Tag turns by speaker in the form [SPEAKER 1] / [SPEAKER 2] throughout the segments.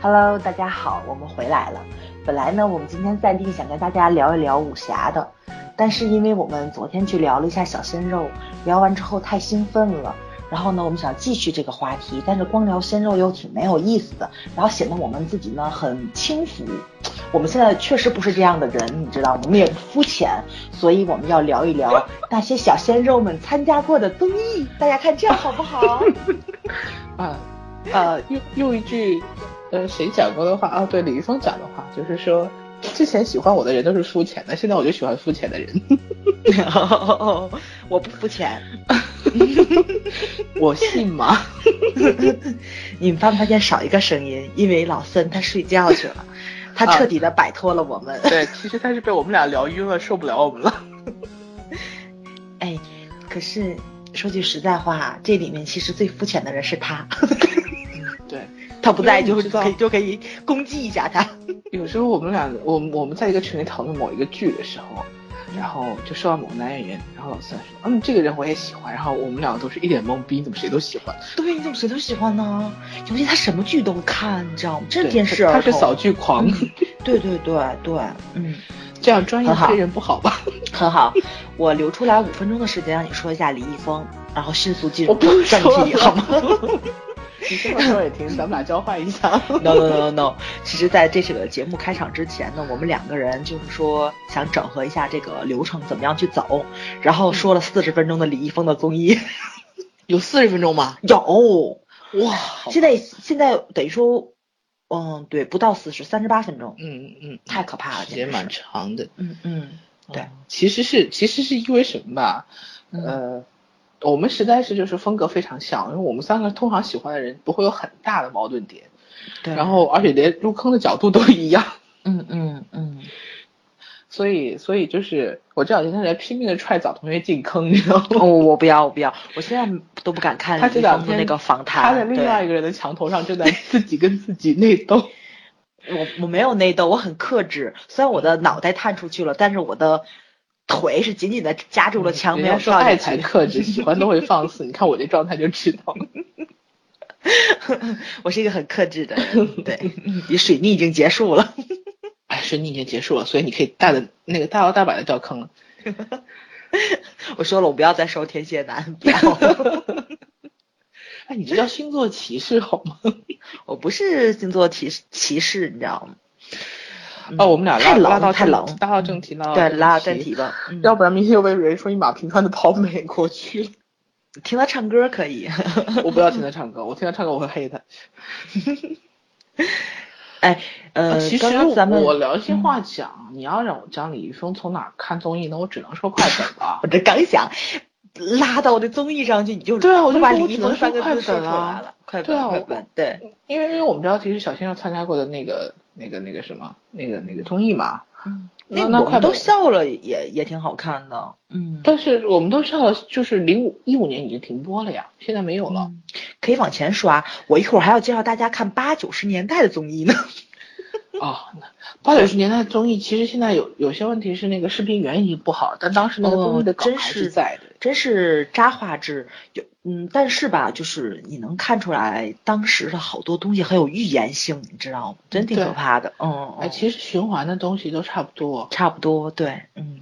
[SPEAKER 1] Hello，大家好，我们回来了。本来呢，我们今天暂定想跟大家聊一聊武侠的，但是因为我们昨天去聊了一下小鲜肉，聊完之后太兴奋了，然后呢，我们想继续这个话题，但是光聊鲜肉又挺没有意思的，然后显得我们自己呢很轻浮。我们现在确实不是这样的人，你知道吗？我们也不肤浅，所以我们要聊一 聊那些小鲜肉们参加过的综艺，大家看这样好不好？
[SPEAKER 2] 啊啊，用用一句，呃，谁讲过的话啊？对，李易峰讲的话，就是说，之前喜欢我的人都是肤浅的，现在我就喜欢肤浅的人。
[SPEAKER 1] 我不肤浅。
[SPEAKER 2] 我信吗？
[SPEAKER 1] 你们发没发现少一个声音？因为老森他睡觉去了，他
[SPEAKER 2] 啊
[SPEAKER 1] 彻底的摆脱了我们。
[SPEAKER 2] 对，其实他是被我们俩聊晕了，受不了我们了。
[SPEAKER 1] 哎，可是说句实在话，这里面其实最肤浅的人是他，
[SPEAKER 2] 对，
[SPEAKER 1] 他不在就
[SPEAKER 2] 因为你知道
[SPEAKER 1] 可以就可以攻击一下他。
[SPEAKER 2] 有时候我们俩，我们我们在一个群里讨论某一个剧的时候，然后就说到某个男演员，然后老三说，嗯，这个人我也喜欢，然后我们两个都是一脸懵逼，你怎么谁都喜欢？
[SPEAKER 1] 对，你怎么谁都喜欢呢？尤其他什么剧都看，你知道吗？这
[SPEAKER 2] 对
[SPEAKER 1] 电视
[SPEAKER 2] 他
[SPEAKER 1] 儿
[SPEAKER 2] 他是扫剧狂，
[SPEAKER 1] 对对对对，嗯，
[SPEAKER 2] 这样专业
[SPEAKER 1] 很好
[SPEAKER 2] 黑人不好吧？
[SPEAKER 1] 很 好。我留出来五分钟的时间让你说一下李易峰，然后迅速进入
[SPEAKER 2] 我不
[SPEAKER 1] 正
[SPEAKER 2] 说
[SPEAKER 1] 题
[SPEAKER 2] 了
[SPEAKER 1] 好吗？
[SPEAKER 2] 你这么说也行，咱们俩交换一下。
[SPEAKER 1] No no no no no！其实，在这个节目开场之前呢，我们两个人就是说想整合一下这个流程，怎么样去走，然后说了四十分钟的李易峰的综艺。
[SPEAKER 2] 有四十分钟吗？
[SPEAKER 1] 有，
[SPEAKER 2] 哇，
[SPEAKER 1] 现在现在等于说，嗯，对，不到四十，三十八分钟，
[SPEAKER 2] 嗯嗯，
[SPEAKER 1] 太可怕了，
[SPEAKER 2] 时间
[SPEAKER 1] 简直
[SPEAKER 2] 蛮
[SPEAKER 1] 是。
[SPEAKER 2] 长的。
[SPEAKER 1] 嗯嗯，对
[SPEAKER 2] 嗯，其实是其实是因为什么吧？
[SPEAKER 1] 嗯
[SPEAKER 2] 呃，我们实在是就是风格非常像，因为我们三个通常喜欢的人不会有很大的矛盾点，
[SPEAKER 1] 对。
[SPEAKER 2] 然，后而且连入坑的角度都一样，
[SPEAKER 1] 嗯嗯嗯，
[SPEAKER 2] 所以所以就是我这两天在拼命的踹早同学进坑，你知道吗？
[SPEAKER 1] 哦，我不要我不要，我现在都不敢看
[SPEAKER 2] 他
[SPEAKER 1] 李
[SPEAKER 2] 这
[SPEAKER 1] 易
[SPEAKER 2] 两
[SPEAKER 1] 峰的
[SPEAKER 2] 天
[SPEAKER 1] 那个访谈。
[SPEAKER 2] 他在另
[SPEAKER 1] 对
[SPEAKER 2] 外一个人的墙头上正在自己跟自己内斗。
[SPEAKER 1] 我我没有内斗，我很克制。虽然我
[SPEAKER 2] 嗯
[SPEAKER 1] 的脑袋探出去了，但是我的腿是紧紧的夹住了墙，没
[SPEAKER 2] 人
[SPEAKER 1] 有
[SPEAKER 2] 家嗯说
[SPEAKER 1] 跳下
[SPEAKER 2] 爱才
[SPEAKER 1] 去。
[SPEAKER 2] 克制，喜欢都会放肆。你看我这状态就知道了。
[SPEAKER 1] 我是一个很克制的 人，对，你水逆已经结束了。
[SPEAKER 2] 哎，水逆已经结束了，所以你可以大的那个大摇大摆的掉坑了。
[SPEAKER 1] 我说了，我不要再收天蝎男，不要，
[SPEAKER 2] 哎，你这叫星座歧视好吗？
[SPEAKER 1] 我不是星座歧视歧视，你知道吗？嗯
[SPEAKER 2] 哦，我们俩
[SPEAKER 1] 太
[SPEAKER 2] 拉
[SPEAKER 1] 冷
[SPEAKER 2] 拉到
[SPEAKER 1] 太
[SPEAKER 2] 正
[SPEAKER 1] 冷嗯
[SPEAKER 2] 拉到正题，拉到
[SPEAKER 1] 对，拉到
[SPEAKER 2] 正
[SPEAKER 1] 正题。 吧。嗯
[SPEAKER 2] 要不然明天又被人说你马平川的跑美国去了。
[SPEAKER 1] 听他唱歌可以。
[SPEAKER 2] 我不要听他唱歌，我听他唱歌我会黑他。
[SPEAKER 1] 哎，呃，
[SPEAKER 2] 啊其实
[SPEAKER 1] 刚刚咱们
[SPEAKER 2] 我良心话讲，你要让我讲李易峰从哪儿看综艺呢？我只能说快本了
[SPEAKER 1] 我。这刚想拉到这综艺上去，你就
[SPEAKER 2] 对啊我就
[SPEAKER 1] 就把
[SPEAKER 2] 说
[SPEAKER 1] 李
[SPEAKER 2] 我
[SPEAKER 1] 易
[SPEAKER 2] 只能
[SPEAKER 1] 峰三
[SPEAKER 2] 说
[SPEAKER 1] 个
[SPEAKER 2] 快
[SPEAKER 1] 字说
[SPEAKER 2] 本
[SPEAKER 1] 出
[SPEAKER 2] 啊
[SPEAKER 1] 来了，快
[SPEAKER 2] 对啊
[SPEAKER 1] 本快
[SPEAKER 2] 我
[SPEAKER 1] 本，对。
[SPEAKER 2] 因为因为我们知道，其实小鲜肉参加过的那个那个那个什么那个那个综艺嘛，嗯那
[SPEAKER 1] 那
[SPEAKER 2] 那
[SPEAKER 1] 我
[SPEAKER 2] 快
[SPEAKER 1] 们都
[SPEAKER 2] 本
[SPEAKER 1] 笑了也，也挺好看的。嗯，
[SPEAKER 2] 但是我们都知道，就是零五一五年已经停播了呀，现在没有了。
[SPEAKER 1] 嗯可以往前刷。我一会儿还要介绍大家看八九十年代的综艺呢。嗯
[SPEAKER 2] 啊，八九十年代的综艺其实现在有有些问题是那个视频源已经不好了，但当 时那个综艺的梗
[SPEAKER 1] 哦真
[SPEAKER 2] 还
[SPEAKER 1] 是
[SPEAKER 2] 是在的。
[SPEAKER 1] 真是渣画质。有嗯，但是吧，就是你能看出来当时的好多东西很有预言性，你知道吗？真挺
[SPEAKER 2] 对
[SPEAKER 1] 可怕的。嗯，
[SPEAKER 2] 哎，
[SPEAKER 1] 嗯
[SPEAKER 2] 其实循环的东西都差不多，
[SPEAKER 1] 差不多，对，嗯。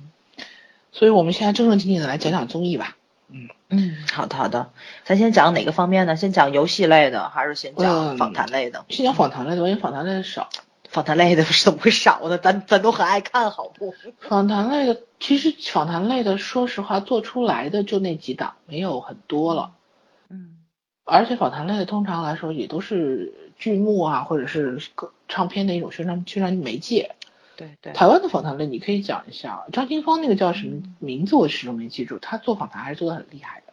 [SPEAKER 2] 所以我们现在正正经经的来讲讲综艺吧。
[SPEAKER 1] 嗯，好的好的，咱先讲哪个方面呢？先讲游戏类的，还是先讲
[SPEAKER 2] 嗯
[SPEAKER 1] 访谈类的？
[SPEAKER 2] 先讲访谈类的，因为访谈类的少。
[SPEAKER 1] 访谈类的 是怎么会少呢？咱咱都很爱看，好不？
[SPEAKER 2] 访谈类的其实访谈类的，说实话做出来的就那几档，没有很多了。
[SPEAKER 1] 嗯
[SPEAKER 2] 而且访谈类的通常来说也都是剧目啊，或者是个唱片的一种宣传宣传媒介。，
[SPEAKER 1] 对对。
[SPEAKER 2] 台湾的访谈类你可以讲一下，张清芳那个叫什么
[SPEAKER 1] 嗯
[SPEAKER 2] 名字我始终没记住，他做访谈还是做的很厉害的。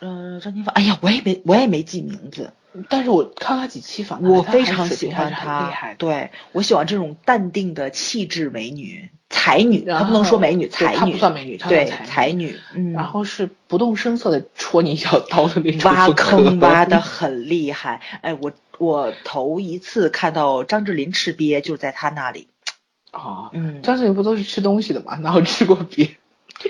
[SPEAKER 1] 嗯，张清芳，哎呀，我也没我也没记名字，
[SPEAKER 2] 但是我看了几期访谈类，
[SPEAKER 1] 我
[SPEAKER 2] 她
[SPEAKER 1] 非
[SPEAKER 2] 还是
[SPEAKER 1] 常
[SPEAKER 2] 水
[SPEAKER 1] 喜
[SPEAKER 2] 平还
[SPEAKER 1] 欢
[SPEAKER 2] 是很厉害
[SPEAKER 1] 她，
[SPEAKER 2] 的。
[SPEAKER 1] 对我喜欢这种淡定的气质美女、才女，
[SPEAKER 2] 然
[SPEAKER 1] 她不能说
[SPEAKER 2] 后
[SPEAKER 1] 美女，
[SPEAKER 2] 对
[SPEAKER 1] 才
[SPEAKER 2] 她
[SPEAKER 1] 女
[SPEAKER 2] 不，算美女，她
[SPEAKER 1] 对，
[SPEAKER 2] 算
[SPEAKER 1] 才
[SPEAKER 2] 女。
[SPEAKER 1] 女，嗯，
[SPEAKER 2] 然后是不动声色的戳你一小刀的那种，
[SPEAKER 1] 挖 坑挖的。很厉害，哎，我我头一次看到张智霖吃鳖就是在她那里，
[SPEAKER 2] 啊，
[SPEAKER 1] 嗯，
[SPEAKER 2] 张智霖不都是吃东西的吗？哪有吃过别？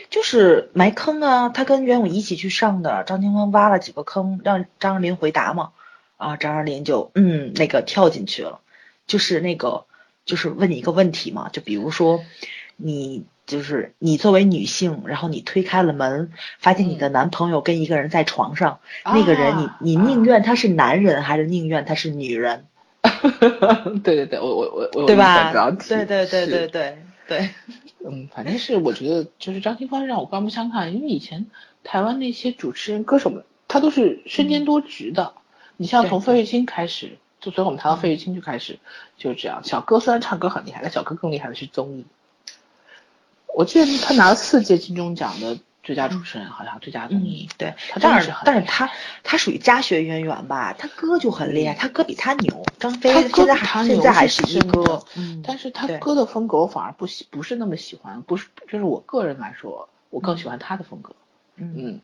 [SPEAKER 1] 就是埋坑啊，她跟袁咏仪一起去上的，张清芳挖了几个坑让张智霖回答嘛，啊，张爱玲就嗯那个跳进去了，就是那个就是问你一个问题嘛，就比如说你就是你作为女性，然后你推开了门，发现你的男朋友跟一个人在床上，那个人你
[SPEAKER 2] 啊
[SPEAKER 1] 你宁愿他是男人还是宁愿他是女人，
[SPEAKER 2] 对对对，我我我我有
[SPEAKER 1] 对
[SPEAKER 2] 印象这道
[SPEAKER 1] 吧？
[SPEAKER 2] 题
[SPEAKER 1] 对对对
[SPEAKER 2] 是
[SPEAKER 1] 对对对，
[SPEAKER 2] 嗯，反正是我觉得就是张清芳让我刮目相看，因为以前台湾那些主持人、歌手们，他都是身兼多职的。你像
[SPEAKER 1] 嗯对
[SPEAKER 2] 从费玉清开始，就从我们谈到
[SPEAKER 1] 嗯
[SPEAKER 2] 费玉清就开始，就是这样。小哥虽然唱歌很厉害，但小哥更厉害的是综艺。我记得他拿了四届金钟奖的最佳主持人，好像最佳综
[SPEAKER 1] 嗯
[SPEAKER 2] 艺。
[SPEAKER 1] 对
[SPEAKER 2] 他，真
[SPEAKER 1] 但
[SPEAKER 2] 的
[SPEAKER 1] 是
[SPEAKER 2] 是很
[SPEAKER 1] 但是
[SPEAKER 2] 厉害
[SPEAKER 1] 他他属于家学渊源吧，他哥就很厉害，他哥比他牛，张飞
[SPEAKER 2] 嗯他哥
[SPEAKER 1] 现在
[SPEAKER 2] 比他
[SPEAKER 1] 还
[SPEAKER 2] 牛
[SPEAKER 1] 现在
[SPEAKER 2] 是
[SPEAKER 1] 还是一
[SPEAKER 2] 真的
[SPEAKER 1] 哥，嗯
[SPEAKER 2] 但是他
[SPEAKER 1] 对
[SPEAKER 2] 歌的风格我反而不喜，不是那么喜欢，不是就是我个人来说，我更喜欢他的风格。
[SPEAKER 1] 嗯，
[SPEAKER 2] 嗯，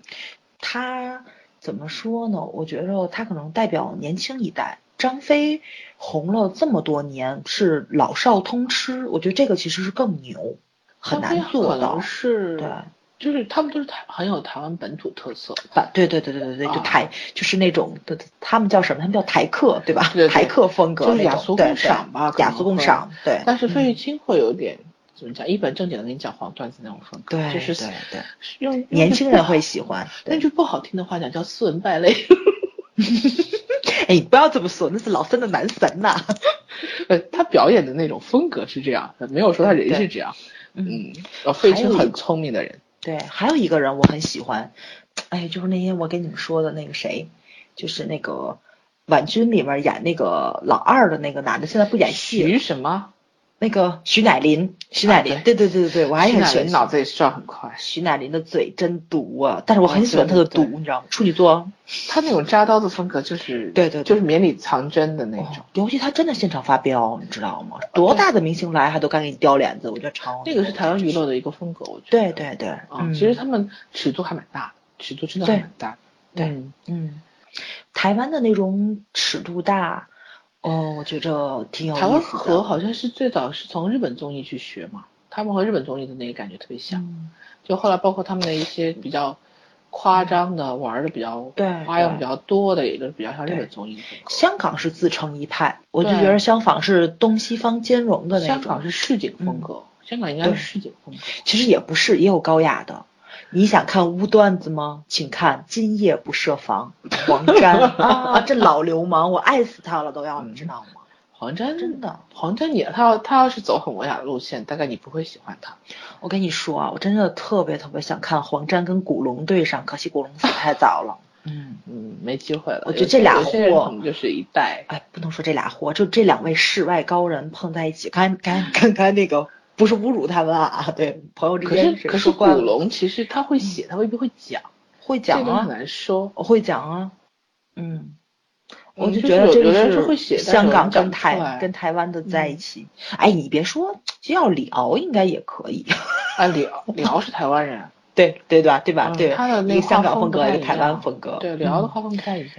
[SPEAKER 1] 他怎么说呢？我觉得他可能代表年轻一代。张飞红了这么多年，是老少通吃，我觉得这个其实是更牛，很
[SPEAKER 2] 张飞
[SPEAKER 1] 难做
[SPEAKER 2] 哦可能
[SPEAKER 1] 到。
[SPEAKER 2] 是
[SPEAKER 1] 对，
[SPEAKER 2] 就是他们都是台很有台湾本土特色的。
[SPEAKER 1] 把对对对对对对，就
[SPEAKER 2] 啊
[SPEAKER 1] 台就是那种，对对他们叫什么？他们叫台客，对吧？
[SPEAKER 2] 对对
[SPEAKER 1] 台客风格
[SPEAKER 2] 就是
[SPEAKER 1] 那
[SPEAKER 2] 雅
[SPEAKER 1] 种
[SPEAKER 2] 俗
[SPEAKER 1] 对
[SPEAKER 2] 共
[SPEAKER 1] 对
[SPEAKER 2] 赏吧可
[SPEAKER 1] 雅
[SPEAKER 2] 能
[SPEAKER 1] 俗共
[SPEAKER 2] 会
[SPEAKER 1] 赏，对。
[SPEAKER 2] 但是费玉
[SPEAKER 1] 嗯
[SPEAKER 2] 清会有点、怎么讲，一本正经的跟你讲黄段子那种风格，
[SPEAKER 1] 对
[SPEAKER 2] 就是
[SPEAKER 1] 对对，
[SPEAKER 2] 是 用用
[SPEAKER 1] 年
[SPEAKER 2] 句
[SPEAKER 1] 轻
[SPEAKER 2] 不
[SPEAKER 1] 人
[SPEAKER 2] 好
[SPEAKER 1] 会喜欢。
[SPEAKER 2] 那
[SPEAKER 1] 对，
[SPEAKER 2] 句不好听的话讲叫斯文败类。
[SPEAKER 1] 哎，你不要这么说，那是老三的男神呐。
[SPEAKER 2] 呃，他表演的那种风格是这样，没有说他人是这样。
[SPEAKER 1] 嗯
[SPEAKER 2] 嗯，呃费玉
[SPEAKER 1] 还有
[SPEAKER 2] 清
[SPEAKER 1] 一
[SPEAKER 2] 很
[SPEAKER 1] 个
[SPEAKER 2] 聪明的人，
[SPEAKER 1] 对，还有一个人我很喜欢，哎，就是那天我跟你们说的那个谁，就是那个婉君里面演那个老二的那个男的，现在不演哎戏
[SPEAKER 2] 徐
[SPEAKER 1] 了，
[SPEAKER 2] 什么？
[SPEAKER 1] 那个徐乃麟，徐乃麟，
[SPEAKER 2] 啊
[SPEAKER 1] 对对对对对，我还
[SPEAKER 2] 徐
[SPEAKER 1] 很
[SPEAKER 2] 乃
[SPEAKER 1] 喜
[SPEAKER 2] 麟
[SPEAKER 1] 欢
[SPEAKER 2] 脑子里转很快，
[SPEAKER 1] 徐乃麟的嘴真毒啊，但是我
[SPEAKER 2] 哦
[SPEAKER 1] 很喜欢他
[SPEAKER 2] 对
[SPEAKER 1] 的毒，
[SPEAKER 2] 对对
[SPEAKER 1] 你知道吗？处女座，
[SPEAKER 2] 他那种扎刀子风格就是
[SPEAKER 1] 对对对
[SPEAKER 2] 就是绵里藏针的那
[SPEAKER 1] 哦
[SPEAKER 2] 种。
[SPEAKER 1] 尤其他真的现场发飙，你知道吗？多大的明星来还都敢给你叼脸子，我觉得超
[SPEAKER 2] 那个是台湾娱乐的一个风格，我觉得。
[SPEAKER 1] 对对对，
[SPEAKER 2] 啊、
[SPEAKER 1] 嗯
[SPEAKER 2] 其实他们尺度还蛮大的，尺度真的还
[SPEAKER 1] 对
[SPEAKER 2] 蛮大的。
[SPEAKER 1] 对
[SPEAKER 2] 嗯
[SPEAKER 1] 嗯，台湾的那种尺度大，哦，我觉着挺有
[SPEAKER 2] 台湾
[SPEAKER 1] 意思
[SPEAKER 2] 和
[SPEAKER 1] 的。
[SPEAKER 2] 好像是最早是从日本综艺去学嘛，他们和日本综艺的那个感觉特别像。
[SPEAKER 1] 嗯
[SPEAKER 2] 就后来包括他们的一些比较夸张的、玩的比较
[SPEAKER 1] 对
[SPEAKER 2] 花样
[SPEAKER 1] 对
[SPEAKER 2] 比较多的，也都比较像日
[SPEAKER 1] 对
[SPEAKER 2] 本综艺的风格。
[SPEAKER 1] 香港是自成一派，我就
[SPEAKER 2] 对
[SPEAKER 1] 觉得香港是东西方兼容的那
[SPEAKER 2] 香
[SPEAKER 1] 种。
[SPEAKER 2] 港是市井风格，香港应该
[SPEAKER 1] 嗯对
[SPEAKER 2] 是市井风格。
[SPEAKER 1] 其实也不是，也有高雅的。你想看污段子吗？请看《今夜不设防》，王 詹啊，这老流氓，我爱死他了都要，你
[SPEAKER 2] 嗯
[SPEAKER 1] 知道吗？
[SPEAKER 2] 黄沾
[SPEAKER 1] 真的，
[SPEAKER 2] 黄沾也，他要他要是走很文雅的路线，大概你不会喜欢他。
[SPEAKER 1] 我跟你说啊，我真的特别特别想看黄沾跟古龙对上，可惜古龙死太早了。嗯，
[SPEAKER 2] 嗯，没机会了。
[SPEAKER 1] 我觉
[SPEAKER 2] 有
[SPEAKER 1] 得这
[SPEAKER 2] 些
[SPEAKER 1] 俩
[SPEAKER 2] 有些人
[SPEAKER 1] 货
[SPEAKER 2] 可能就是一代。
[SPEAKER 1] 哎，不能说这俩货，就这两位世外高人碰在一起，看看看看那个，不是侮辱他们啊，对，朋友之
[SPEAKER 2] 可
[SPEAKER 1] 间
[SPEAKER 2] 是可是
[SPEAKER 1] 说
[SPEAKER 2] 古
[SPEAKER 1] 惯了
[SPEAKER 2] 龙其实他会写，他未必会讲，
[SPEAKER 1] 会
[SPEAKER 2] 嗯这
[SPEAKER 1] 讲
[SPEAKER 2] 个很
[SPEAKER 1] 啊，
[SPEAKER 2] 难说。
[SPEAKER 1] 我会讲啊，嗯，我
[SPEAKER 2] 嗯
[SPEAKER 1] 就
[SPEAKER 2] 就
[SPEAKER 1] 觉
[SPEAKER 2] 是
[SPEAKER 1] 得
[SPEAKER 2] 有
[SPEAKER 1] 这
[SPEAKER 2] 有的
[SPEAKER 1] 个
[SPEAKER 2] 人是会写但是
[SPEAKER 1] 香
[SPEAKER 2] 有
[SPEAKER 1] 港
[SPEAKER 2] 人讲
[SPEAKER 1] 跟
[SPEAKER 2] 不出
[SPEAKER 1] 台
[SPEAKER 2] 来嗯
[SPEAKER 1] 跟台湾的在一起，哎，你别说，就要李敖应该也可以，
[SPEAKER 2] 啊，李敖李敖是台湾人，啊
[SPEAKER 1] 对对吧？对吧？
[SPEAKER 2] 嗯
[SPEAKER 1] 对，
[SPEAKER 2] 他的那
[SPEAKER 1] 一
[SPEAKER 2] 个
[SPEAKER 1] 香港
[SPEAKER 2] 画
[SPEAKER 1] 风
[SPEAKER 2] 风不
[SPEAKER 1] 格，一
[SPEAKER 2] 太
[SPEAKER 1] 个
[SPEAKER 2] 一
[SPEAKER 1] 台湾
[SPEAKER 2] 样
[SPEAKER 1] 风格，
[SPEAKER 2] 对，李敖的
[SPEAKER 1] 嗯
[SPEAKER 2] 画风不太一样。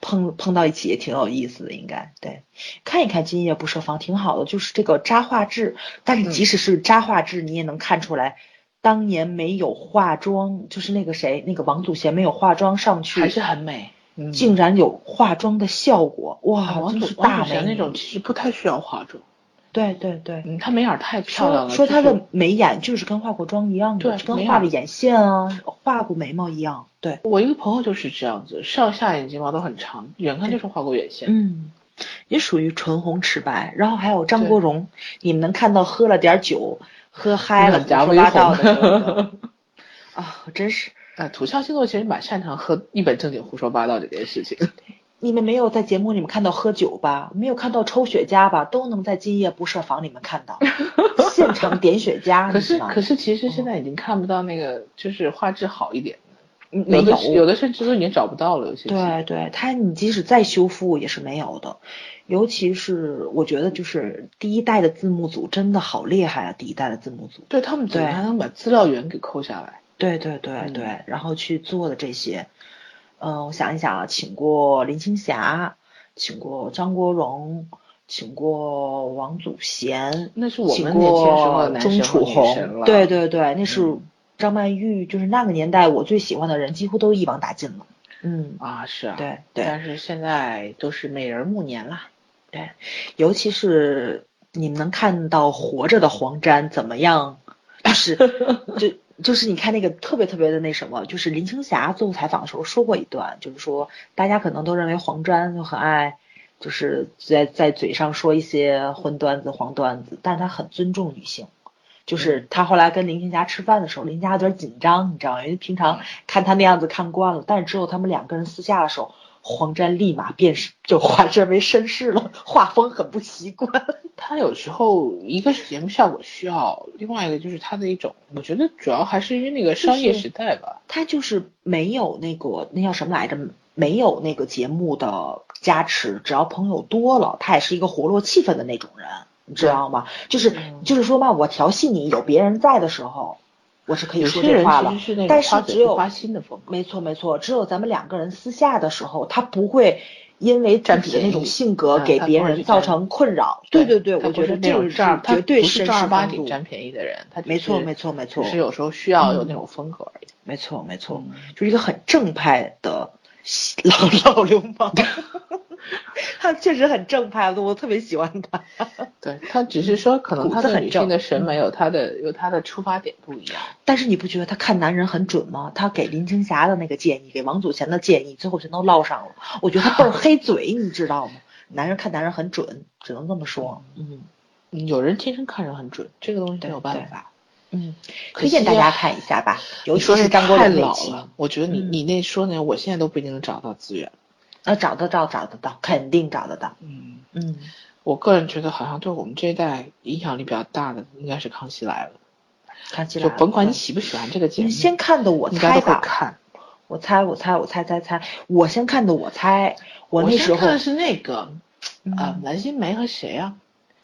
[SPEAKER 1] 碰碰到一起也挺有意思的，应该对。看一看《今夜不设防》挺好的，就是这个渣画质，但
[SPEAKER 2] 嗯
[SPEAKER 1] 是即使是渣画质，你也能看出来。当年没有化妆，就是那个谁，那个王祖贤没有化妆上去，
[SPEAKER 2] 还是很美。嗯
[SPEAKER 1] 竟然有化妆的效果，
[SPEAKER 2] 啊，
[SPEAKER 1] 哇，
[SPEAKER 2] 王
[SPEAKER 1] 真
[SPEAKER 2] 祖
[SPEAKER 1] 是
[SPEAKER 2] 王
[SPEAKER 1] 大
[SPEAKER 2] 祖
[SPEAKER 1] 美
[SPEAKER 2] 贤
[SPEAKER 1] 女
[SPEAKER 2] 那种，其实不太需要化妆，
[SPEAKER 1] 对对对。
[SPEAKER 2] 嗯，她眉眼太漂
[SPEAKER 1] 说
[SPEAKER 2] 亮了。
[SPEAKER 1] 说
[SPEAKER 2] 就
[SPEAKER 1] 她
[SPEAKER 2] 是
[SPEAKER 1] 的眉眼就是跟化过妆一样的，
[SPEAKER 2] 对
[SPEAKER 1] 就跟
[SPEAKER 2] 眉
[SPEAKER 1] 画
[SPEAKER 2] 眼
[SPEAKER 1] 了眼线啊，画过眉毛一样。对，
[SPEAKER 2] 我一个朋友就是这样子，上下眼睫毛都很长，远看就是画过眼线。
[SPEAKER 1] 嗯，也属于唇红齿白。然后还有张
[SPEAKER 2] 对
[SPEAKER 1] 国荣，你们能看到喝了点儿酒，喝嗨了
[SPEAKER 2] 两
[SPEAKER 1] 胡
[SPEAKER 2] 颊
[SPEAKER 1] 说
[SPEAKER 2] 微
[SPEAKER 1] 八道的
[SPEAKER 2] 红
[SPEAKER 1] 那 个啊，真是
[SPEAKER 2] 呃，土象星座其实蛮擅长和一本正经胡说八道这件事情。
[SPEAKER 1] 你们没有在节目里面看到喝酒吧，没有看到抽雪茄吧，都能在《今夜不设防》里面看 到现场点雪茄。
[SPEAKER 2] 可
[SPEAKER 1] 你知
[SPEAKER 2] 是
[SPEAKER 1] 道吗
[SPEAKER 2] 可是其实现在已经看不到那个就是画质好一点的，
[SPEAKER 1] 嗯没
[SPEAKER 2] 的有
[SPEAKER 1] 有，
[SPEAKER 2] 的甚至都已经找不到了，有些
[SPEAKER 1] 对对，他你即使再修复也是没有的。尤其是我觉得，就是第一代的字幕组真的好厉害啊！第一代的字幕组，
[SPEAKER 2] 对他们怎么
[SPEAKER 1] 对
[SPEAKER 2] 还能把资料源给抠下来？
[SPEAKER 1] 对对对
[SPEAKER 2] 嗯
[SPEAKER 1] 对，然后去做的这些，嗯、我想一想啊，请过林青霞，请过张国荣，请过王祖贤，
[SPEAKER 2] 那是我
[SPEAKER 1] 请
[SPEAKER 2] 们年轻时候
[SPEAKER 1] 过
[SPEAKER 2] 的男
[SPEAKER 1] 钟
[SPEAKER 2] 神和
[SPEAKER 1] 楚
[SPEAKER 2] 女神
[SPEAKER 1] 红，
[SPEAKER 2] 了。
[SPEAKER 1] 对，对对，那是
[SPEAKER 2] 嗯
[SPEAKER 1] 张曼玉，就是那个年代我最喜欢的人，几乎都是一网打尽了。嗯，
[SPEAKER 2] 啊，是啊，
[SPEAKER 1] 对对
[SPEAKER 2] 但是现在都是美人暮年了，
[SPEAKER 1] 对，尤其是你们能看到活着的黄沾怎么样，就是就就是你看那个特别特别的那什么，就是林青霞做采访的时候说过一段，就是说大家可能都认为黄沾就很爱。就是在在嘴上说一些荤段子、黄段子，但他很尊重女性。就是他后来跟林青霞吃饭的时候，林青霞有点紧张，你知道吗？因为平常看他那样子看惯了，但是只有他们两个人私下的时候，黄沾立马变是就化身为绅士了，画风很不习惯。
[SPEAKER 2] 他有时候一个是节目效果需要，另外一个就是他的一种，我觉得主要还是因为那个商业
[SPEAKER 1] 就是
[SPEAKER 2] 时代吧。
[SPEAKER 1] 他就是没有那个那叫什么来着？没有那个节目的加持，只要朋友多了，他也是一个活络气氛的那种人，你知道吗？就是
[SPEAKER 2] 嗯
[SPEAKER 1] 就是说嘛，我调戏你，有别人在的时候，我是可以
[SPEAKER 2] 有
[SPEAKER 1] 说
[SPEAKER 2] 些
[SPEAKER 1] 这
[SPEAKER 2] 人
[SPEAKER 1] 话
[SPEAKER 2] 其
[SPEAKER 1] 了
[SPEAKER 2] 实。是那
[SPEAKER 1] 但
[SPEAKER 2] 种
[SPEAKER 1] 是
[SPEAKER 2] 花嘴
[SPEAKER 1] 只有
[SPEAKER 2] 不花心的风格，
[SPEAKER 1] 没错没错，只有咱们两个人私下的时候，他不会因为自
[SPEAKER 2] 占
[SPEAKER 1] 己的
[SPEAKER 2] 便
[SPEAKER 1] 那
[SPEAKER 2] 宜
[SPEAKER 1] 种性格
[SPEAKER 2] 嗯
[SPEAKER 1] 给
[SPEAKER 2] 他
[SPEAKER 1] 别
[SPEAKER 2] 不会
[SPEAKER 1] 人
[SPEAKER 2] 去
[SPEAKER 1] 造
[SPEAKER 2] 占
[SPEAKER 1] 成困扰。对
[SPEAKER 2] 对
[SPEAKER 1] 对对，我
[SPEAKER 2] 他不
[SPEAKER 1] 觉得
[SPEAKER 2] 是
[SPEAKER 1] 这
[SPEAKER 2] 那
[SPEAKER 1] 个
[SPEAKER 2] 种正儿，他
[SPEAKER 1] 绝对
[SPEAKER 2] 不
[SPEAKER 1] 绅
[SPEAKER 2] 是
[SPEAKER 1] 士
[SPEAKER 2] 正儿八
[SPEAKER 1] 风
[SPEAKER 2] 经
[SPEAKER 1] 度。
[SPEAKER 2] 占便宜的人，他只
[SPEAKER 1] 没错
[SPEAKER 2] 是
[SPEAKER 1] 没错没错
[SPEAKER 2] 只是有时候需要有
[SPEAKER 1] 嗯
[SPEAKER 2] 那种风格而已。
[SPEAKER 1] 没错没错，
[SPEAKER 2] 嗯
[SPEAKER 1] 就是一个很正派的老 老流 氓，他确实很正派，我特别喜欢他。
[SPEAKER 2] 对他只是说，可能
[SPEAKER 1] 骨
[SPEAKER 2] 他
[SPEAKER 1] 子
[SPEAKER 2] 对
[SPEAKER 1] 很
[SPEAKER 2] 女
[SPEAKER 1] 正
[SPEAKER 2] 性的审美有他的有他的出发点不一样。
[SPEAKER 1] 但是你不觉得他看男人很准吗？他给林青霞的那个建议，给王祖贤的建议，最后全都落上了。我觉得他倍儿黑嘴，你知道吗？ 男人看男人很准，只能这么说。嗯
[SPEAKER 2] 嗯有人天生看着很准，这个东西没有
[SPEAKER 1] 对
[SPEAKER 2] 办法。
[SPEAKER 1] 嗯，
[SPEAKER 2] 可
[SPEAKER 1] 推荐
[SPEAKER 2] 惜
[SPEAKER 1] 大家
[SPEAKER 2] 呀
[SPEAKER 1] 看一下吧，尤
[SPEAKER 2] 啊你
[SPEAKER 1] 其
[SPEAKER 2] 说
[SPEAKER 1] 是
[SPEAKER 2] 是
[SPEAKER 1] 张国
[SPEAKER 2] 太
[SPEAKER 1] 荣那
[SPEAKER 2] 老
[SPEAKER 1] 期。
[SPEAKER 2] 了，我觉得你
[SPEAKER 1] 嗯
[SPEAKER 2] 你那说那，我现在都不一定能找到资源。
[SPEAKER 1] 啊，找得到，找得到，肯定找得到。
[SPEAKER 2] 嗯，
[SPEAKER 1] 嗯，
[SPEAKER 2] 我个人觉得好像对我们这一代影响力比较大的应该是《康熙来了
[SPEAKER 1] 看》，起来
[SPEAKER 2] 就甭啊管你
[SPEAKER 1] 嗯
[SPEAKER 2] 喜不喜欢这个节目，
[SPEAKER 1] 你先看的我
[SPEAKER 2] 应该
[SPEAKER 1] 猜
[SPEAKER 2] 都会
[SPEAKER 1] 吧，
[SPEAKER 2] 看。
[SPEAKER 1] 我猜，我猜，我猜猜猜，我先看的我猜，我那
[SPEAKER 2] 先
[SPEAKER 1] 时候
[SPEAKER 2] 看的是那个啊
[SPEAKER 1] 嗯，
[SPEAKER 2] 蓝心湄和谁啊？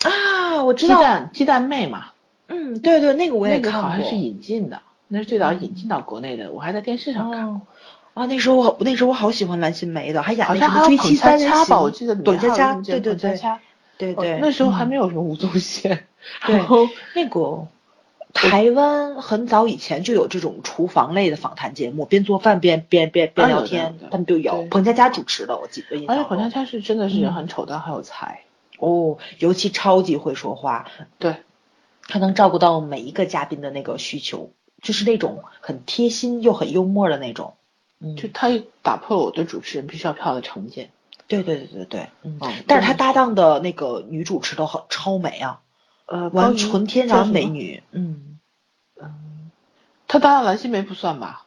[SPEAKER 1] 啊，我知
[SPEAKER 2] 鸡
[SPEAKER 1] 道，
[SPEAKER 2] 蛋鸡蛋妹嘛，
[SPEAKER 1] 嗯，对对，那个我也
[SPEAKER 2] 那个
[SPEAKER 1] 看
[SPEAKER 2] 好
[SPEAKER 1] 过，
[SPEAKER 2] 像是引进的，那是最早引进到国内的，我还在电视上看。
[SPEAKER 1] 哦，啊，那时候我那时候我好喜欢蓝心湄的，还演
[SPEAKER 2] 好
[SPEAKER 1] 那什
[SPEAKER 2] 像
[SPEAKER 1] 么
[SPEAKER 2] 还
[SPEAKER 1] 追
[SPEAKER 2] 有
[SPEAKER 1] 妻
[SPEAKER 2] 捧恰
[SPEAKER 1] 三人
[SPEAKER 2] 恰吧，我
[SPEAKER 1] 行，
[SPEAKER 2] 记得里
[SPEAKER 1] 董
[SPEAKER 2] 面
[SPEAKER 1] 佳
[SPEAKER 2] 还有
[SPEAKER 1] 佳，
[SPEAKER 2] 林
[SPEAKER 1] 对
[SPEAKER 2] 健
[SPEAKER 1] 对
[SPEAKER 2] 捧恰
[SPEAKER 1] 对
[SPEAKER 2] 恰。
[SPEAKER 1] 对
[SPEAKER 2] 哦
[SPEAKER 1] 对，
[SPEAKER 2] 那时候
[SPEAKER 1] 嗯
[SPEAKER 2] 还没有什么吴宗宪，
[SPEAKER 1] 对
[SPEAKER 2] 然后
[SPEAKER 1] 那个。台湾很早以前就有这种厨房类的访谈节目，边做饭边边边边
[SPEAKER 2] 啊有
[SPEAKER 1] 聊
[SPEAKER 2] 的
[SPEAKER 1] 天
[SPEAKER 2] 有的，
[SPEAKER 1] 他们就有
[SPEAKER 2] 对哎
[SPEAKER 1] 彭佳佳主持的，我记得印
[SPEAKER 2] 而
[SPEAKER 1] 象中。
[SPEAKER 2] 且彭恰恰是真的是人
[SPEAKER 1] 嗯
[SPEAKER 2] 很丑，但很有才。
[SPEAKER 1] 哦，尤其超级会说话，
[SPEAKER 2] 对，
[SPEAKER 1] 嗯他能照顾到每一个嘉宾的那个需求，就是那种很贴心又很幽默的那种。嗯，
[SPEAKER 2] 就他打破了我对主持人必须要票的成见。
[SPEAKER 1] 对对对对对，嗯。
[SPEAKER 2] 嗯，
[SPEAKER 1] 但是他搭档的那个女主持都好超美啊，
[SPEAKER 2] 呃高
[SPEAKER 1] 完
[SPEAKER 2] 云
[SPEAKER 1] 纯天
[SPEAKER 2] 叫
[SPEAKER 1] 然
[SPEAKER 2] 什
[SPEAKER 1] 美
[SPEAKER 2] 么，
[SPEAKER 1] 女。嗯，
[SPEAKER 2] 他搭档蓝心湄不算吧？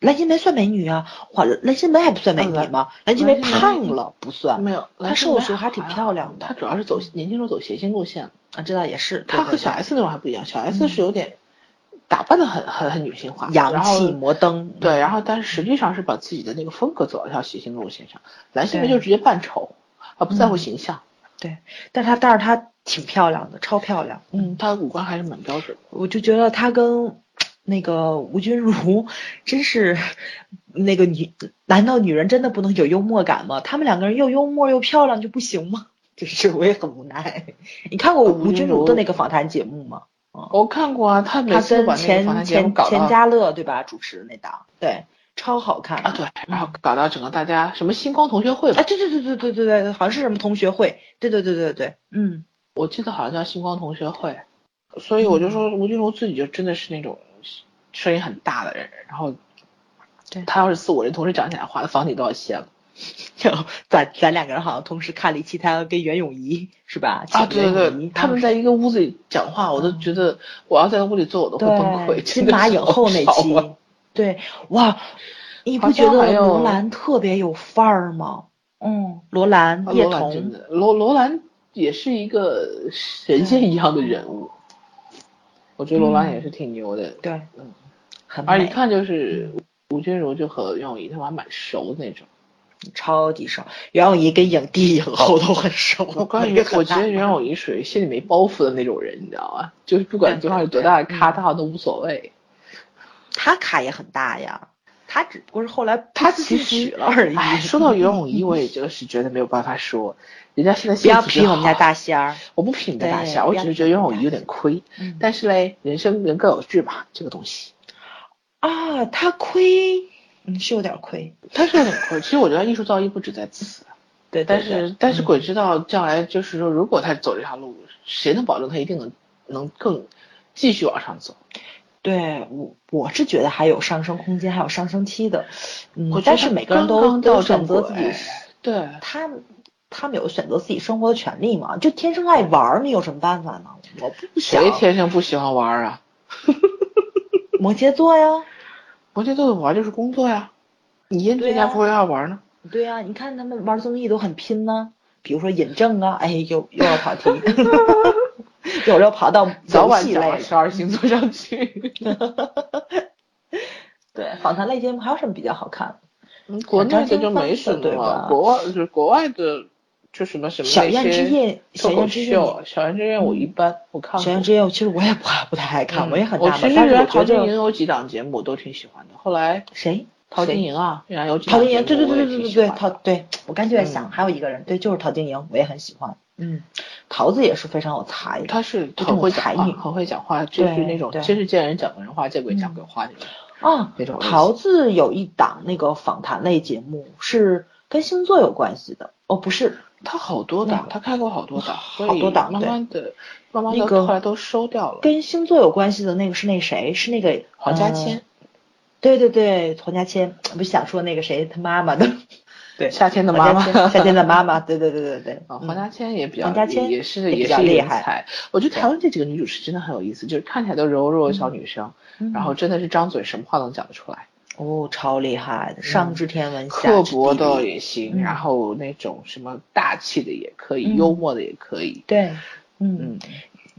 [SPEAKER 1] 蓝心湄算美女啊，哇，蓝心湄还不算美
[SPEAKER 2] 嗯
[SPEAKER 1] 女
[SPEAKER 2] 蓝
[SPEAKER 1] 吗？蓝心湄
[SPEAKER 2] 蓝心湄嗯
[SPEAKER 1] 胖了不算
[SPEAKER 2] 没有，
[SPEAKER 1] 她
[SPEAKER 2] 蓝心
[SPEAKER 1] 瘦的
[SPEAKER 2] 湄
[SPEAKER 1] 时候还挺
[SPEAKER 2] 好
[SPEAKER 1] 漂亮的
[SPEAKER 2] 她主要是走年轻时候走谐星路线，
[SPEAKER 1] 啊，这倒也是。
[SPEAKER 2] 她
[SPEAKER 1] 对
[SPEAKER 2] 和
[SPEAKER 1] 对
[SPEAKER 2] 小
[SPEAKER 1] 对
[SPEAKER 2] S 那种还不一样，小
[SPEAKER 1] 嗯
[SPEAKER 2] S 是有点打扮的很很很女性化，然
[SPEAKER 1] 洋
[SPEAKER 2] 后
[SPEAKER 1] 气摩登，
[SPEAKER 2] 对，然
[SPEAKER 1] 后
[SPEAKER 2] 后但是实际上是把自己的那个风格走到一条谐星路线上，蓝心湄
[SPEAKER 1] 对
[SPEAKER 2] 就直接扮丑，啊不在乎
[SPEAKER 1] 嗯
[SPEAKER 2] 形象，
[SPEAKER 1] 对，但是她但是她挺漂亮的，超漂亮。
[SPEAKER 2] 嗯，她的五官还是蛮标准的。
[SPEAKER 1] 我就觉得她跟那个吴君如真是那个女，难道女人真的不能有幽默感吗？她们两个人又幽默又漂亮就不行吗？ 就是我也很无奈。你看过
[SPEAKER 2] 呃
[SPEAKER 1] 吴
[SPEAKER 2] 吴
[SPEAKER 1] 君
[SPEAKER 2] 君
[SPEAKER 1] 如
[SPEAKER 2] 如
[SPEAKER 1] 的那个访谈节目
[SPEAKER 2] 呃
[SPEAKER 1] 吗？
[SPEAKER 2] 我看过啊，她每
[SPEAKER 1] 她
[SPEAKER 2] 次都
[SPEAKER 1] 跟
[SPEAKER 2] 把那个访
[SPEAKER 1] 钱
[SPEAKER 2] 谈节目
[SPEAKER 1] 钱
[SPEAKER 2] 搞
[SPEAKER 1] 钱
[SPEAKER 2] 到
[SPEAKER 1] 嘉乐对吧主持的那档，对，超好看
[SPEAKER 2] 啊对，然后搞到整个大家什么星光同学会吧
[SPEAKER 1] 哎，，对对对对对对对，好像是什么同学会，对对对对对，嗯，
[SPEAKER 2] 我记得好像叫星光同学会，嗯所以我就说吴君如自己就真的是那种声音很大的人，然后
[SPEAKER 1] 对
[SPEAKER 2] 他要是四五人同时讲起来话，那房顶都要掀了。
[SPEAKER 1] 咱咱两个人好像同时看了一期他跟袁咏仪是吧？
[SPEAKER 2] 啊，对对对，他们
[SPEAKER 1] 在。
[SPEAKER 2] 在一个屋子里讲话，我都觉得我要在屋里坐，我都会
[SPEAKER 1] 嗯对，
[SPEAKER 2] 崩溃。
[SPEAKER 1] 金马影后那期，对，哇，你不觉
[SPEAKER 2] 啊好哎像
[SPEAKER 1] 得
[SPEAKER 2] 还有
[SPEAKER 1] 罗兰特别有范儿吗？嗯，罗兰、叶
[SPEAKER 2] 啊罗兰真
[SPEAKER 1] 童，
[SPEAKER 2] 的，罗罗兰也是一个神仙一样的人物，我觉得罗兰也是挺牛的。
[SPEAKER 1] 对
[SPEAKER 2] 嗯，
[SPEAKER 1] 很
[SPEAKER 2] 而一
[SPEAKER 1] 美，
[SPEAKER 2] 看就是吴君如就和袁咏仪他们还蛮熟的那种。
[SPEAKER 1] 超级瘦。袁咏仪跟影帝、影后都很瘦，
[SPEAKER 2] 我关于
[SPEAKER 1] 嗯那个很
[SPEAKER 2] 我觉
[SPEAKER 1] 大
[SPEAKER 2] 得袁咏仪属于心里没包袱的那种人，你知道吗？就是不管对方有多大的咖，
[SPEAKER 1] 对对对嗯
[SPEAKER 2] 他好像都无所谓。
[SPEAKER 1] 他卡也很大呀，他只不过是后来不
[SPEAKER 2] 他
[SPEAKER 1] 自
[SPEAKER 2] 其
[SPEAKER 1] 己
[SPEAKER 2] 实
[SPEAKER 1] 娶了而已。
[SPEAKER 2] 哎，说到袁咏仪，我也就是觉得没有办法说，人家现在
[SPEAKER 1] 不要
[SPEAKER 2] 心情
[SPEAKER 1] 批我们家
[SPEAKER 2] 好
[SPEAKER 1] 大仙儿，
[SPEAKER 2] 我不品的大
[SPEAKER 1] 对
[SPEAKER 2] 侠，
[SPEAKER 1] 不
[SPEAKER 2] 我
[SPEAKER 1] 要
[SPEAKER 2] 只是
[SPEAKER 1] 品
[SPEAKER 2] 觉得袁
[SPEAKER 1] 大
[SPEAKER 2] 咏仪有点亏。
[SPEAKER 1] 嗯
[SPEAKER 2] 但是嘞，人生人各有志吧，这个东西。
[SPEAKER 1] 啊，他亏嗯，是有点亏。
[SPEAKER 2] 但是有点亏。其实我觉得艺术造诣不止在此，
[SPEAKER 1] 对，
[SPEAKER 2] 但
[SPEAKER 1] 对对
[SPEAKER 2] 是但是
[SPEAKER 1] 嗯
[SPEAKER 2] 鬼知道将来就是说，如果他走这条路，谁能保证他一定能能更继续往上走？
[SPEAKER 1] 对我我是觉得还有上升空间，还有上升期的。嗯
[SPEAKER 2] 我，觉
[SPEAKER 1] 但
[SPEAKER 2] 得
[SPEAKER 1] 是
[SPEAKER 2] 他
[SPEAKER 1] 每个人
[SPEAKER 2] 刚
[SPEAKER 1] 都
[SPEAKER 2] 刚
[SPEAKER 1] 都
[SPEAKER 2] 到
[SPEAKER 1] 有选
[SPEAKER 2] 正
[SPEAKER 1] 择
[SPEAKER 2] 轨，
[SPEAKER 1] 自己，
[SPEAKER 2] 对。
[SPEAKER 1] 他们他们有选择自己生活的权利嘛？就天生爱玩儿，你有什么办法呢？我不想
[SPEAKER 2] 谁天生不喜欢玩啊？
[SPEAKER 1] 摩羯座呀。
[SPEAKER 2] 摩羯座的玩就是工作呀，你人
[SPEAKER 1] 对
[SPEAKER 2] 在家
[SPEAKER 1] 呀
[SPEAKER 2] 不会要玩呢？
[SPEAKER 1] 对呀、你看他们玩综艺都很拼呢、比如说尹正啊，哎，又又要跑题， 有要跑到
[SPEAKER 2] 早
[SPEAKER 1] 游
[SPEAKER 2] 晚
[SPEAKER 1] 戏
[SPEAKER 2] 讲
[SPEAKER 1] 类
[SPEAKER 2] 到，十二星座上去。
[SPEAKER 1] 对，访谈类节目还有什么比较好看？
[SPEAKER 2] 嗯，国内的就没什么
[SPEAKER 1] 对吧
[SPEAKER 2] 了，国外就是国外的，就什么什么
[SPEAKER 1] 小燕之夜小
[SPEAKER 2] 脱
[SPEAKER 1] 燕
[SPEAKER 2] 口
[SPEAKER 1] 之夜
[SPEAKER 2] 秀，小燕之夜我一般我看
[SPEAKER 1] 《神
[SPEAKER 2] 过
[SPEAKER 1] 仙之夜》其实我也不不太爱看，
[SPEAKER 2] 嗯
[SPEAKER 1] 我也很
[SPEAKER 2] 我
[SPEAKER 1] 纳
[SPEAKER 2] 其
[SPEAKER 1] 闷，
[SPEAKER 2] 实
[SPEAKER 1] 但是我
[SPEAKER 2] 陶
[SPEAKER 1] 觉
[SPEAKER 2] 晶莹
[SPEAKER 1] 得
[SPEAKER 2] 有几档节目我都挺喜欢的，后来
[SPEAKER 1] 谁？
[SPEAKER 2] 陶晶
[SPEAKER 1] 谁
[SPEAKER 2] 莹啊，原来有几
[SPEAKER 1] 陶
[SPEAKER 2] 档
[SPEAKER 1] 晶莹，对
[SPEAKER 2] 节
[SPEAKER 1] 对
[SPEAKER 2] 目我
[SPEAKER 1] 对
[SPEAKER 2] 也
[SPEAKER 1] 对
[SPEAKER 2] 挺
[SPEAKER 1] 对
[SPEAKER 2] 喜
[SPEAKER 1] 对，
[SPEAKER 2] 欢
[SPEAKER 1] 陶
[SPEAKER 2] 的。
[SPEAKER 1] 对我刚就在想，
[SPEAKER 2] 嗯
[SPEAKER 1] 还有一个人，对，就是陶晶莹，我也很喜欢。嗯，桃子也是非常有才的，啊
[SPEAKER 2] 她是
[SPEAKER 1] 这
[SPEAKER 2] 很
[SPEAKER 1] 种
[SPEAKER 2] 会讲
[SPEAKER 1] 才
[SPEAKER 2] 话，
[SPEAKER 1] 女
[SPEAKER 2] 很会讲话，就是
[SPEAKER 1] 对
[SPEAKER 2] 那种
[SPEAKER 1] 对
[SPEAKER 2] 真是见人讲人话，见鬼讲
[SPEAKER 1] 嗯
[SPEAKER 2] 鬼话那种。
[SPEAKER 1] 啊
[SPEAKER 2] 那种类，型
[SPEAKER 1] 桃子有一档那个访谈类节目是跟星座有关系的，哦，不是，
[SPEAKER 2] 她好多档
[SPEAKER 1] 嗯，
[SPEAKER 2] 她开过好多档，
[SPEAKER 1] 好
[SPEAKER 2] 所以
[SPEAKER 1] 多档
[SPEAKER 2] 慢
[SPEAKER 1] 对
[SPEAKER 2] 慢的，慢慢的
[SPEAKER 1] 那个
[SPEAKER 2] 后来都收掉了。
[SPEAKER 1] 跟星座有关系的那个是那谁？是那个
[SPEAKER 2] 黄家千
[SPEAKER 1] 呃，对对对，黄家千，不是想说那个谁他妈妈的，对，
[SPEAKER 2] 夏天的
[SPEAKER 1] 黄
[SPEAKER 2] 妈
[SPEAKER 1] 家
[SPEAKER 2] 妈
[SPEAKER 1] 千 夏天的妈妈，对对对对对，
[SPEAKER 2] 啊，
[SPEAKER 1] 嗯
[SPEAKER 2] 黄家千也比较，
[SPEAKER 1] 黄家千
[SPEAKER 2] 也
[SPEAKER 1] 也
[SPEAKER 2] 是
[SPEAKER 1] 比
[SPEAKER 2] 也
[SPEAKER 1] 较
[SPEAKER 2] 是
[SPEAKER 1] 厉
[SPEAKER 2] 人
[SPEAKER 1] 害
[SPEAKER 2] 才。我觉得台湾这几个女主持真的很有意思，就是看起来都柔弱的小女生，
[SPEAKER 1] 嗯
[SPEAKER 2] 然后真的是张嘴什么话都能讲得出来，
[SPEAKER 1] 哦，超厉害的，上知天文，下
[SPEAKER 2] 嗯刻
[SPEAKER 1] 知
[SPEAKER 2] 薄
[SPEAKER 1] 地
[SPEAKER 2] 的
[SPEAKER 1] 理
[SPEAKER 2] 也行，
[SPEAKER 1] 嗯
[SPEAKER 2] 然后那种什么大气的也可以，
[SPEAKER 1] 嗯
[SPEAKER 2] 幽默的也可以。
[SPEAKER 1] 对，嗯，
[SPEAKER 2] 嗯，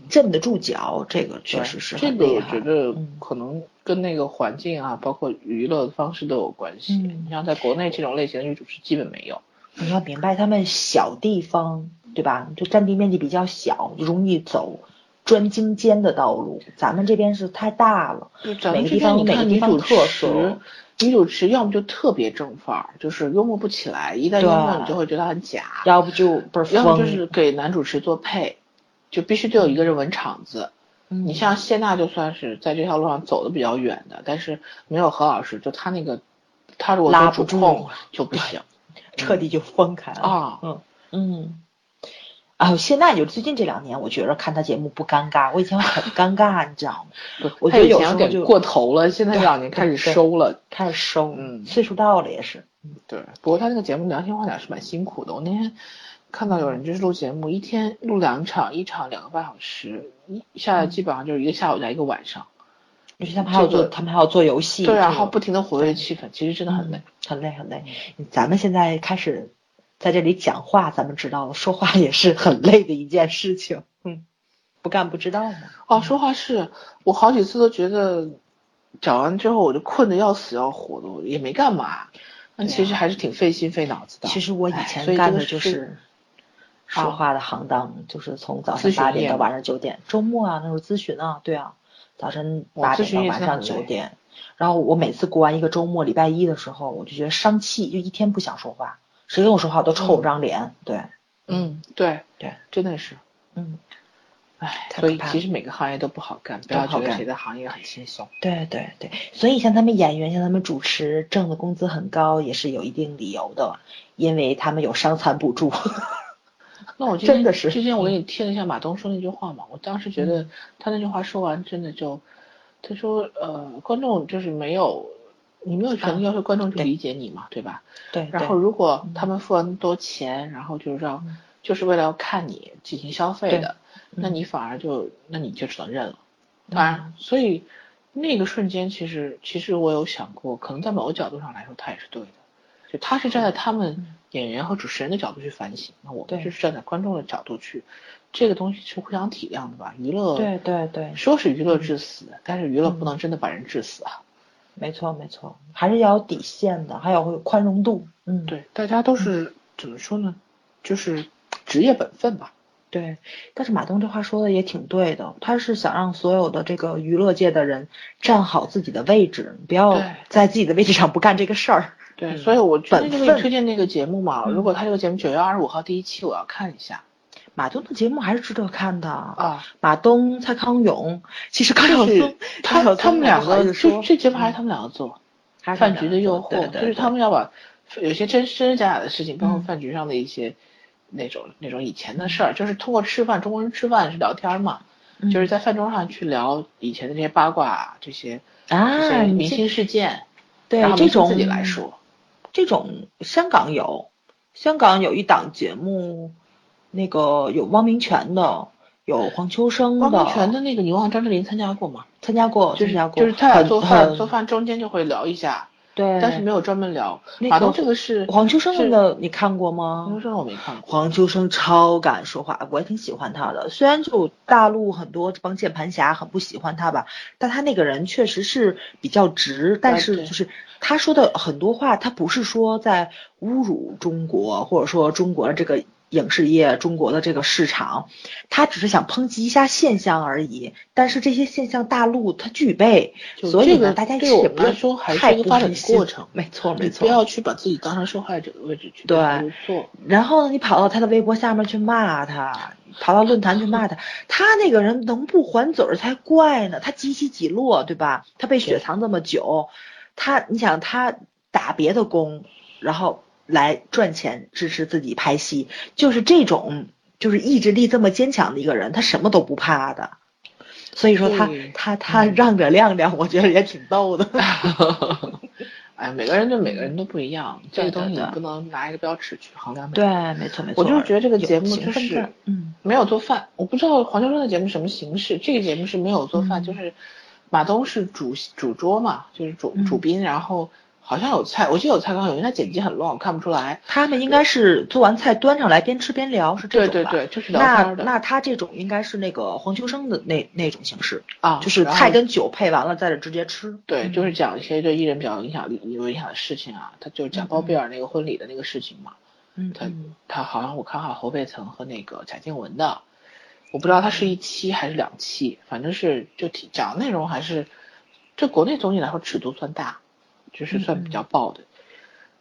[SPEAKER 1] 镇得住脚，这个确
[SPEAKER 2] 对
[SPEAKER 1] 实是
[SPEAKER 2] 这
[SPEAKER 1] 很
[SPEAKER 2] 个，
[SPEAKER 1] 厉
[SPEAKER 2] 我
[SPEAKER 1] 害。
[SPEAKER 2] 觉得
[SPEAKER 1] 嗯
[SPEAKER 2] 可能跟那个环境啊，包括娱乐方式都有关系。
[SPEAKER 1] 嗯
[SPEAKER 2] 你像在国内这种类型的女主持基本没有。
[SPEAKER 1] 你要明白，他们小地方，对吧？就占地面积比较小，容易走专精尖的道路。咱们这边是太大了，
[SPEAKER 2] 就咱
[SPEAKER 1] 每
[SPEAKER 2] 们
[SPEAKER 1] 个
[SPEAKER 2] 这
[SPEAKER 1] 地
[SPEAKER 2] 边
[SPEAKER 1] 方
[SPEAKER 2] 你
[SPEAKER 1] 每个
[SPEAKER 2] 看
[SPEAKER 1] 地
[SPEAKER 2] 女
[SPEAKER 1] 方
[SPEAKER 2] 主
[SPEAKER 1] 特色
[SPEAKER 2] 持，女主持要么就特别正范儿，就是幽默不起来，一旦幽默你就会觉得很假；
[SPEAKER 1] 要不就倍儿
[SPEAKER 2] 要么
[SPEAKER 1] 疯。
[SPEAKER 2] 就是给男主持做配，就必须得有一个人稳场子。
[SPEAKER 1] 嗯
[SPEAKER 2] 你像谢娜就算是在这条路上走的比较远的，但是没有何老师，就她那个，她如果
[SPEAKER 1] 拉
[SPEAKER 2] 做
[SPEAKER 1] 不
[SPEAKER 2] 主
[SPEAKER 1] 住
[SPEAKER 2] 控就不行
[SPEAKER 1] 彻底就疯开了。
[SPEAKER 2] 啊。
[SPEAKER 1] 嗯嗯。哎呦，谢娜就最近这两年，我觉着看她节目不尴尬，我以前很尴尬，你知道吗？
[SPEAKER 2] 对
[SPEAKER 1] 我
[SPEAKER 2] 她
[SPEAKER 1] 觉得
[SPEAKER 2] 以
[SPEAKER 1] 有
[SPEAKER 2] 前
[SPEAKER 1] 时
[SPEAKER 2] 有
[SPEAKER 1] 候
[SPEAKER 2] 点
[SPEAKER 1] 就
[SPEAKER 2] 过头了，现在这两年开
[SPEAKER 1] 对
[SPEAKER 2] 始
[SPEAKER 1] 对
[SPEAKER 2] 收了。
[SPEAKER 1] 开始收，
[SPEAKER 2] 嗯
[SPEAKER 1] 岁数到了也是。
[SPEAKER 2] 对，不过他那个节目良心话讲是蛮辛苦的。我那天看到有人就是录节目，一天录两场，一场两个半小时，一下来基本上就是一个下午加一个晚上。
[SPEAKER 1] 尤其他们还要做，
[SPEAKER 2] 这个
[SPEAKER 1] 他们还要做游戏，
[SPEAKER 2] 对，啊
[SPEAKER 1] 这
[SPEAKER 2] 然
[SPEAKER 1] 个
[SPEAKER 2] 后不停的活跃气氛，其实真的很累
[SPEAKER 1] 嗯。很累很累。咱们现在开始在这里讲话，咱们知道了，说话也是很累的一件事情。嗯，不干不知道嘛。
[SPEAKER 2] 哦，说话是我好几次都觉得讲完之后我就困得要死要活的，我也没干嘛。但
[SPEAKER 1] 对啊
[SPEAKER 2] 其实还是挺费心费脑子的。
[SPEAKER 1] 其实我以
[SPEAKER 2] 哎所
[SPEAKER 1] 前
[SPEAKER 2] 以
[SPEAKER 1] 干
[SPEAKER 2] 这
[SPEAKER 1] 的
[SPEAKER 2] 个
[SPEAKER 1] 就是说话的行当，就是从早上
[SPEAKER 2] 咨询
[SPEAKER 1] 八点
[SPEAKER 2] 业
[SPEAKER 1] 到
[SPEAKER 2] 嘛
[SPEAKER 1] 晚上九点，周末啊那时候咨询啊，对啊，早晨
[SPEAKER 2] 哦
[SPEAKER 1] 八
[SPEAKER 2] 咨
[SPEAKER 1] 点
[SPEAKER 2] 询
[SPEAKER 1] 到
[SPEAKER 2] 业
[SPEAKER 1] 晚
[SPEAKER 2] 真的
[SPEAKER 1] 上
[SPEAKER 2] 很
[SPEAKER 1] 九
[SPEAKER 2] 累
[SPEAKER 1] 点。然后我每次过完一个周末，礼拜一的时候，我就觉得伤气，就一天不想说话，谁跟我说话我都臭
[SPEAKER 2] 嗯
[SPEAKER 1] 张脸。对，
[SPEAKER 2] 嗯，对
[SPEAKER 1] 对，
[SPEAKER 2] 真的是。
[SPEAKER 1] 嗯，
[SPEAKER 2] 唉，
[SPEAKER 1] 太
[SPEAKER 2] 所
[SPEAKER 1] 可
[SPEAKER 2] 以
[SPEAKER 1] 怕
[SPEAKER 2] 其实每个行业都不好干，不
[SPEAKER 1] 都
[SPEAKER 2] 要
[SPEAKER 1] 不好
[SPEAKER 2] 觉得
[SPEAKER 1] 干
[SPEAKER 2] 谁的行业很轻松。
[SPEAKER 1] 对对对，所以像他们演员，像他们主持，挣的工资很高，也是有一定理由的，因为他们有伤残补助。
[SPEAKER 2] 那我今
[SPEAKER 1] 真
[SPEAKER 2] 天
[SPEAKER 1] 的是嗯
[SPEAKER 2] 之前我给你听了一下马东说那句话嘛，我当时觉得他那句话说完真的就，他说呃观众就是没有，你没有权利要求观众去
[SPEAKER 1] 啊对
[SPEAKER 2] 理解你 嘛，对吧？
[SPEAKER 1] 对，
[SPEAKER 2] 然
[SPEAKER 1] 对
[SPEAKER 2] 后如果他们付完多钱，然后就是让
[SPEAKER 1] 嗯
[SPEAKER 2] 就是为了要看你进行消费
[SPEAKER 1] 对
[SPEAKER 2] 的，
[SPEAKER 1] 嗯
[SPEAKER 2] 那你反而就那你就只能认了。当然，所以那个瞬间其实其实我有想过，可能在某个角度上来说他也是对的，就他是站在他们演员和主持人的角度去反省，那
[SPEAKER 1] 嗯
[SPEAKER 2] 我们
[SPEAKER 1] 对
[SPEAKER 2] 就是站在观众的角度去，这个东西是互相体谅的吧？娱乐
[SPEAKER 1] 对对对，
[SPEAKER 2] 说是娱乐致死，但是娱乐不
[SPEAKER 1] 嗯
[SPEAKER 2] 能真的把人致死啊。
[SPEAKER 1] 没错没错，还是要有底线的，还有会有宽容度。嗯，
[SPEAKER 2] 对，大家都是怎么说呢？就是职业本分吧。
[SPEAKER 1] 对。但是马东这话说的也挺对的，他是想让所有的这个娱乐界的人站好自己的位置，不要
[SPEAKER 2] 对
[SPEAKER 1] 在自己的位置上不干这个事儿。
[SPEAKER 2] 对，
[SPEAKER 1] 嗯
[SPEAKER 2] 所以我觉得
[SPEAKER 1] 本
[SPEAKER 2] 就给你
[SPEAKER 1] 分
[SPEAKER 2] 推荐那个节目嘛。
[SPEAKER 1] 嗯
[SPEAKER 2] 如果他这个节目九月二十五号第一期，我要看一下
[SPEAKER 1] 马东的节目还是值得看的啊
[SPEAKER 2] 啊。
[SPEAKER 1] 马东、蔡康永，其实高晓
[SPEAKER 2] 就
[SPEAKER 1] 松
[SPEAKER 2] 是，他
[SPEAKER 1] 高晓松
[SPEAKER 2] 他们
[SPEAKER 1] 我
[SPEAKER 2] 两
[SPEAKER 1] 不好意
[SPEAKER 2] 个
[SPEAKER 1] 思
[SPEAKER 2] 这
[SPEAKER 1] 说嗯
[SPEAKER 2] 这节目还是他们两个做，
[SPEAKER 1] 他是
[SPEAKER 2] 饭
[SPEAKER 1] 这
[SPEAKER 2] 局
[SPEAKER 1] 样
[SPEAKER 2] 的诱
[SPEAKER 1] 做对
[SPEAKER 2] 惑，
[SPEAKER 1] 对
[SPEAKER 2] 就
[SPEAKER 1] 对
[SPEAKER 2] 是他们要把有些真真真假假的事情，包括
[SPEAKER 1] 嗯
[SPEAKER 2] 饭局上的一些那种那种以前的事儿，就是通过吃饭，中国人吃饭是聊天嘛，
[SPEAKER 1] 嗯
[SPEAKER 2] 就是在饭桌上去聊以前的这些八卦，啊这些这
[SPEAKER 1] 啊，
[SPEAKER 2] 些
[SPEAKER 1] 你
[SPEAKER 2] 嗯明
[SPEAKER 1] 这
[SPEAKER 2] 星事件，
[SPEAKER 1] 对
[SPEAKER 2] 然后
[SPEAKER 1] 这
[SPEAKER 2] 明星
[SPEAKER 1] 种
[SPEAKER 2] 自己来说，
[SPEAKER 1] 这种香港有，香港有一档节目，那个有汪明荃的，有黄秋生的，
[SPEAKER 2] 汪明荃的那个你忘了张智霖参加过吗？
[SPEAKER 1] 参加过，
[SPEAKER 2] 就
[SPEAKER 1] 嗯
[SPEAKER 2] 是
[SPEAKER 1] 参加过，
[SPEAKER 2] 就是他俩
[SPEAKER 1] 很
[SPEAKER 2] 做饭
[SPEAKER 1] 很
[SPEAKER 2] 做饭中间就会聊一下，
[SPEAKER 1] 对，
[SPEAKER 2] 但是没有专门聊。
[SPEAKER 1] 那
[SPEAKER 2] 马
[SPEAKER 1] 个
[SPEAKER 2] 东这个是
[SPEAKER 1] 黄秋生
[SPEAKER 2] 是
[SPEAKER 1] 的你看过
[SPEAKER 2] 黄秋
[SPEAKER 1] 吗？
[SPEAKER 2] 生我没看过，
[SPEAKER 1] 黄秋生超敢说话，我也挺喜欢他的。虽然就大陆很多这帮键盘侠很不喜欢他吧，但他那个人确实是比较直，但是
[SPEAKER 2] 对
[SPEAKER 1] 就是他说的很多话，他不是说在侮辱中国，或者说中国的这个影视业、中国的这个市场，他只是想抨击一下现象而已。但是这些现象大陆它具备，
[SPEAKER 2] 就
[SPEAKER 1] 所以
[SPEAKER 2] 这
[SPEAKER 1] 呢
[SPEAKER 2] 个
[SPEAKER 1] 大家
[SPEAKER 2] 对
[SPEAKER 1] 是
[SPEAKER 2] 我
[SPEAKER 1] 也
[SPEAKER 2] 们
[SPEAKER 1] 不要
[SPEAKER 2] 来说还是
[SPEAKER 1] 太
[SPEAKER 2] 一个
[SPEAKER 1] 不
[SPEAKER 2] 发展
[SPEAKER 1] 分
[SPEAKER 2] 的
[SPEAKER 1] 心
[SPEAKER 2] 过程
[SPEAKER 1] 没错，没
[SPEAKER 2] 你
[SPEAKER 1] 错。
[SPEAKER 2] 不要去把自己当成受害者的位置去
[SPEAKER 1] 对
[SPEAKER 2] 入 座。
[SPEAKER 1] 然后呢，你跑到他的微博下面去骂他，跑到论坛去骂 他，他那个人能不还嘴儿才怪呢。他几起几落，对吧？他被雪藏这么久，他你想他打别的工，然后来赚钱支持自己拍戏，就是这种就是意志力这么坚强的一个人，他什么都不怕的。所以说他
[SPEAKER 2] 对
[SPEAKER 1] 他他让着亮亮，我觉得也挺逗的。
[SPEAKER 2] 哎，每个人对每个人都不一样，这个
[SPEAKER 1] 对
[SPEAKER 2] 东西
[SPEAKER 1] 对
[SPEAKER 2] 你
[SPEAKER 1] 对
[SPEAKER 2] 不能拿一个标尺去衡量每个
[SPEAKER 1] 对
[SPEAKER 2] 人。，
[SPEAKER 1] 没错没错。
[SPEAKER 2] 我就是觉得这个节目
[SPEAKER 1] 有
[SPEAKER 2] 就
[SPEAKER 1] 情分
[SPEAKER 2] 是
[SPEAKER 1] 在嗯。
[SPEAKER 2] 没有做饭，我不知道黄秋生的节目什么形式，这个节目是没有做饭，
[SPEAKER 1] 嗯
[SPEAKER 2] 就是马东是主主桌嘛，就是主、
[SPEAKER 1] 嗯
[SPEAKER 2] 主宾，然后好像有菜，我记得有菜单，因为他剪辑很乱，我看不出来。
[SPEAKER 1] 他们应该是做完菜端上来边吃边聊，是这
[SPEAKER 2] 对
[SPEAKER 1] 种
[SPEAKER 2] 对
[SPEAKER 1] 吧？
[SPEAKER 2] 对，就是聊
[SPEAKER 1] 那
[SPEAKER 2] 天的
[SPEAKER 1] 那他这种应该是那个黄秋生的那那种形式，
[SPEAKER 2] 啊，
[SPEAKER 1] 就是
[SPEAKER 2] 然后
[SPEAKER 1] 菜跟酒配完了在这直接吃。
[SPEAKER 2] 对，
[SPEAKER 1] 嗯
[SPEAKER 2] 就是讲一些对艺人比较影响力有影响的事情啊，他就
[SPEAKER 1] 嗯
[SPEAKER 2] 讲包贝尔那个婚礼的那个事情嘛，
[SPEAKER 1] 嗯
[SPEAKER 2] 他
[SPEAKER 1] 嗯
[SPEAKER 2] 他好像我看好侯佩岑和那个贾静雯的，我不知道他是一期还是两期，反正是就挺讲的内容还是，这国内综艺来说尺度算大，就是算比较爆的，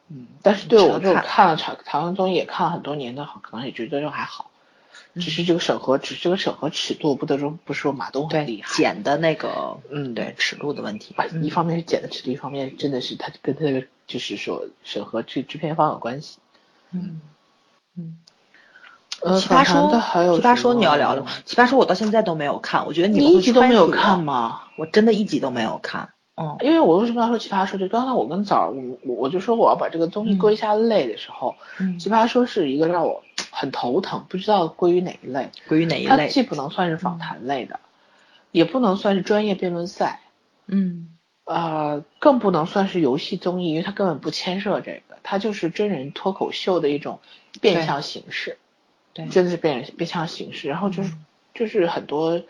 [SPEAKER 2] 嗯，但是对我这种
[SPEAKER 1] 常看
[SPEAKER 2] 看了台台湾综艺也看了很多年的，可能也觉得就还好，
[SPEAKER 1] 嗯
[SPEAKER 2] 只是这个审核，只是这个审核尺度，不得说不是说马东很
[SPEAKER 1] 对
[SPEAKER 2] 厉害，
[SPEAKER 1] 剪的那个
[SPEAKER 2] 嗯，
[SPEAKER 1] 对尺度的问题
[SPEAKER 2] 啊，，
[SPEAKER 1] 嗯
[SPEAKER 2] 一方面是剪的尺度，一方面真的是他跟他的就是说审核制制片方有关系。
[SPEAKER 1] 嗯嗯。
[SPEAKER 2] 呃，
[SPEAKER 1] 奇葩
[SPEAKER 2] 访谈
[SPEAKER 1] 说
[SPEAKER 2] 的还有
[SPEAKER 1] 奇葩
[SPEAKER 2] 什
[SPEAKER 1] 说你要
[SPEAKER 2] 么
[SPEAKER 1] 聊聊吗，奇葩说我到现在都没有看，我觉得
[SPEAKER 2] 你
[SPEAKER 1] 们会
[SPEAKER 2] 一集都没有
[SPEAKER 1] 穿越
[SPEAKER 2] 看？吗？哎
[SPEAKER 1] 我真的一集都没有看。嗯
[SPEAKER 2] 因为我为什么要说奇葩说？就刚才我跟枣儿，我们我我就说我要把这个综艺归一下类的时候，
[SPEAKER 1] 嗯，
[SPEAKER 2] 奇葩说是一个让我很头疼，不知道归于哪一类。嗯
[SPEAKER 1] 归于哪一
[SPEAKER 2] 它
[SPEAKER 1] 类？
[SPEAKER 2] 既不能算是访谈类的，也不能算是专业辩论赛，
[SPEAKER 1] 嗯
[SPEAKER 2] 呃，更不能算是游戏综艺，因为它根本不牵涉这个，它就是真人脱口秀的一种变
[SPEAKER 1] 对
[SPEAKER 2] 相形式。
[SPEAKER 1] 对
[SPEAKER 2] 真的是变变相形式，然后就是、
[SPEAKER 1] 嗯
[SPEAKER 2] 就是很多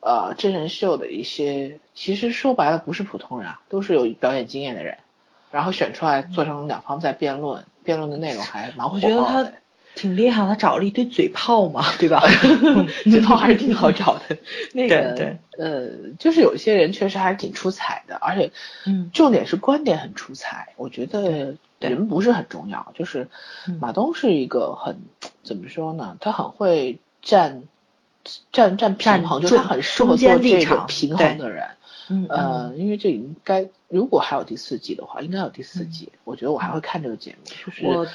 [SPEAKER 2] 呃真人秀的一些，其实说白了不是普通人啊，都是有表演经验的人，然后选出来做成两方在辩论，辩论的内容还蛮火
[SPEAKER 1] 我觉得
[SPEAKER 2] 爆
[SPEAKER 1] 他
[SPEAKER 2] 的。
[SPEAKER 1] 挺厉害，他找了一堆嘴炮嘛，对 吧？
[SPEAKER 2] 这套还是挺好找的，那个
[SPEAKER 1] 对
[SPEAKER 2] 呃，就是有些人确实还是挺出彩的，而且
[SPEAKER 1] 嗯
[SPEAKER 2] 重点是观点很出彩。我觉得
[SPEAKER 1] 对
[SPEAKER 2] 人不是很重要，就是
[SPEAKER 1] 嗯
[SPEAKER 2] 马东是一个很怎么说呢？他很会站站站平衡，
[SPEAKER 1] 站
[SPEAKER 2] 就是他
[SPEAKER 1] 中
[SPEAKER 2] 很适合
[SPEAKER 1] 中间
[SPEAKER 2] 做
[SPEAKER 1] 立
[SPEAKER 2] 这个
[SPEAKER 1] 场
[SPEAKER 2] 平
[SPEAKER 1] 对
[SPEAKER 2] 衡的人。
[SPEAKER 1] 嗯嗯
[SPEAKER 2] 呃，因为这应该如果还有第四季的话，应该有第四季。我觉得我还会看这个节目，就是
[SPEAKER 1] 嗯我，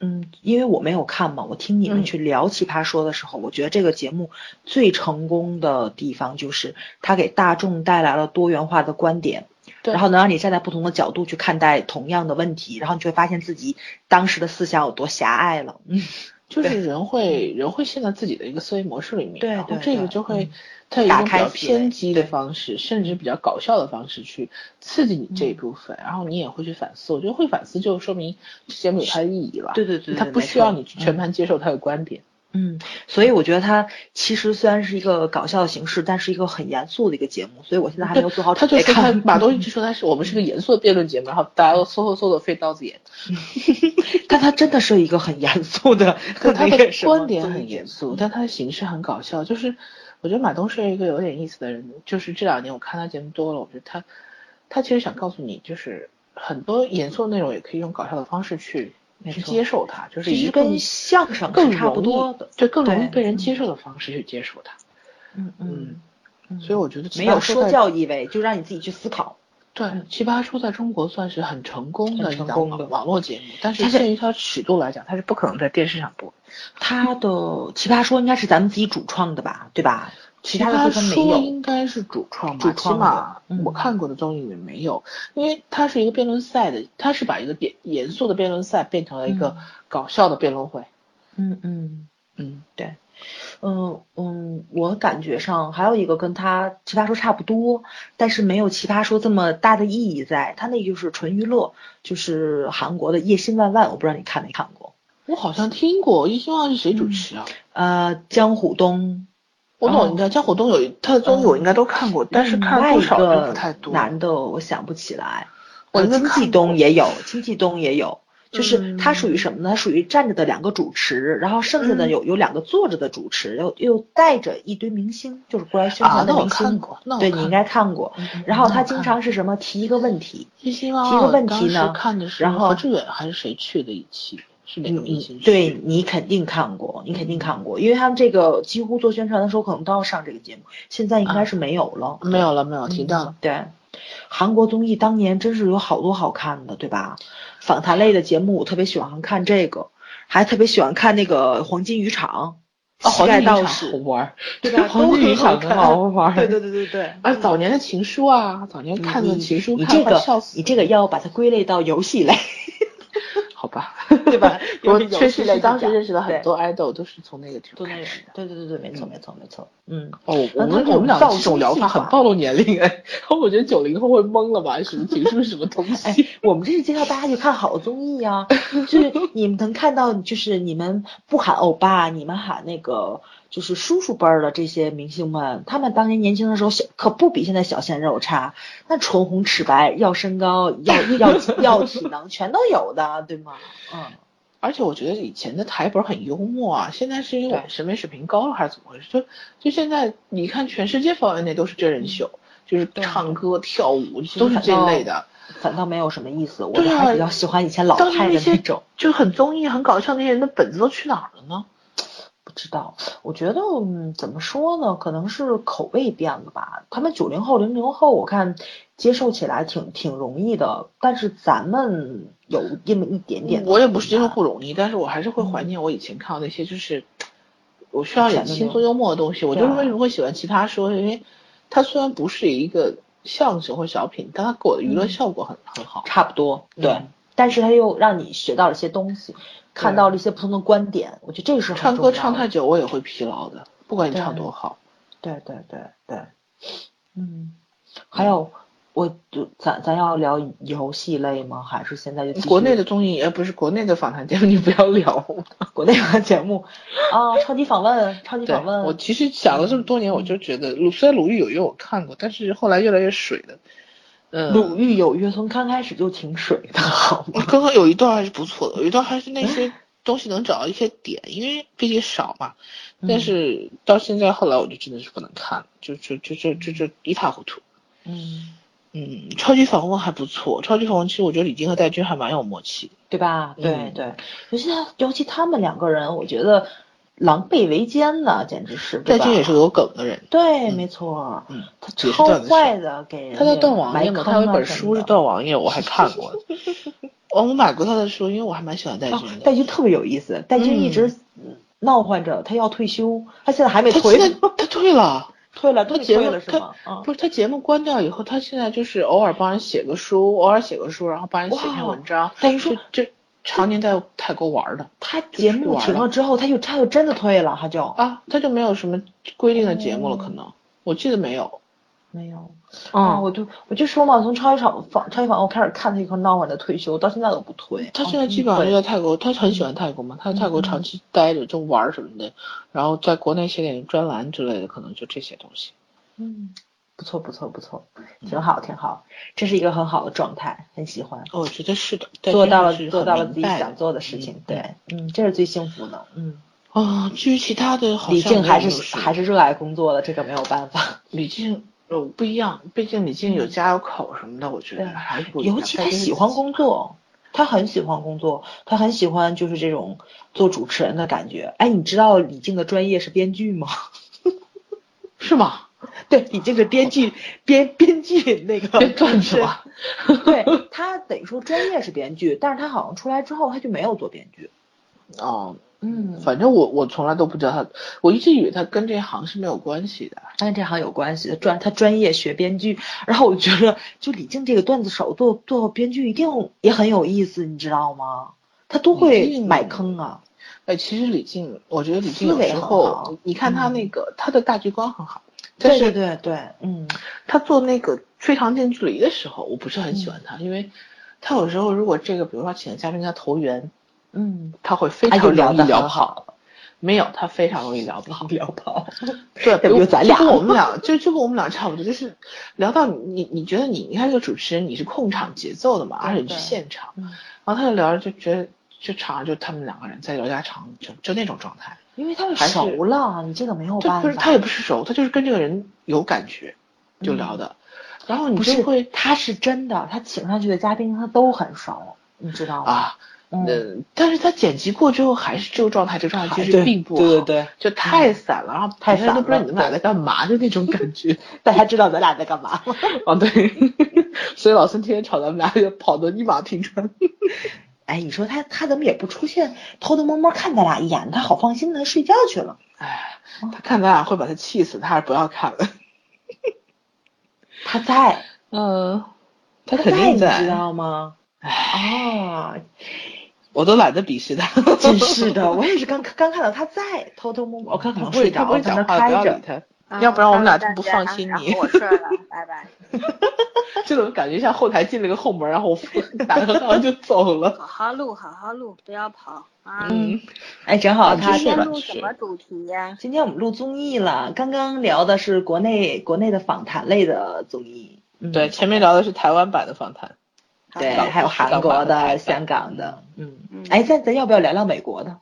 [SPEAKER 1] 嗯，因为我没有看嘛，我听你
[SPEAKER 2] 嗯
[SPEAKER 1] 们去聊《奇葩说》的时候，我觉得这个节目最成功的地方就是它给大众带来了多元化的观点，
[SPEAKER 2] 对
[SPEAKER 1] 然后能让你站在不同的角度去看待同样的问题，然后你就会发现自己当时的思想有多狭隘了。嗯，
[SPEAKER 2] 就是人会人会陷在自己的一个思维模式里面，
[SPEAKER 1] 对
[SPEAKER 2] 然后
[SPEAKER 1] 对
[SPEAKER 2] 这个
[SPEAKER 1] 对
[SPEAKER 2] 就
[SPEAKER 1] 嗯
[SPEAKER 2] 会它以一
[SPEAKER 1] 打
[SPEAKER 2] 种比
[SPEAKER 1] 开
[SPEAKER 2] 较
[SPEAKER 1] 思维
[SPEAKER 2] 偏激的
[SPEAKER 1] 对
[SPEAKER 2] 方式，甚至比较搞笑的方式去刺激你这一
[SPEAKER 1] 嗯
[SPEAKER 2] 部分，然后你也会去反思。我觉得会反思就说明这节目有它的意义了，
[SPEAKER 1] 对对对，
[SPEAKER 2] 它
[SPEAKER 1] 对
[SPEAKER 2] 不
[SPEAKER 1] 没
[SPEAKER 2] 需要
[SPEAKER 1] 错
[SPEAKER 2] 你去全盘接受他的观点。
[SPEAKER 1] 嗯，所以我觉得它其实虽然是一个搞笑的形式，但是一个很严肃的一个节目，所以我现在还没有做好
[SPEAKER 2] 他
[SPEAKER 1] 准
[SPEAKER 2] 哦就
[SPEAKER 1] 备
[SPEAKER 2] 说他
[SPEAKER 1] 看。嗯
[SPEAKER 2] 马东一直说他是我们是个严肃的辩论节目，然后大家都嗖嗖嗖的费刀子眼，
[SPEAKER 1] 但它真的是一个很严肃的，
[SPEAKER 2] 对他
[SPEAKER 1] 那
[SPEAKER 2] 的
[SPEAKER 1] 个什么
[SPEAKER 2] 观点
[SPEAKER 1] 综艺
[SPEAKER 2] 很
[SPEAKER 1] 节目
[SPEAKER 2] 严肃，但他的形式很搞笑。就是我觉得马东是一个有点意思的人，就是这两年我看他节目多了，我觉得他他其实想告诉你，就是很多严肃的内容也可以用搞笑的方式去
[SPEAKER 1] 没
[SPEAKER 2] 去
[SPEAKER 1] 错
[SPEAKER 2] 接受它，就是
[SPEAKER 1] 其
[SPEAKER 2] 一
[SPEAKER 1] 实
[SPEAKER 2] 个
[SPEAKER 1] 跟相声
[SPEAKER 2] 更
[SPEAKER 1] 是差不
[SPEAKER 2] 容易
[SPEAKER 1] 多的。
[SPEAKER 2] 对，更容易
[SPEAKER 1] 对
[SPEAKER 2] 被人接受的方式去接受它。
[SPEAKER 1] 嗯
[SPEAKER 2] 嗯
[SPEAKER 1] 嗯，
[SPEAKER 2] 所以我觉得
[SPEAKER 1] 没有
[SPEAKER 2] 说
[SPEAKER 1] 说教意味，就让你自己去思考。
[SPEAKER 2] 对，《奇葩说》在中国算是很成功的
[SPEAKER 1] 很
[SPEAKER 2] 一
[SPEAKER 1] 成
[SPEAKER 2] 档
[SPEAKER 1] 功
[SPEAKER 2] 网
[SPEAKER 1] 的
[SPEAKER 2] 网络节目，但是
[SPEAKER 1] 它是
[SPEAKER 2] 鉴于它的尺度来讲，它是不可能在电视上播。
[SPEAKER 1] 他的《奇葩说》应该是咱们自己主创的吧，对吧？其他的好像没
[SPEAKER 2] 说
[SPEAKER 1] 有。
[SPEAKER 2] 应该是主创吧，
[SPEAKER 1] 主创
[SPEAKER 2] 起码
[SPEAKER 1] 的嗯
[SPEAKER 2] 我看过的综艺里面没有，因为它是一个辩论赛的，它是把一个辩严肃的辩论赛变成了一个
[SPEAKER 1] 嗯
[SPEAKER 2] 搞笑的辩论会。
[SPEAKER 1] 嗯嗯
[SPEAKER 2] 嗯，
[SPEAKER 1] 嗯嗯，我感觉上还有一个跟他《奇葩说》差不多，但是没有《奇葩说》这么大的意义在，他那就是纯娱乐，就是韩国的《夜薪万万》，我不知道你看没看过。
[SPEAKER 2] 我好像听过《一心万是谁主持啊？
[SPEAKER 1] 呃，江虎东，
[SPEAKER 2] 我
[SPEAKER 1] 哦
[SPEAKER 2] 懂，应该江虎东有他的综艺，我应该都看过，但是看多少
[SPEAKER 1] 嗯另外一
[SPEAKER 2] 都
[SPEAKER 1] 个
[SPEAKER 2] 不太多。
[SPEAKER 1] 男的我想不起来，
[SPEAKER 2] 我
[SPEAKER 1] 呃
[SPEAKER 2] 应该
[SPEAKER 1] 金
[SPEAKER 2] 看
[SPEAKER 1] 继东也有，金继东也有，就是他属于
[SPEAKER 2] 嗯
[SPEAKER 1] 什么呢？他属于站着的两个主持，然后剩下的
[SPEAKER 2] 嗯
[SPEAKER 1] 有有两个坐着的主持，又又带着一堆明星，就是过来宣
[SPEAKER 2] 啊
[SPEAKER 1] 传，的
[SPEAKER 2] 那我
[SPEAKER 1] 明
[SPEAKER 2] 看
[SPEAKER 1] 星。
[SPEAKER 2] 过，那我
[SPEAKER 1] 对
[SPEAKER 2] 看
[SPEAKER 1] 你应
[SPEAKER 2] 过
[SPEAKER 1] 该看过，
[SPEAKER 2] 嗯
[SPEAKER 1] 然后他经常是什么提一个问题，
[SPEAKER 2] 一心万
[SPEAKER 1] 提
[SPEAKER 2] 万
[SPEAKER 1] 个问
[SPEAKER 2] 当
[SPEAKER 1] 题
[SPEAKER 2] 时
[SPEAKER 1] 呢
[SPEAKER 2] 看的是
[SPEAKER 1] 然后
[SPEAKER 2] 何志远还是谁去的一期？是哪个明星
[SPEAKER 1] 你
[SPEAKER 2] 去？
[SPEAKER 1] 对你肯定看过，你肯定看过，因为他们这个几乎做宣传的时候可能都要上这个节目，现在应
[SPEAKER 2] 啊
[SPEAKER 1] 该是没有了。
[SPEAKER 2] 没有了，没
[SPEAKER 1] 嗯
[SPEAKER 2] 有，停掉了。
[SPEAKER 1] 对，韩国综艺当年真是有好多好看的，对吧？访谈类的节目我特别喜欢看这个，还特别喜欢看那个《黄金渔场》
[SPEAKER 2] 哦，
[SPEAKER 1] 膝
[SPEAKER 2] 黄
[SPEAKER 1] 盖
[SPEAKER 2] 金
[SPEAKER 1] 道
[SPEAKER 2] 鱼场好
[SPEAKER 1] 士，
[SPEAKER 2] 玩儿，
[SPEAKER 1] 对吧？
[SPEAKER 2] 黄
[SPEAKER 1] 都
[SPEAKER 2] 金
[SPEAKER 1] 很
[SPEAKER 2] 鱼
[SPEAKER 1] 好
[SPEAKER 2] 场很
[SPEAKER 1] 看。
[SPEAKER 2] 好玩儿。
[SPEAKER 1] 对对对对对。
[SPEAKER 2] 啊，早年的情书啊，早年看的
[SPEAKER 1] 你
[SPEAKER 2] 情书，
[SPEAKER 1] 你
[SPEAKER 2] 看
[SPEAKER 1] 这
[SPEAKER 2] 得快
[SPEAKER 1] 个
[SPEAKER 2] 笑死
[SPEAKER 1] 你这个要把它归类到游戏类，
[SPEAKER 2] 好 吧？
[SPEAKER 1] 对吧？
[SPEAKER 2] 我
[SPEAKER 1] 游戏
[SPEAKER 2] 确实
[SPEAKER 1] 类
[SPEAKER 2] 是
[SPEAKER 1] 就
[SPEAKER 2] 当时
[SPEAKER 1] 讲
[SPEAKER 2] 认识了很
[SPEAKER 1] 对
[SPEAKER 2] 多 idol，都是从那个剧
[SPEAKER 1] 对
[SPEAKER 2] 开
[SPEAKER 1] 对
[SPEAKER 2] 始的。
[SPEAKER 1] 对对对对，没错没错没错，嗯，
[SPEAKER 2] 哦，
[SPEAKER 1] 那
[SPEAKER 2] 我
[SPEAKER 1] 他
[SPEAKER 2] 们
[SPEAKER 1] 这
[SPEAKER 2] 我
[SPEAKER 1] 种
[SPEAKER 2] 们俩
[SPEAKER 1] 造
[SPEAKER 2] 这种
[SPEAKER 1] 型
[SPEAKER 2] 聊
[SPEAKER 1] 计
[SPEAKER 2] 法很
[SPEAKER 1] 划
[SPEAKER 2] 暴露年龄哎， 我觉得九零后会懵了吧？什么情书是什么东
[SPEAKER 1] 哎
[SPEAKER 2] 西？，
[SPEAKER 1] 我们这是介绍大家去看好综艺啊，就是你们能看到，就是你们不喊欧巴，你们喊那个就是叔叔辈儿的这些明星们，他们当年年轻的时候小可不比现在小鲜肉差，那唇红齿白，要身高，要要要体能，全都有的，对吗？嗯，
[SPEAKER 2] 而且我觉得以前的台本很幽默啊，现在是因为我们
[SPEAKER 1] 对
[SPEAKER 2] 审美水平高了还是怎么回事？就就现在你看全世界范围内都是真人秀，就是
[SPEAKER 1] 对
[SPEAKER 2] 唱歌跳舞
[SPEAKER 1] 实
[SPEAKER 2] 嗯都是哦这一
[SPEAKER 1] 反
[SPEAKER 2] 类
[SPEAKER 1] 倒
[SPEAKER 2] 的，
[SPEAKER 1] 反倒没有什么意思，我
[SPEAKER 2] 对啊
[SPEAKER 1] 还比较喜欢以前老
[SPEAKER 2] 当
[SPEAKER 1] 派
[SPEAKER 2] 年
[SPEAKER 1] 的
[SPEAKER 2] 那
[SPEAKER 1] 那
[SPEAKER 2] 些
[SPEAKER 1] 种。
[SPEAKER 2] 就很综艺很搞笑那些人的本子都去哪儿了呢？
[SPEAKER 1] 不知道，我觉得、嗯、怎么说呢，可能是口味变了吧。他们九零后、零零后，我看接受起来挺挺容易的，但是咱们有那么一点点的困难。
[SPEAKER 2] 我也不是接受不容易，但是我还是会怀念我以前看到那些就是，我需要
[SPEAKER 1] 嗯
[SPEAKER 2] 点
[SPEAKER 1] 以前的
[SPEAKER 2] 轻
[SPEAKER 1] 那种
[SPEAKER 2] 松幽默的东西。我就
[SPEAKER 1] 对啊
[SPEAKER 2] 是为什么会喜欢奇葩说，因为它虽然不是一个相声或小品，但它给我的娱乐
[SPEAKER 1] 嗯
[SPEAKER 2] 效果很、很好。
[SPEAKER 1] 差不多，对。
[SPEAKER 2] 嗯
[SPEAKER 1] 但是他又让你学到了一些东西，看到了一些不同的观点，我觉得这是很
[SPEAKER 2] 唱
[SPEAKER 1] 重要的
[SPEAKER 2] 歌唱太久我也会疲劳的，不管你
[SPEAKER 1] 对
[SPEAKER 2] 唱多好。
[SPEAKER 1] 对对对对，嗯，还有我就咱咱要聊游戏类吗？还是现在就继续
[SPEAKER 2] 国内的综艺，呃，不是国内的访谈节目，你不要聊。
[SPEAKER 1] 国内的节目啊？超级访问，超级
[SPEAKER 2] 对
[SPEAKER 1] 访问，，嗯
[SPEAKER 2] 我其实想了这么多年，我就觉得鲁虽然鲁豫有约我看过，但是后来越来越水了。嗯，
[SPEAKER 1] 鲁豫有约，从刚开始就挺水的，好吗？
[SPEAKER 2] 刚刚有一段还是不错的，有一段还是那些
[SPEAKER 1] 哎
[SPEAKER 2] 东西能找到一些点，因为毕竟少嘛。 但
[SPEAKER 1] 嗯
[SPEAKER 2] 是到现在后来我就真的是不能看了，就就就就就就一塌糊涂。
[SPEAKER 1] 嗯，
[SPEAKER 2] 嗯，超级访问还不错，超级访问其实我觉得李菁和戴军还蛮有默契。
[SPEAKER 1] 对吧？对、
[SPEAKER 2] 嗯
[SPEAKER 1] 对，尤其他，尤其他们两个人，我觉得狼狈为奸呢，简直是。
[SPEAKER 2] 戴
[SPEAKER 1] 对吧
[SPEAKER 2] 军也是有梗的人，
[SPEAKER 1] 对，
[SPEAKER 2] 嗯
[SPEAKER 1] 没错，
[SPEAKER 2] 嗯，
[SPEAKER 1] 他
[SPEAKER 2] 也是
[SPEAKER 1] 超
[SPEAKER 2] 段子手
[SPEAKER 1] 坏的，给人
[SPEAKER 2] 他叫
[SPEAKER 1] 家
[SPEAKER 2] 段王
[SPEAKER 1] 埋
[SPEAKER 2] 爷嘛，
[SPEAKER 1] 坑
[SPEAKER 2] 他有一
[SPEAKER 1] 啊
[SPEAKER 2] 本
[SPEAKER 1] 什么
[SPEAKER 2] 书是
[SPEAKER 1] 的
[SPEAKER 2] 段王爷，我还看 过的。 哦，我买过他的书，因为我还蛮喜欢戴
[SPEAKER 1] 哦
[SPEAKER 2] 军的。
[SPEAKER 1] 戴军特别有意思，戴军一直闹唤着他要退休，他现在还没
[SPEAKER 2] 嗯他
[SPEAKER 1] 退
[SPEAKER 2] 现在
[SPEAKER 1] 呢，
[SPEAKER 2] 他退了。
[SPEAKER 1] 退了都
[SPEAKER 2] 他
[SPEAKER 1] 给
[SPEAKER 2] 节
[SPEAKER 1] 退
[SPEAKER 2] 目
[SPEAKER 1] 了是
[SPEAKER 2] 他
[SPEAKER 1] 吗？啊，
[SPEAKER 2] 不是他节目关掉以后，他现在就是偶尔帮人写个书，偶尔写个书，然后帮人写篇
[SPEAKER 1] 哇
[SPEAKER 2] 文章。
[SPEAKER 1] 戴军说
[SPEAKER 2] 这常年在泰国玩的
[SPEAKER 1] 他节
[SPEAKER 2] 出
[SPEAKER 1] 目
[SPEAKER 2] 玩
[SPEAKER 1] 停
[SPEAKER 2] 了
[SPEAKER 1] 了之后，他就他就真的退了，他就
[SPEAKER 2] 啊，他就没有什么规定的节目了，
[SPEAKER 1] 哦
[SPEAKER 2] 可能我记得没有。
[SPEAKER 1] 没有。啊，
[SPEAKER 2] 嗯，
[SPEAKER 1] 我就我就说嘛，从超级访访超级访问我开始看他一块闹唤着退休，到现在都不退。
[SPEAKER 2] 他
[SPEAKER 1] 啊
[SPEAKER 2] 现在基本上就在泰国，他很喜欢泰国嘛，他在泰国
[SPEAKER 1] 嗯
[SPEAKER 2] 长期待着就玩什么的，然后在国内写点专栏之类的，可能就这些东西。
[SPEAKER 1] 嗯，不错不错不错，挺好挺好，这是一个很好的状态，很喜欢，
[SPEAKER 2] 哦我觉得是的，戴
[SPEAKER 1] 做
[SPEAKER 2] 军
[SPEAKER 1] 到
[SPEAKER 2] 还
[SPEAKER 1] 了
[SPEAKER 2] 是
[SPEAKER 1] 做
[SPEAKER 2] 很
[SPEAKER 1] 到了
[SPEAKER 2] 明
[SPEAKER 1] 自己
[SPEAKER 2] 白
[SPEAKER 1] 想
[SPEAKER 2] 的
[SPEAKER 1] 做的事情
[SPEAKER 2] 嗯，
[SPEAKER 1] 对，嗯，这是最幸福的，嗯。
[SPEAKER 2] 啊，至于其他的，好像
[SPEAKER 1] 李静
[SPEAKER 2] 没有
[SPEAKER 1] 还
[SPEAKER 2] 什么
[SPEAKER 1] 是
[SPEAKER 2] 事
[SPEAKER 1] 还是热爱工作的，这个没有办 法。
[SPEAKER 2] 李静呃不一样，毕竟李静有家有口什么的，我觉得
[SPEAKER 1] 嗯对
[SPEAKER 2] 还是不一样。
[SPEAKER 1] 尤其
[SPEAKER 2] 但
[SPEAKER 1] 他
[SPEAKER 2] 是
[SPEAKER 1] 喜欢工作，他很喜欢工作，他很喜欢就是这种做主持人的感觉。哎，你知道李静的专业是编剧吗？
[SPEAKER 2] 是吗？
[SPEAKER 1] 对你这个编剧编编剧那 个
[SPEAKER 2] 别断句吧。
[SPEAKER 1] 对他得说专业是编剧，但是他好像出来之后他就没有做编剧。
[SPEAKER 2] 哦，
[SPEAKER 1] 嗯
[SPEAKER 2] 反正我我从来都不知道他，我一直以为他跟这行是没有关系的。
[SPEAKER 1] 他跟这行有关系，专他专业学编剧，然后我觉得就李静这个段子手做做编剧一定也很有意思，你知道吗？他都
[SPEAKER 2] 李
[SPEAKER 1] 会
[SPEAKER 2] 静
[SPEAKER 1] 买坑啊，
[SPEAKER 2] 哎，其实李靖，我觉得李
[SPEAKER 1] 思
[SPEAKER 2] 靖有
[SPEAKER 1] 维
[SPEAKER 2] 时
[SPEAKER 1] 很好
[SPEAKER 2] 候，你看他那个、他的大局观很好，但
[SPEAKER 1] 对对
[SPEAKER 2] 是
[SPEAKER 1] 对对，嗯，
[SPEAKER 2] 他做那个非常近距离的时候，我不是很喜欢
[SPEAKER 1] 嗯
[SPEAKER 2] 他，因为他有时候如果这个，比如说请的嘉宾跟他投缘，
[SPEAKER 1] 嗯，
[SPEAKER 2] 他会非
[SPEAKER 1] 他
[SPEAKER 2] 常
[SPEAKER 1] 就
[SPEAKER 2] 容易
[SPEAKER 1] 聊得
[SPEAKER 2] 聊
[SPEAKER 1] 很好，
[SPEAKER 2] 没有，他非常容易聊不好。
[SPEAKER 1] 聊跑，
[SPEAKER 2] 对，
[SPEAKER 1] 比如咱俩
[SPEAKER 2] 就跟我们俩，就就跟我们俩差不多，就是聊到你，你觉得你应该是个主持人，你是控场节奏的嘛，
[SPEAKER 1] 对
[SPEAKER 2] 而且你是
[SPEAKER 1] 对
[SPEAKER 2] 现场，
[SPEAKER 1] 嗯
[SPEAKER 2] 然后他就聊着就觉得，就场上就他们两个人在聊家常，就就那种状态。
[SPEAKER 1] 因为他们
[SPEAKER 2] 还是
[SPEAKER 1] 熟了，你这个没有
[SPEAKER 2] 这
[SPEAKER 1] 办
[SPEAKER 2] 不
[SPEAKER 1] 法。
[SPEAKER 2] 是他也不是熟，他就是跟这个人有感觉就聊的，然后你
[SPEAKER 1] 嗯不
[SPEAKER 2] 就是会
[SPEAKER 1] 他是真的，他请上去的嘉宾他都很熟，你知道吗？
[SPEAKER 2] 啊，
[SPEAKER 1] 嗯
[SPEAKER 2] 呃，但是他剪辑过之后还是这个状态，这个状态
[SPEAKER 1] 还
[SPEAKER 2] 其实
[SPEAKER 1] 啊对
[SPEAKER 2] 并不好，
[SPEAKER 1] 对对对
[SPEAKER 2] 就太散了，然后
[SPEAKER 1] 太
[SPEAKER 2] 别人都
[SPEAKER 1] 散
[SPEAKER 2] 不知道
[SPEAKER 1] 了
[SPEAKER 2] 你们俩在干嘛的那种感觉。
[SPEAKER 1] 大家知道咱俩在干嘛吗？
[SPEAKER 2] 啊，对，所以老孙天天吵咱们俩，也跑得一马平川。
[SPEAKER 1] 哎，你说他他怎么也不出现，偷偷摸摸看咱俩一眼，他好放心的睡觉去了。
[SPEAKER 2] 哎，他看咱俩会把他气死，他还是不要看了。
[SPEAKER 1] 他在，
[SPEAKER 2] 嗯，他
[SPEAKER 1] 他
[SPEAKER 2] 肯定
[SPEAKER 1] 在，哦你知
[SPEAKER 2] 在，
[SPEAKER 1] 道吗？
[SPEAKER 2] 哎，
[SPEAKER 1] 啊，
[SPEAKER 2] 我都懒得鄙视他。
[SPEAKER 1] 真 是的，我也是刚刚看到他在，偷偷摸摸，我看可
[SPEAKER 2] 他
[SPEAKER 1] 能
[SPEAKER 2] 不会
[SPEAKER 1] 睡
[SPEAKER 2] 他
[SPEAKER 1] 着
[SPEAKER 2] 不会
[SPEAKER 1] 了，在
[SPEAKER 2] 讲
[SPEAKER 1] 那
[SPEAKER 2] 话，不
[SPEAKER 1] 开
[SPEAKER 2] 要
[SPEAKER 1] 着
[SPEAKER 2] 理。他。
[SPEAKER 3] 啊
[SPEAKER 2] 要不然我们俩
[SPEAKER 3] 拜拜
[SPEAKER 2] 不
[SPEAKER 3] 大家啊
[SPEAKER 2] 放心
[SPEAKER 3] 然后
[SPEAKER 2] 你
[SPEAKER 3] 我睡了，拜拜。
[SPEAKER 2] 这种感觉像后台进了个后门，然后我打个号就走 了。
[SPEAKER 3] 好好录，好好录，不要跑啊！
[SPEAKER 2] 嗯，
[SPEAKER 1] 哎，正好
[SPEAKER 2] 啊
[SPEAKER 1] 他
[SPEAKER 2] 真是
[SPEAKER 3] 今天
[SPEAKER 2] 的
[SPEAKER 3] 录什么主题呀？
[SPEAKER 1] 今天我们录综艺了，刚刚聊的是国内国内的访谈类的综艺，嗯
[SPEAKER 2] 对，前面聊的是台湾版的访谈。
[SPEAKER 1] 对，
[SPEAKER 2] 港
[SPEAKER 1] 还有韩国
[SPEAKER 2] 港版的
[SPEAKER 1] 的、香港的，
[SPEAKER 2] 嗯，
[SPEAKER 3] 嗯
[SPEAKER 1] 哎，咱咱要不要聊聊美国的？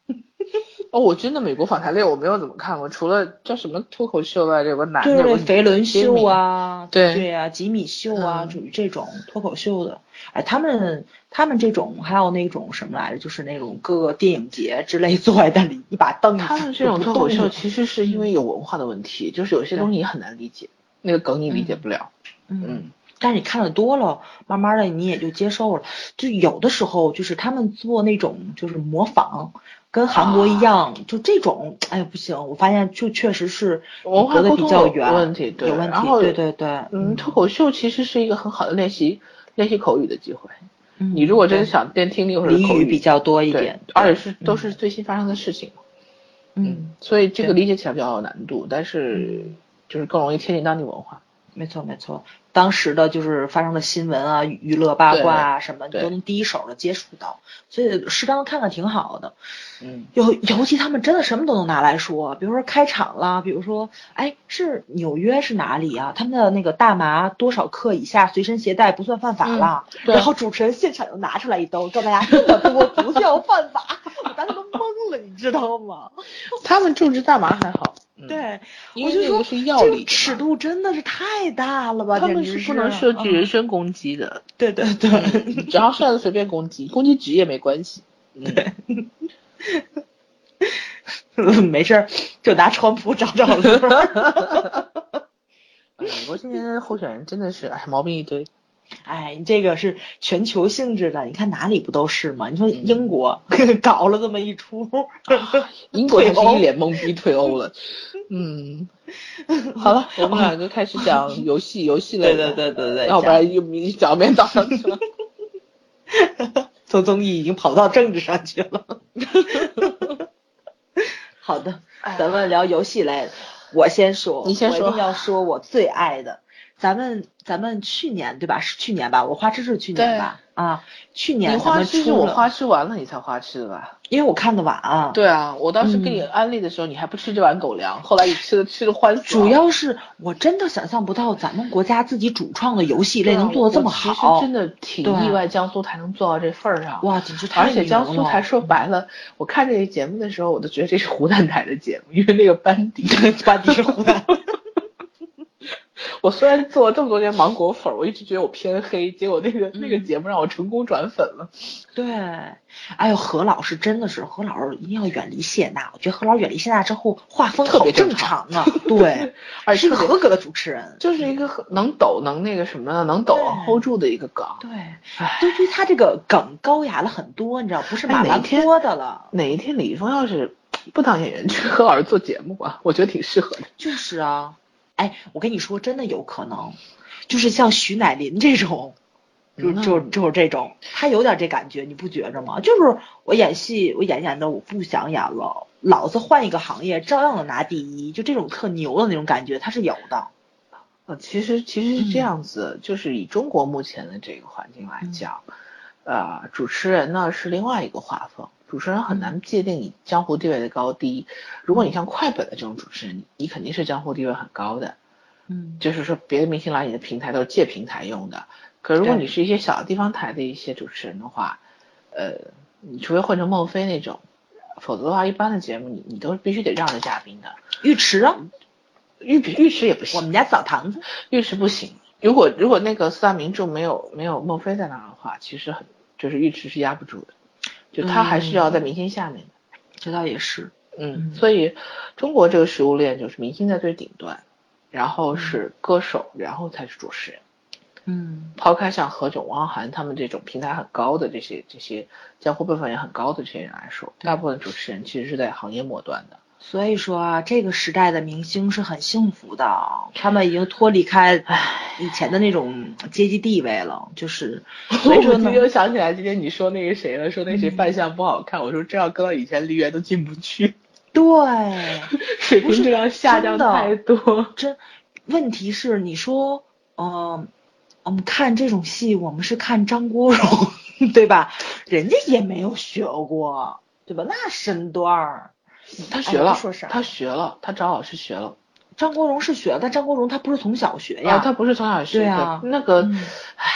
[SPEAKER 2] 哦，我真的美国访谈类我没有怎么看过，除了叫什么脱口秀外，有个男的，
[SPEAKER 1] 对，
[SPEAKER 2] 我
[SPEAKER 1] 肥伦秀啊，
[SPEAKER 2] 对
[SPEAKER 1] 对呀、吉米秀啊，
[SPEAKER 2] 嗯
[SPEAKER 1] 属于这种脱口秀的。哎，他们他们这种还有那种什么来着，就是那种各个电影节之类坐在那里一把凳子，
[SPEAKER 2] 他们这种脱口秀
[SPEAKER 1] 嗯不动
[SPEAKER 2] 其实是因为有文化的问题，就是有些东西你很难理解，那个梗你理解不了。
[SPEAKER 1] 嗯
[SPEAKER 2] 嗯，
[SPEAKER 1] 但是你看的多了，慢慢的你也就接受了。就有的时候就是他们做那种就是模仿，跟韩国一
[SPEAKER 2] 啊
[SPEAKER 1] 样，就这种，哎不行，我发现就确实是
[SPEAKER 2] 文化
[SPEAKER 1] 隔得
[SPEAKER 2] 沟
[SPEAKER 1] 比
[SPEAKER 2] 通
[SPEAKER 1] 较
[SPEAKER 2] 有
[SPEAKER 1] 远，
[SPEAKER 2] 问题，对，
[SPEAKER 1] 有问
[SPEAKER 2] 然
[SPEAKER 1] 题，
[SPEAKER 2] 后
[SPEAKER 1] 对对对，
[SPEAKER 2] 嗯，脱口秀其实是一个很好的练习练习口语的机会。
[SPEAKER 1] 嗯
[SPEAKER 2] 你如果真的
[SPEAKER 1] 对
[SPEAKER 2] 想练听力或者
[SPEAKER 1] 俚
[SPEAKER 2] 口
[SPEAKER 1] 语比较多一点，
[SPEAKER 2] 对而且
[SPEAKER 1] 对
[SPEAKER 2] 是都是最新发生的事情，
[SPEAKER 1] 嗯。，
[SPEAKER 2] 所以这个
[SPEAKER 1] 对
[SPEAKER 2] 理解起来比较有难度，但是
[SPEAKER 1] 嗯
[SPEAKER 2] 就是更容易贴近当地文化。
[SPEAKER 1] 没错没错，当时的就是发生的新闻啊、娱乐八卦啊什么，你
[SPEAKER 2] 对
[SPEAKER 1] 都能第一手的接触到，所以适当看看挺好的。
[SPEAKER 2] 嗯，
[SPEAKER 1] 尤尤其他们真的什么都能拿来说，比如说开场啦，比如说哎是纽约是哪里啊？他们的那个大麻多少克以下随身携带不算犯法啦。
[SPEAKER 2] 嗯对
[SPEAKER 1] 然后主持人现场又拿出来一兜，告诉大家根本不不叫犯法， 我当时都懵了，你知道吗？
[SPEAKER 2] 嗯他们种植大麻还好，嗯，
[SPEAKER 1] 对，
[SPEAKER 2] 因
[SPEAKER 1] 我
[SPEAKER 2] 为
[SPEAKER 1] 就
[SPEAKER 2] 那
[SPEAKER 1] 说
[SPEAKER 2] 个是药
[SPEAKER 1] 这
[SPEAKER 2] 理
[SPEAKER 1] 个
[SPEAKER 2] 的
[SPEAKER 1] 尺
[SPEAKER 2] 嘛
[SPEAKER 1] 度真的是太大了吧？
[SPEAKER 2] 他
[SPEAKER 1] 简
[SPEAKER 2] 们
[SPEAKER 1] 直
[SPEAKER 2] 是
[SPEAKER 1] 是
[SPEAKER 2] 不能涉及
[SPEAKER 1] 嗯
[SPEAKER 2] 人身攻击的。
[SPEAKER 1] 对对对，
[SPEAKER 2] 只要帅的随便攻击，攻击职业没关系。嗯，
[SPEAKER 1] 没事儿，就拿川普找找乐儿。
[SPEAKER 2] 哎美国今年候选人真的是哎毛病一堆。
[SPEAKER 1] 哎，你这个是全球性质的，你看哪里不都是吗？你说英国、 搞了这么一出，
[SPEAKER 2] 英国
[SPEAKER 1] 退
[SPEAKER 2] 他
[SPEAKER 1] 欧
[SPEAKER 2] 是一脸懵逼退欧 了。 嗯，好了，我们两个开始讲游戏，游 戏类
[SPEAKER 1] 对
[SPEAKER 2] 的。
[SPEAKER 1] 对对对对，
[SPEAKER 2] 要不 然又你讲到 面倒上去了。
[SPEAKER 1] 做综艺已经跑到政治上去了。好的，
[SPEAKER 3] 嗯
[SPEAKER 1] 咱
[SPEAKER 3] 哎
[SPEAKER 1] 们聊游戏类的，我先说，
[SPEAKER 2] 哎你先说
[SPEAKER 1] 我一定要说我最爱的。咱们咱们去年对吧？是去年吧？我花痴是去年吧？啊，去
[SPEAKER 2] 你
[SPEAKER 1] 年咱
[SPEAKER 2] 花
[SPEAKER 1] 们
[SPEAKER 2] 痴是
[SPEAKER 1] 出
[SPEAKER 2] 我
[SPEAKER 1] 了
[SPEAKER 2] 花痴完了你才花痴的吧？
[SPEAKER 1] 因为我看的晚、啊。
[SPEAKER 2] 对啊，我当时给你安利的时候，你还不吃这碗狗粮，后来你吃的吃的欢死了。
[SPEAKER 1] 主要是我真的想象不到咱们国家自己主创的游戏类能做的这么
[SPEAKER 2] 对啊我
[SPEAKER 1] 好，
[SPEAKER 2] 我其实真的挺
[SPEAKER 1] 对
[SPEAKER 2] 意外，江苏台能做到这份儿上。
[SPEAKER 1] 哇，简直太
[SPEAKER 2] 而且江苏台
[SPEAKER 1] 台
[SPEAKER 2] 说白了，我看这个节目的时候，我都觉得 这是湖南台的节目，因为那个班底
[SPEAKER 1] 班底是湖南，
[SPEAKER 2] 我虽然做了这么多年芒果粉儿，我一直觉得我偏黑，结果那个、那个
[SPEAKER 1] 嗯
[SPEAKER 2] 节目让我成功转粉了。
[SPEAKER 1] 对，哎呦，何老师真的是，何老师一定要远离谢娜。我觉得何老师远离谢娜之后，画风
[SPEAKER 2] 特
[SPEAKER 1] 好
[SPEAKER 2] 别
[SPEAKER 1] 正
[SPEAKER 2] 正
[SPEAKER 1] 常啊，对，
[SPEAKER 2] 而
[SPEAKER 1] 是
[SPEAKER 2] 且
[SPEAKER 1] 一个合格的主持人。
[SPEAKER 2] 就是一个很能抖能那个什么的，能抖能
[SPEAKER 1] 对
[SPEAKER 2] hold 住的一个梗。
[SPEAKER 1] 对，
[SPEAKER 2] 唉
[SPEAKER 1] 就对他这个梗高雅了很多，你知道，不是
[SPEAKER 2] 哎
[SPEAKER 1] 马
[SPEAKER 2] 哪
[SPEAKER 1] 兰
[SPEAKER 2] 天
[SPEAKER 1] 波的了。
[SPEAKER 2] 哪一天李易峰要是不当演员，去和老师做节目吧，我觉得挺适合的。
[SPEAKER 1] 就是啊，哎，我跟你说，真的有可能，就是像徐乃麟这种，就
[SPEAKER 2] 嗯呐
[SPEAKER 1] 就就是这种，他有点这感觉，你不觉着吗？就是我演戏，我演演的，我不想演了，老子换一个行业，照样能拿第一，就这种特牛的那种感觉，他是有的。
[SPEAKER 2] 呃，其实其实是这样子，就是以中国目前的这个环境来讲，呃，主持人呢是另外一个画风，主持人很难界定你江湖地位的高低。如果你像快本的这种主持人，你你肯定是江湖地位很高的，
[SPEAKER 1] 嗯，
[SPEAKER 2] 就是说别的明星来你的平台都是借平台用的。可如果
[SPEAKER 1] 对
[SPEAKER 2] 你是一些小的地方台的一些主持人的话，呃，你除非换成孟非那种，否则的话，一般的节目你你都是必须得让着嘉宾的。
[SPEAKER 1] 尉迟啊，
[SPEAKER 2] 玉玉池也不行，
[SPEAKER 1] 我们家澡堂子，
[SPEAKER 2] 玉石不行。如果如果那个四大名著没有没有孟非在那儿的话，其实很就是玉池是压不住的，就他还是要在明星下面的。
[SPEAKER 1] 这倒也是。
[SPEAKER 2] 嗯，
[SPEAKER 1] 嗯
[SPEAKER 2] 所以中国这个食物链就是明星在最顶端，然后是歌手，然后才是主持人。
[SPEAKER 1] 嗯
[SPEAKER 2] 抛开像何炅、汪涵他们这种平台很高的这些这些江湖辈分也很高的这些人来说，大部分主持人其实是在行业末端 的。
[SPEAKER 1] 所以说啊，这个时代的明星是很幸福的，啊他们已经脱离开以前的那种阶级地位了，就是所以说
[SPEAKER 2] 我
[SPEAKER 1] 呢
[SPEAKER 2] 今天，又想起来今天你说那个谁了，说那 谁扮相不好看，我说这要搁到以前梨园都进不去。
[SPEAKER 1] 对，
[SPEAKER 2] 水平质量下降 太多。
[SPEAKER 1] 真问题是你说，嗯、我们看这种戏，我们是看张国荣， 对吧？人家也没有学过，对吧？那身段儿，
[SPEAKER 2] 他学了
[SPEAKER 1] 哎说啥，
[SPEAKER 2] 他学了，他找老师学了。
[SPEAKER 1] 张国荣是学了，但张国荣他不是从小学
[SPEAKER 2] 然
[SPEAKER 1] 呀，
[SPEAKER 2] 后啊他不是从小学
[SPEAKER 1] 对
[SPEAKER 2] 的
[SPEAKER 1] 啊，
[SPEAKER 2] 那个
[SPEAKER 1] 嗯，
[SPEAKER 2] 唉，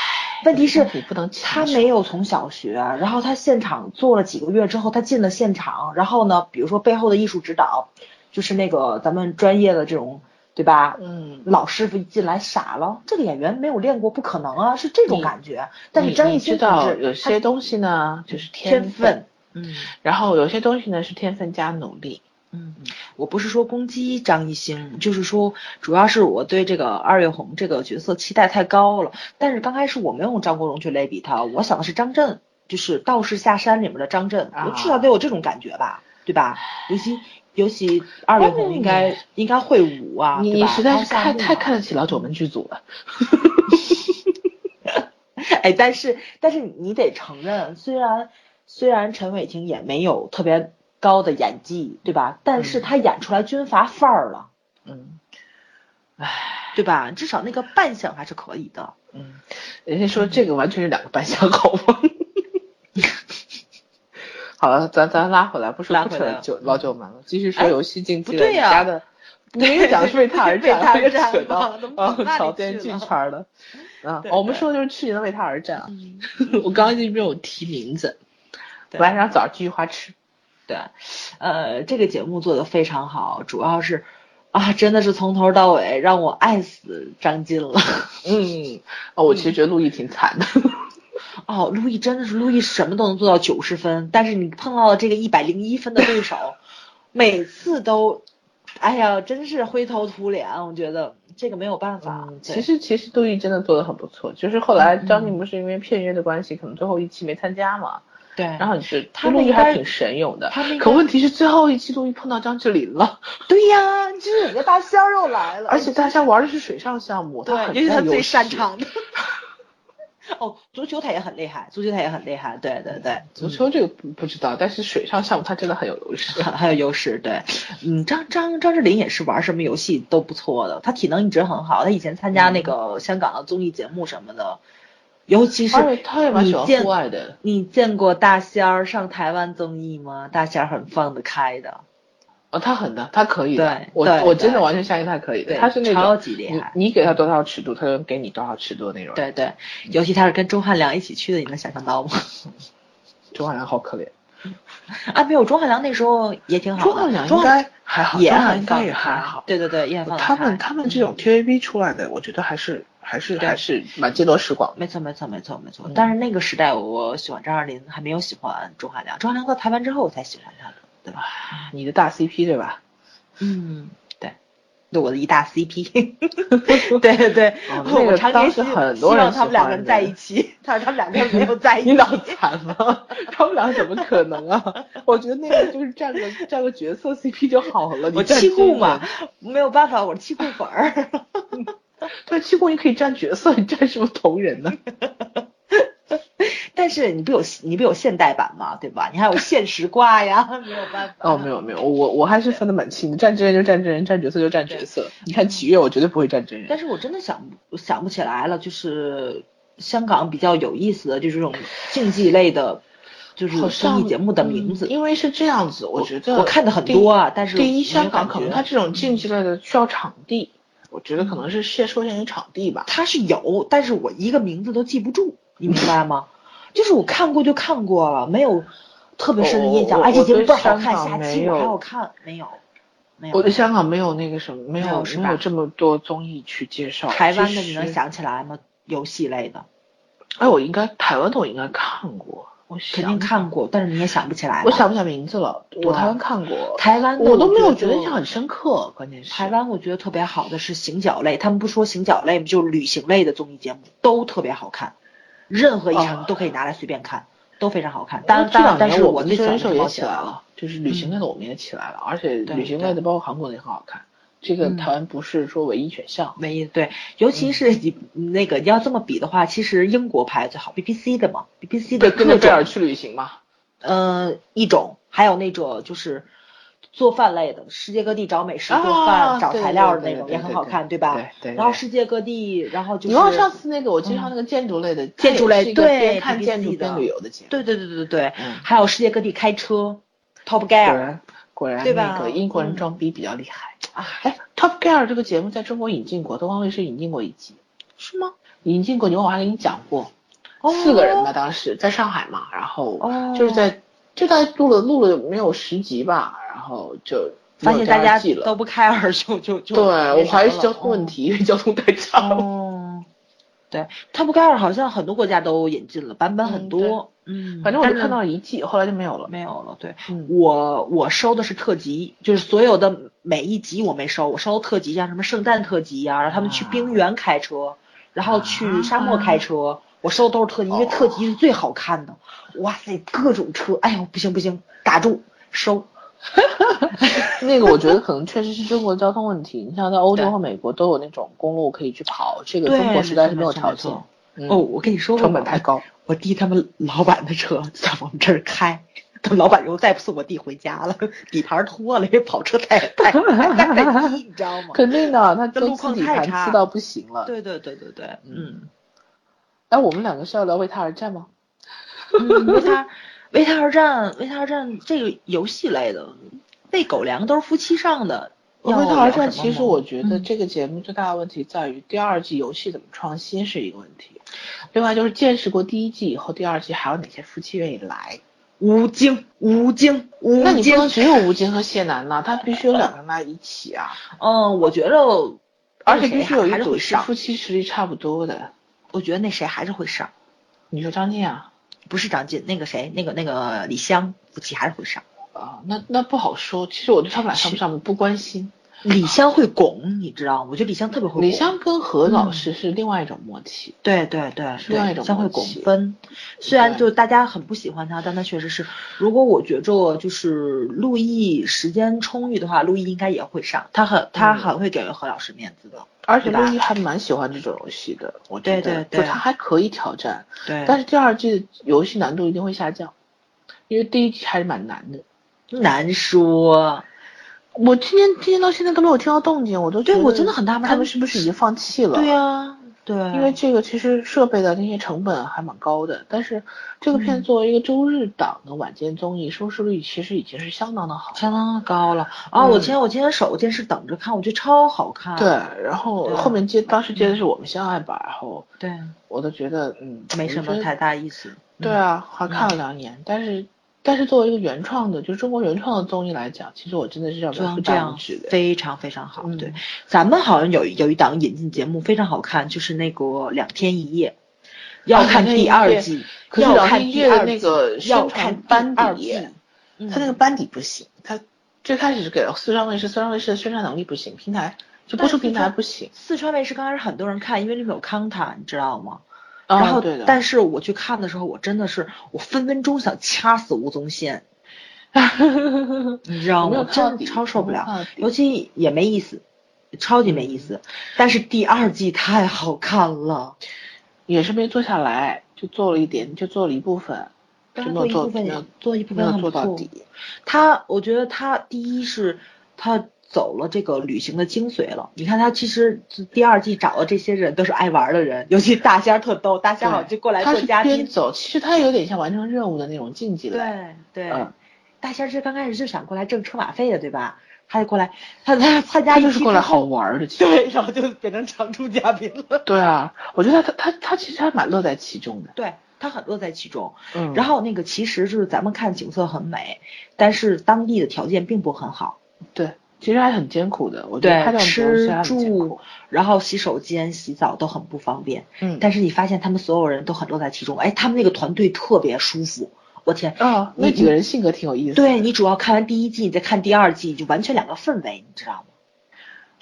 [SPEAKER 1] 问题是
[SPEAKER 2] 你不能强
[SPEAKER 1] 他
[SPEAKER 2] 求
[SPEAKER 1] 没有从小学，然后他现场做了几个月之后，他进了现场，然后呢，比如说背后的艺术指导，就是那个咱们专业的这种，对吧？
[SPEAKER 2] 嗯，
[SPEAKER 1] 老师傅一进来傻了，这个演员没有练过，不可能啊，是这种
[SPEAKER 2] 你
[SPEAKER 1] 感觉。但是
[SPEAKER 2] 你
[SPEAKER 1] 张艺
[SPEAKER 2] 你
[SPEAKER 1] 兴
[SPEAKER 2] 知
[SPEAKER 1] 同
[SPEAKER 2] 道
[SPEAKER 1] 志
[SPEAKER 2] 有些东西呢，就是
[SPEAKER 1] 天
[SPEAKER 2] 分，
[SPEAKER 1] 分，嗯
[SPEAKER 2] 然后有些东西呢是天分加努力。
[SPEAKER 1] 嗯，我不是说攻击张艺兴，就是说主要是我对这个二月红这个角色期待太高了。但是刚开始我没有用张国荣去类比他，我想的是张震，就是《道士下山》里面的张震，
[SPEAKER 2] 啊
[SPEAKER 1] 我至少得有这种感觉吧，对吧？尤其尤其二月红应该应该会舞啊，
[SPEAKER 2] 嗯你
[SPEAKER 1] 对
[SPEAKER 2] 你
[SPEAKER 1] 吧
[SPEAKER 2] 实在
[SPEAKER 1] 高
[SPEAKER 2] 是
[SPEAKER 1] 下
[SPEAKER 2] 太
[SPEAKER 1] 立
[SPEAKER 2] 太
[SPEAKER 1] 嘛
[SPEAKER 2] 看得起老九门剧组了。
[SPEAKER 1] 哎，但是但是你得承认，虽然虽然陈伟霆也没有特别高的演技，对吧？但是
[SPEAKER 2] 嗯
[SPEAKER 1] 他演出来军阀范儿了，
[SPEAKER 2] 嗯
[SPEAKER 1] 对吧？至少那个扮相还是可以 的。
[SPEAKER 2] 嗯，人家说这个完全是两个扮相，好 吗？好了，咱咱拉回来，不说
[SPEAKER 1] 拉
[SPEAKER 2] 不
[SPEAKER 1] 回
[SPEAKER 2] 扯
[SPEAKER 1] 来
[SPEAKER 2] 九老九门了，继续说
[SPEAKER 1] 哎
[SPEAKER 2] 游戏竞
[SPEAKER 1] 不
[SPEAKER 2] 技了。
[SPEAKER 1] 对
[SPEAKER 2] 你
[SPEAKER 1] 呀
[SPEAKER 2] 家的明明讲的是为他而
[SPEAKER 1] 为
[SPEAKER 2] 战，
[SPEAKER 1] 他而
[SPEAKER 2] 又
[SPEAKER 1] 战
[SPEAKER 2] 扯 到
[SPEAKER 1] 忘了怎么
[SPEAKER 2] 啊
[SPEAKER 1] 跑那里
[SPEAKER 2] 朝电
[SPEAKER 1] 去
[SPEAKER 2] 竞
[SPEAKER 1] 了
[SPEAKER 2] 圈 儿了。啊，
[SPEAKER 1] 对
[SPEAKER 2] 我们
[SPEAKER 1] 对嗯
[SPEAKER 2] 说的就是去年的为他而战啊。 我刚刚就没有提名字，
[SPEAKER 1] 对
[SPEAKER 2] 本来想早上继续花痴。
[SPEAKER 1] 对，呃，这个节目做的非常好，主要是啊，真的是从头到尾让我爱死张晋了。
[SPEAKER 2] 嗯，啊，我其实觉得陆毅挺惨的。
[SPEAKER 1] 哦，陆毅真的是陆毅，什么都能做到九十分，但是你碰到了这个一百零一分的对手，每次都，哎呀，真是灰头土脸，我觉得这个没有办法。
[SPEAKER 2] 嗯，
[SPEAKER 1] 对
[SPEAKER 2] 其实其实杜毅真的做的很不错，就是后来
[SPEAKER 1] 嗯
[SPEAKER 2] 张晋不是因为片约的关系，可能最后一期没参加嘛。
[SPEAKER 1] 对，
[SPEAKER 2] 然后是
[SPEAKER 1] 哎他们
[SPEAKER 2] 陆毅
[SPEAKER 1] 应
[SPEAKER 2] 还
[SPEAKER 1] 该
[SPEAKER 2] 挺神勇的
[SPEAKER 1] 他们，应
[SPEAKER 2] 可
[SPEAKER 1] 该
[SPEAKER 2] 问题是最后一期陆毅碰到张智霖了，
[SPEAKER 1] 对呀，就是人家大仙儿又来了，
[SPEAKER 2] 而且大家玩的是水上项目，
[SPEAKER 1] 对，
[SPEAKER 2] 很
[SPEAKER 1] 因为
[SPEAKER 2] 占
[SPEAKER 1] 他
[SPEAKER 2] 优
[SPEAKER 1] 最
[SPEAKER 2] 势
[SPEAKER 1] 擅。长的。 哦，足球他也很厉害，足球他也很厉害，对对对，
[SPEAKER 2] 足球这个不不知道，但是水上项目他真的很有优 势。
[SPEAKER 1] 很很有优势，对，嗯，张张张智霖也是玩什么游戏都不错的，他体能一直很好，他以前参加
[SPEAKER 2] 嗯
[SPEAKER 1] 那个香港的综艺节目什么的，尤其是
[SPEAKER 2] 而且他也蛮喜欢
[SPEAKER 1] 你见
[SPEAKER 2] 户外的，
[SPEAKER 1] 你见过大仙儿上台湾综艺吗？大仙儿很放得开的，
[SPEAKER 2] 哦，他很的，他可以的
[SPEAKER 1] 对。
[SPEAKER 2] 我
[SPEAKER 1] 对
[SPEAKER 2] 我真的
[SPEAKER 1] 对
[SPEAKER 2] 完全相信他可以的。
[SPEAKER 1] 对
[SPEAKER 2] 他是那种
[SPEAKER 1] 超级厉害
[SPEAKER 2] 你你给他多少尺度，他就给你多少尺度的那种。，
[SPEAKER 1] 对 对，尤其他是跟钟汉良一起去的，你能想象到吗？
[SPEAKER 2] 钟汉良好可怜。
[SPEAKER 1] 安倍啊有钟汉良那时候也挺好的，
[SPEAKER 2] 钟汉良应该还好，
[SPEAKER 1] 也
[SPEAKER 2] 钟汉良
[SPEAKER 1] 很
[SPEAKER 2] 应该
[SPEAKER 1] 放
[SPEAKER 2] 也
[SPEAKER 1] 得
[SPEAKER 2] 还
[SPEAKER 1] 开
[SPEAKER 2] 好。
[SPEAKER 1] 对对对，也很放得
[SPEAKER 2] 他们
[SPEAKER 1] 开
[SPEAKER 2] 他们这种 TVB 出来的，我觉得还是还是
[SPEAKER 1] 对
[SPEAKER 2] 还是蛮见多识广的。
[SPEAKER 1] 没错，没错，没错，没错
[SPEAKER 2] 嗯。
[SPEAKER 1] 但是那个时代，我喜欢张爱玲，还没有喜欢钟汉良。钟汉良到台湾之后，我才喜欢他的，对吧？
[SPEAKER 2] 你的大 CP 对吧？
[SPEAKER 1] 嗯，对，对我的一大 CP。对对对，
[SPEAKER 2] 哦那
[SPEAKER 1] 我
[SPEAKER 2] 个
[SPEAKER 1] 常
[SPEAKER 2] 当
[SPEAKER 1] 年
[SPEAKER 2] 时
[SPEAKER 1] 希
[SPEAKER 2] 很
[SPEAKER 1] 希
[SPEAKER 2] 多人
[SPEAKER 1] 望
[SPEAKER 2] 喜
[SPEAKER 1] 他们两个
[SPEAKER 2] 欢
[SPEAKER 1] 人
[SPEAKER 2] 的
[SPEAKER 1] 在一 起，但是他们两个人没有在一
[SPEAKER 2] 你
[SPEAKER 1] 起。
[SPEAKER 2] 脑残吗？他们俩怎么可能啊？我觉得那个就是占个占个角色 CP 就好了。你
[SPEAKER 1] 我
[SPEAKER 2] 占
[SPEAKER 1] 七
[SPEAKER 2] 军
[SPEAKER 1] 顾嘛
[SPEAKER 2] 人，，
[SPEAKER 1] 没有办法，我是七顾粉儿。
[SPEAKER 2] 对，七顾你可以占角色，你占什么同人呢？
[SPEAKER 1] 但是你不有你不有现代版嘛，对吧？你还有现实挂呀， 没有办法。
[SPEAKER 2] 哦，没有没有，我我还是分得蛮清的，占真人就占真人，占角色就占角色。你看启月，我绝对不会占真人
[SPEAKER 1] 但。是我真的想不想不起来了，就是香港比较有意思的，就是这种竞技类的，就是综艺节目的名字。
[SPEAKER 2] 嗯因为是这样子，我觉得
[SPEAKER 1] 我看得很
[SPEAKER 2] 第
[SPEAKER 1] 多啊但是
[SPEAKER 2] 第一，
[SPEAKER 1] 没有
[SPEAKER 2] 香
[SPEAKER 1] 感
[SPEAKER 2] 港可能
[SPEAKER 1] 觉
[SPEAKER 2] 它这种竞技类的需要场地，我觉得可能是先受限于场地吧。
[SPEAKER 1] 它是有，但是我一个名字都记不住，你明白吗？就是我看过就看过了，没有特别深的印象。
[SPEAKER 2] 哦我我
[SPEAKER 1] 哎，这节目
[SPEAKER 2] 我对
[SPEAKER 1] 倍儿好
[SPEAKER 2] 香
[SPEAKER 1] 看，
[SPEAKER 2] 港
[SPEAKER 1] 下
[SPEAKER 2] 没
[SPEAKER 1] 期
[SPEAKER 2] 有
[SPEAKER 1] 我还要看，没有，没有。
[SPEAKER 2] 我对香港没有那个什么，
[SPEAKER 1] 没
[SPEAKER 2] 没有
[SPEAKER 1] 有是吧
[SPEAKER 2] 没有这么多综艺去介绍。
[SPEAKER 1] 台湾的
[SPEAKER 2] 其
[SPEAKER 1] 你
[SPEAKER 2] 实
[SPEAKER 1] 能？想起来吗？游戏类的
[SPEAKER 2] 哎，我应该台湾的我应该看过，我想
[SPEAKER 1] 肯定，看过，但是你也想不起来了。
[SPEAKER 2] 我想不起来名字了。我
[SPEAKER 1] 对
[SPEAKER 2] 台湾看过，
[SPEAKER 1] 台湾的
[SPEAKER 2] 我都没有
[SPEAKER 1] 我
[SPEAKER 2] 觉
[SPEAKER 1] 觉
[SPEAKER 2] 得
[SPEAKER 1] 得
[SPEAKER 2] 印象很深刻，关键是
[SPEAKER 1] 台湾我觉得特别好的是行脚类，他们不说行脚类吗，就是旅行类的综艺节目都特别好看，任何一场
[SPEAKER 2] 哦
[SPEAKER 1] 你都可以拿来随便看，都非常好看。
[SPEAKER 2] 但
[SPEAKER 1] 当
[SPEAKER 2] 哦这
[SPEAKER 1] 当然
[SPEAKER 2] 两，
[SPEAKER 1] 但
[SPEAKER 2] 年
[SPEAKER 1] 是
[SPEAKER 2] 我
[SPEAKER 1] 我
[SPEAKER 2] 们
[SPEAKER 1] 最喜
[SPEAKER 2] 真
[SPEAKER 1] 欢
[SPEAKER 2] 人
[SPEAKER 1] 是
[SPEAKER 2] 秀也
[SPEAKER 1] 猫
[SPEAKER 2] 起
[SPEAKER 1] 脚
[SPEAKER 2] 来
[SPEAKER 1] 了
[SPEAKER 2] 了，，嗯就是旅行类的我们也起来了，而且
[SPEAKER 1] 对
[SPEAKER 2] 旅行类的包括韩国的也很好看。这个
[SPEAKER 1] 嗯
[SPEAKER 2] 台湾不是说唯一选项，
[SPEAKER 1] 唯一对，尤
[SPEAKER 2] 嗯
[SPEAKER 1] 其是你那个你要这么比的话，其实英国排最好，BBC 的嘛，BBC 的
[SPEAKER 2] 跟
[SPEAKER 1] 各
[SPEAKER 2] 着贝尔
[SPEAKER 1] 种
[SPEAKER 2] 去旅行嘛。
[SPEAKER 1] 呃一种，还有那种就是做饭类的，世界各地找美食
[SPEAKER 2] 啊
[SPEAKER 1] 做饭、找
[SPEAKER 2] 对
[SPEAKER 1] 材
[SPEAKER 2] 对
[SPEAKER 1] 料的
[SPEAKER 2] 对
[SPEAKER 1] 那种
[SPEAKER 2] 对
[SPEAKER 1] 也
[SPEAKER 2] 对
[SPEAKER 1] 很好
[SPEAKER 2] 对
[SPEAKER 1] 看，对吧？
[SPEAKER 2] 对对对
[SPEAKER 1] 然后世界各地，然后就
[SPEAKER 2] 你
[SPEAKER 1] 是
[SPEAKER 2] 忘了上次那个我介绍那个建筑类的，它
[SPEAKER 1] 建筑类
[SPEAKER 2] 也是一个
[SPEAKER 1] 对
[SPEAKER 2] 边看建筑
[SPEAKER 1] BBC 的
[SPEAKER 2] 边旅游的节目。
[SPEAKER 1] 对对对对对对，
[SPEAKER 2] 嗯
[SPEAKER 1] 还有世界各地开车，Top
[SPEAKER 2] 果
[SPEAKER 1] Gear
[SPEAKER 2] 然果然
[SPEAKER 1] 啊对
[SPEAKER 2] 那
[SPEAKER 1] 吧
[SPEAKER 2] 个英国人
[SPEAKER 1] 嗯
[SPEAKER 2] 装逼比较厉害。
[SPEAKER 1] 啊，
[SPEAKER 2] 哎，Top Gear 这个节目在中国引进过，东方卫视引进过一集，
[SPEAKER 1] 是吗？
[SPEAKER 2] 引进过。牛我还跟你讲过，
[SPEAKER 1] 哦
[SPEAKER 2] 四个人吧，当时在上海嘛，然后
[SPEAKER 1] 哦
[SPEAKER 2] 就是在就大概录了录了没有十集吧，然后就
[SPEAKER 1] 发现大家
[SPEAKER 2] 记了
[SPEAKER 1] 都。不开二就就就
[SPEAKER 2] 对，我怀疑是
[SPEAKER 1] 是
[SPEAKER 2] 交通问。题，因为交通太差了。
[SPEAKER 1] 哦，对，Top Gear 好像很多国家都引进了，版本
[SPEAKER 2] 嗯
[SPEAKER 1] 很多。嗯
[SPEAKER 2] 反正我就看到
[SPEAKER 1] 了
[SPEAKER 2] 了一季，后来就没有了。
[SPEAKER 1] 没有了。对，
[SPEAKER 2] 嗯
[SPEAKER 1] 我我收的是特辑，就是所有的每一集我没收，我收特辑，像什么圣诞特辑呀、然后他们去
[SPEAKER 2] 啊
[SPEAKER 1] 冰原开车，然后去沙漠开车，我收的都是特辑，因为特辑是最好看的。哇塞，各种车，哎呦，不行不行，打住，收。
[SPEAKER 2] 那个我觉得可能确实是中国的交通问题。你像在欧洲
[SPEAKER 1] 对
[SPEAKER 2] 和美国都有那种公路可以去跑，这个
[SPEAKER 1] 对
[SPEAKER 2] 中国实在是没有
[SPEAKER 1] 错
[SPEAKER 2] 条
[SPEAKER 1] 没错
[SPEAKER 2] 件。嗯
[SPEAKER 1] 哦，，我跟你说过吧，
[SPEAKER 2] 成本太高。
[SPEAKER 1] 我弟他们老板的车在我们这儿开，他们老板又再不送我弟回家了，底盘脱了，因为跑车太太太太低，你知道吗？
[SPEAKER 2] 肯定的，他
[SPEAKER 1] 这
[SPEAKER 2] 都
[SPEAKER 1] 路
[SPEAKER 2] 自
[SPEAKER 1] 况
[SPEAKER 2] 己
[SPEAKER 1] 太
[SPEAKER 2] 盘
[SPEAKER 1] 差
[SPEAKER 2] 吃到不行了。
[SPEAKER 1] 对对对对对，嗯，
[SPEAKER 2] 哎，我们两个是要聊为他而战吗？
[SPEAKER 1] 嗯为他为他而战，为他而战这个游戏类的，喂狗粮都是夫妻上的。
[SPEAKER 2] 为
[SPEAKER 1] 要
[SPEAKER 2] 哦他而
[SPEAKER 1] 聊
[SPEAKER 2] 战，
[SPEAKER 1] 什么
[SPEAKER 2] 其实
[SPEAKER 1] 吗
[SPEAKER 2] 我觉得
[SPEAKER 1] 嗯
[SPEAKER 2] 这个节目最大的问题在于第二季游戏怎么创新是一个问题，另外就是见识过第一季以后，第二季还有哪些夫妻愿意来？
[SPEAKER 1] 吴京，吴京，吴
[SPEAKER 2] 那你不
[SPEAKER 1] 京，
[SPEAKER 2] 能只有吴京和谢楠呐，他必须有两个人来一起啊，
[SPEAKER 1] 嗯，我觉得，
[SPEAKER 2] 而且
[SPEAKER 1] 那谁
[SPEAKER 2] 必须有一
[SPEAKER 1] 还是
[SPEAKER 2] 组
[SPEAKER 1] 会
[SPEAKER 2] 是
[SPEAKER 1] 上
[SPEAKER 2] 夫，妻实力差不多的。
[SPEAKER 1] 我觉得那谁还是会上，
[SPEAKER 2] 你说张晋啊？
[SPEAKER 1] 不是张晋，那个谁，那个那个李湘夫妻还是会上。
[SPEAKER 2] 啊，那那不好说。其实我对他们俩上不上不关心。
[SPEAKER 1] 李湘会拱，你知道吗？我觉得李湘特别会拱。
[SPEAKER 2] 李湘跟何老师是另外一种默契。
[SPEAKER 1] 对对对，
[SPEAKER 2] 是另外一种
[SPEAKER 1] 李湘会
[SPEAKER 2] 默
[SPEAKER 1] 拱
[SPEAKER 2] 契
[SPEAKER 1] 分。虽然
[SPEAKER 2] 对
[SPEAKER 1] 就大家很不喜欢她，但她确实是。如果我觉着就是陆毅时间充裕的话，陆毅应该也会上。他很他
[SPEAKER 2] 嗯
[SPEAKER 1] 很会给何老师面子的。
[SPEAKER 2] 而且
[SPEAKER 1] 对吧
[SPEAKER 2] 陆毅还蛮喜欢这种游戏的，我觉得
[SPEAKER 1] 对对对
[SPEAKER 2] 就他还可以挑战，
[SPEAKER 1] 对
[SPEAKER 2] 但是第二季游戏难度一定会下降，因为第一季还是蛮难的。
[SPEAKER 1] 难说。
[SPEAKER 2] 我今天今天到现在都没有听到动静，我都觉
[SPEAKER 1] 对
[SPEAKER 2] 得
[SPEAKER 1] 我真的很纳闷
[SPEAKER 2] 他
[SPEAKER 1] 他
[SPEAKER 2] 们
[SPEAKER 1] 们
[SPEAKER 2] 是不是已经放弃了？
[SPEAKER 1] 对呀、对，
[SPEAKER 2] 啊因为这个其实设备的那些成本还蛮高的，但是这个
[SPEAKER 1] 嗯
[SPEAKER 2] 片作为一个周日档的晚间综艺，收视率其实已经是相当的好了。
[SPEAKER 1] 相当高了啊！我
[SPEAKER 2] 嗯
[SPEAKER 1] 前我今天守着电视等着看，我觉得超好看。
[SPEAKER 2] 对，然后
[SPEAKER 1] 对啊嗯
[SPEAKER 2] 后面接当时接的是《我们相爱吧》，然后
[SPEAKER 1] 对，
[SPEAKER 2] 我都觉得嗯
[SPEAKER 1] 没什
[SPEAKER 2] 我
[SPEAKER 1] 么嗯
[SPEAKER 2] 觉得
[SPEAKER 1] 太大意思。
[SPEAKER 2] 对啊，还看了两年，但是但是作为一个原创的，就是中国原创的综艺来讲，其实我真的是要
[SPEAKER 1] 中央
[SPEAKER 2] 表示
[SPEAKER 1] 这
[SPEAKER 2] 大拇
[SPEAKER 1] 样
[SPEAKER 2] 指的。
[SPEAKER 1] 非常非常好。
[SPEAKER 2] 嗯
[SPEAKER 1] 对，咱们好像有有一档引进节目非常好看，就是那个两天一夜，要看第二季，
[SPEAKER 2] 可是
[SPEAKER 1] 要
[SPEAKER 2] 老
[SPEAKER 1] 看
[SPEAKER 2] 哦天
[SPEAKER 1] 第
[SPEAKER 2] 夜的
[SPEAKER 1] 二
[SPEAKER 2] 那
[SPEAKER 1] 季
[SPEAKER 2] 个
[SPEAKER 1] 要
[SPEAKER 2] 宣传
[SPEAKER 1] 看
[SPEAKER 2] 班
[SPEAKER 1] 第二
[SPEAKER 2] 底
[SPEAKER 1] 季，嗯
[SPEAKER 2] 他那个班底不行，他最开始是给了四川卫视，四川卫视的宣传能力不行，平台就播出平台不行。
[SPEAKER 1] 四川卫视刚开始很多人看，因为里面有康塔，你知道吗？
[SPEAKER 2] 哦
[SPEAKER 1] 然后
[SPEAKER 2] 对的，
[SPEAKER 1] 但是我去看的时候，我真的是我分分钟想掐死吴宗 宪，你知道
[SPEAKER 2] 我没
[SPEAKER 1] 吗？
[SPEAKER 2] 有看到
[SPEAKER 1] 真的
[SPEAKER 2] 底
[SPEAKER 1] 超受不
[SPEAKER 2] 我没有看到
[SPEAKER 1] 了
[SPEAKER 2] 底，
[SPEAKER 1] 尤其也没意思，超级没意思。但是第二季太好看了，
[SPEAKER 2] 也是没做下来，就做了一点，就做了一部分，就
[SPEAKER 1] 但是做
[SPEAKER 2] 没有
[SPEAKER 1] 一
[SPEAKER 2] 做
[SPEAKER 1] 部分
[SPEAKER 2] 没有
[SPEAKER 1] 也做一部
[SPEAKER 2] 没
[SPEAKER 1] 分
[SPEAKER 2] 有
[SPEAKER 1] 很
[SPEAKER 2] 做
[SPEAKER 1] 不
[SPEAKER 2] 到
[SPEAKER 1] 错
[SPEAKER 2] 底。
[SPEAKER 1] 他，我觉得他第一是他走了这个旅行的精髓了。你看他其实第二季找的这些人都是爱玩的人，尤其大仙儿特逗，大仙儿好像就过来
[SPEAKER 2] 他
[SPEAKER 1] 做
[SPEAKER 2] 是
[SPEAKER 1] 嘉
[SPEAKER 2] 边
[SPEAKER 1] 宾。
[SPEAKER 2] 走，其实他有点像完成任务的那种竞技类。
[SPEAKER 1] 对对，
[SPEAKER 2] 嗯
[SPEAKER 1] 大仙儿是刚开始就想过来挣车马费的，对吧？他就过来，他他参加
[SPEAKER 2] 他
[SPEAKER 1] 一
[SPEAKER 2] 就是
[SPEAKER 1] 期
[SPEAKER 2] 过来
[SPEAKER 1] 之
[SPEAKER 2] 好
[SPEAKER 1] 后，
[SPEAKER 2] 玩儿的，其实。
[SPEAKER 1] 对，然后就变成常驻嘉宾了。
[SPEAKER 2] 对啊，我觉得他他他他其实还蛮乐在其中的。
[SPEAKER 1] 对他很乐在其中。
[SPEAKER 2] 嗯
[SPEAKER 1] 然
[SPEAKER 2] 然后
[SPEAKER 1] 后那个其实就是咱们看景色很美，但是当地的条件并不很好，
[SPEAKER 2] 对，其实还很艰苦的。我觉得
[SPEAKER 1] 对
[SPEAKER 2] 拍这，种东西
[SPEAKER 1] 吃
[SPEAKER 2] 还很艰
[SPEAKER 1] 住
[SPEAKER 2] 苦。，
[SPEAKER 1] 然后洗手间、洗澡都很不方便。
[SPEAKER 2] 嗯
[SPEAKER 1] 但是你发现他们所有人都很乐在其中，哎，他们那个团队特别舒服，我天！
[SPEAKER 2] 啊，那
[SPEAKER 1] 你
[SPEAKER 2] 几个人性格挺有意思。
[SPEAKER 1] 对，你主要看完第一季，你再看第二季，就完全两个氛围，你知道吗？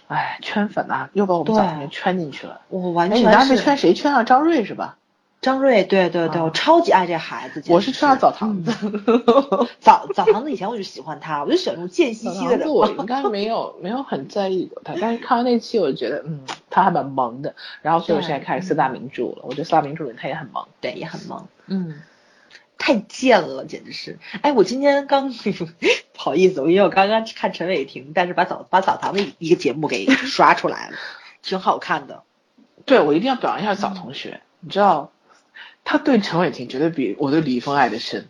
[SPEAKER 2] 哎，圈粉啊，又把我们
[SPEAKER 1] 对
[SPEAKER 2] 早上给圈进去了。
[SPEAKER 1] 我完
[SPEAKER 2] 哎，你当
[SPEAKER 1] 全
[SPEAKER 2] 时被圈
[SPEAKER 1] 是
[SPEAKER 2] 谁圈了？张瑞是吧？
[SPEAKER 1] 张瑞，对对对，
[SPEAKER 2] 啊
[SPEAKER 1] 我超级爱这孩子，简
[SPEAKER 2] 我
[SPEAKER 1] 直嗯
[SPEAKER 2] 是圈了澡堂子。
[SPEAKER 1] 澡澡堂子以前我就喜欢他，我就喜欢那种贱兮
[SPEAKER 2] 澡
[SPEAKER 1] 兮的
[SPEAKER 2] 堂
[SPEAKER 1] 人
[SPEAKER 2] 子。我应该没有没有很在意过他，但是看完那期我就觉得，嗯，他还蛮萌的。然后所以我
[SPEAKER 1] 对
[SPEAKER 2] 现在开始四大名著了，我觉得四大名著里他也很萌。
[SPEAKER 1] 对，也很萌，
[SPEAKER 2] 嗯，
[SPEAKER 1] 太贱了，简直是。哎，我今天刚 不好意思，我因为我刚刚看陈伟霆，但是把澡把澡堂的一个节目给刷出来了，挺好看的。
[SPEAKER 2] 对我一定要表扬一下
[SPEAKER 1] 嗯
[SPEAKER 2] 早同学，你知道，他对陈伟霆绝对比我对李易峰爱的深。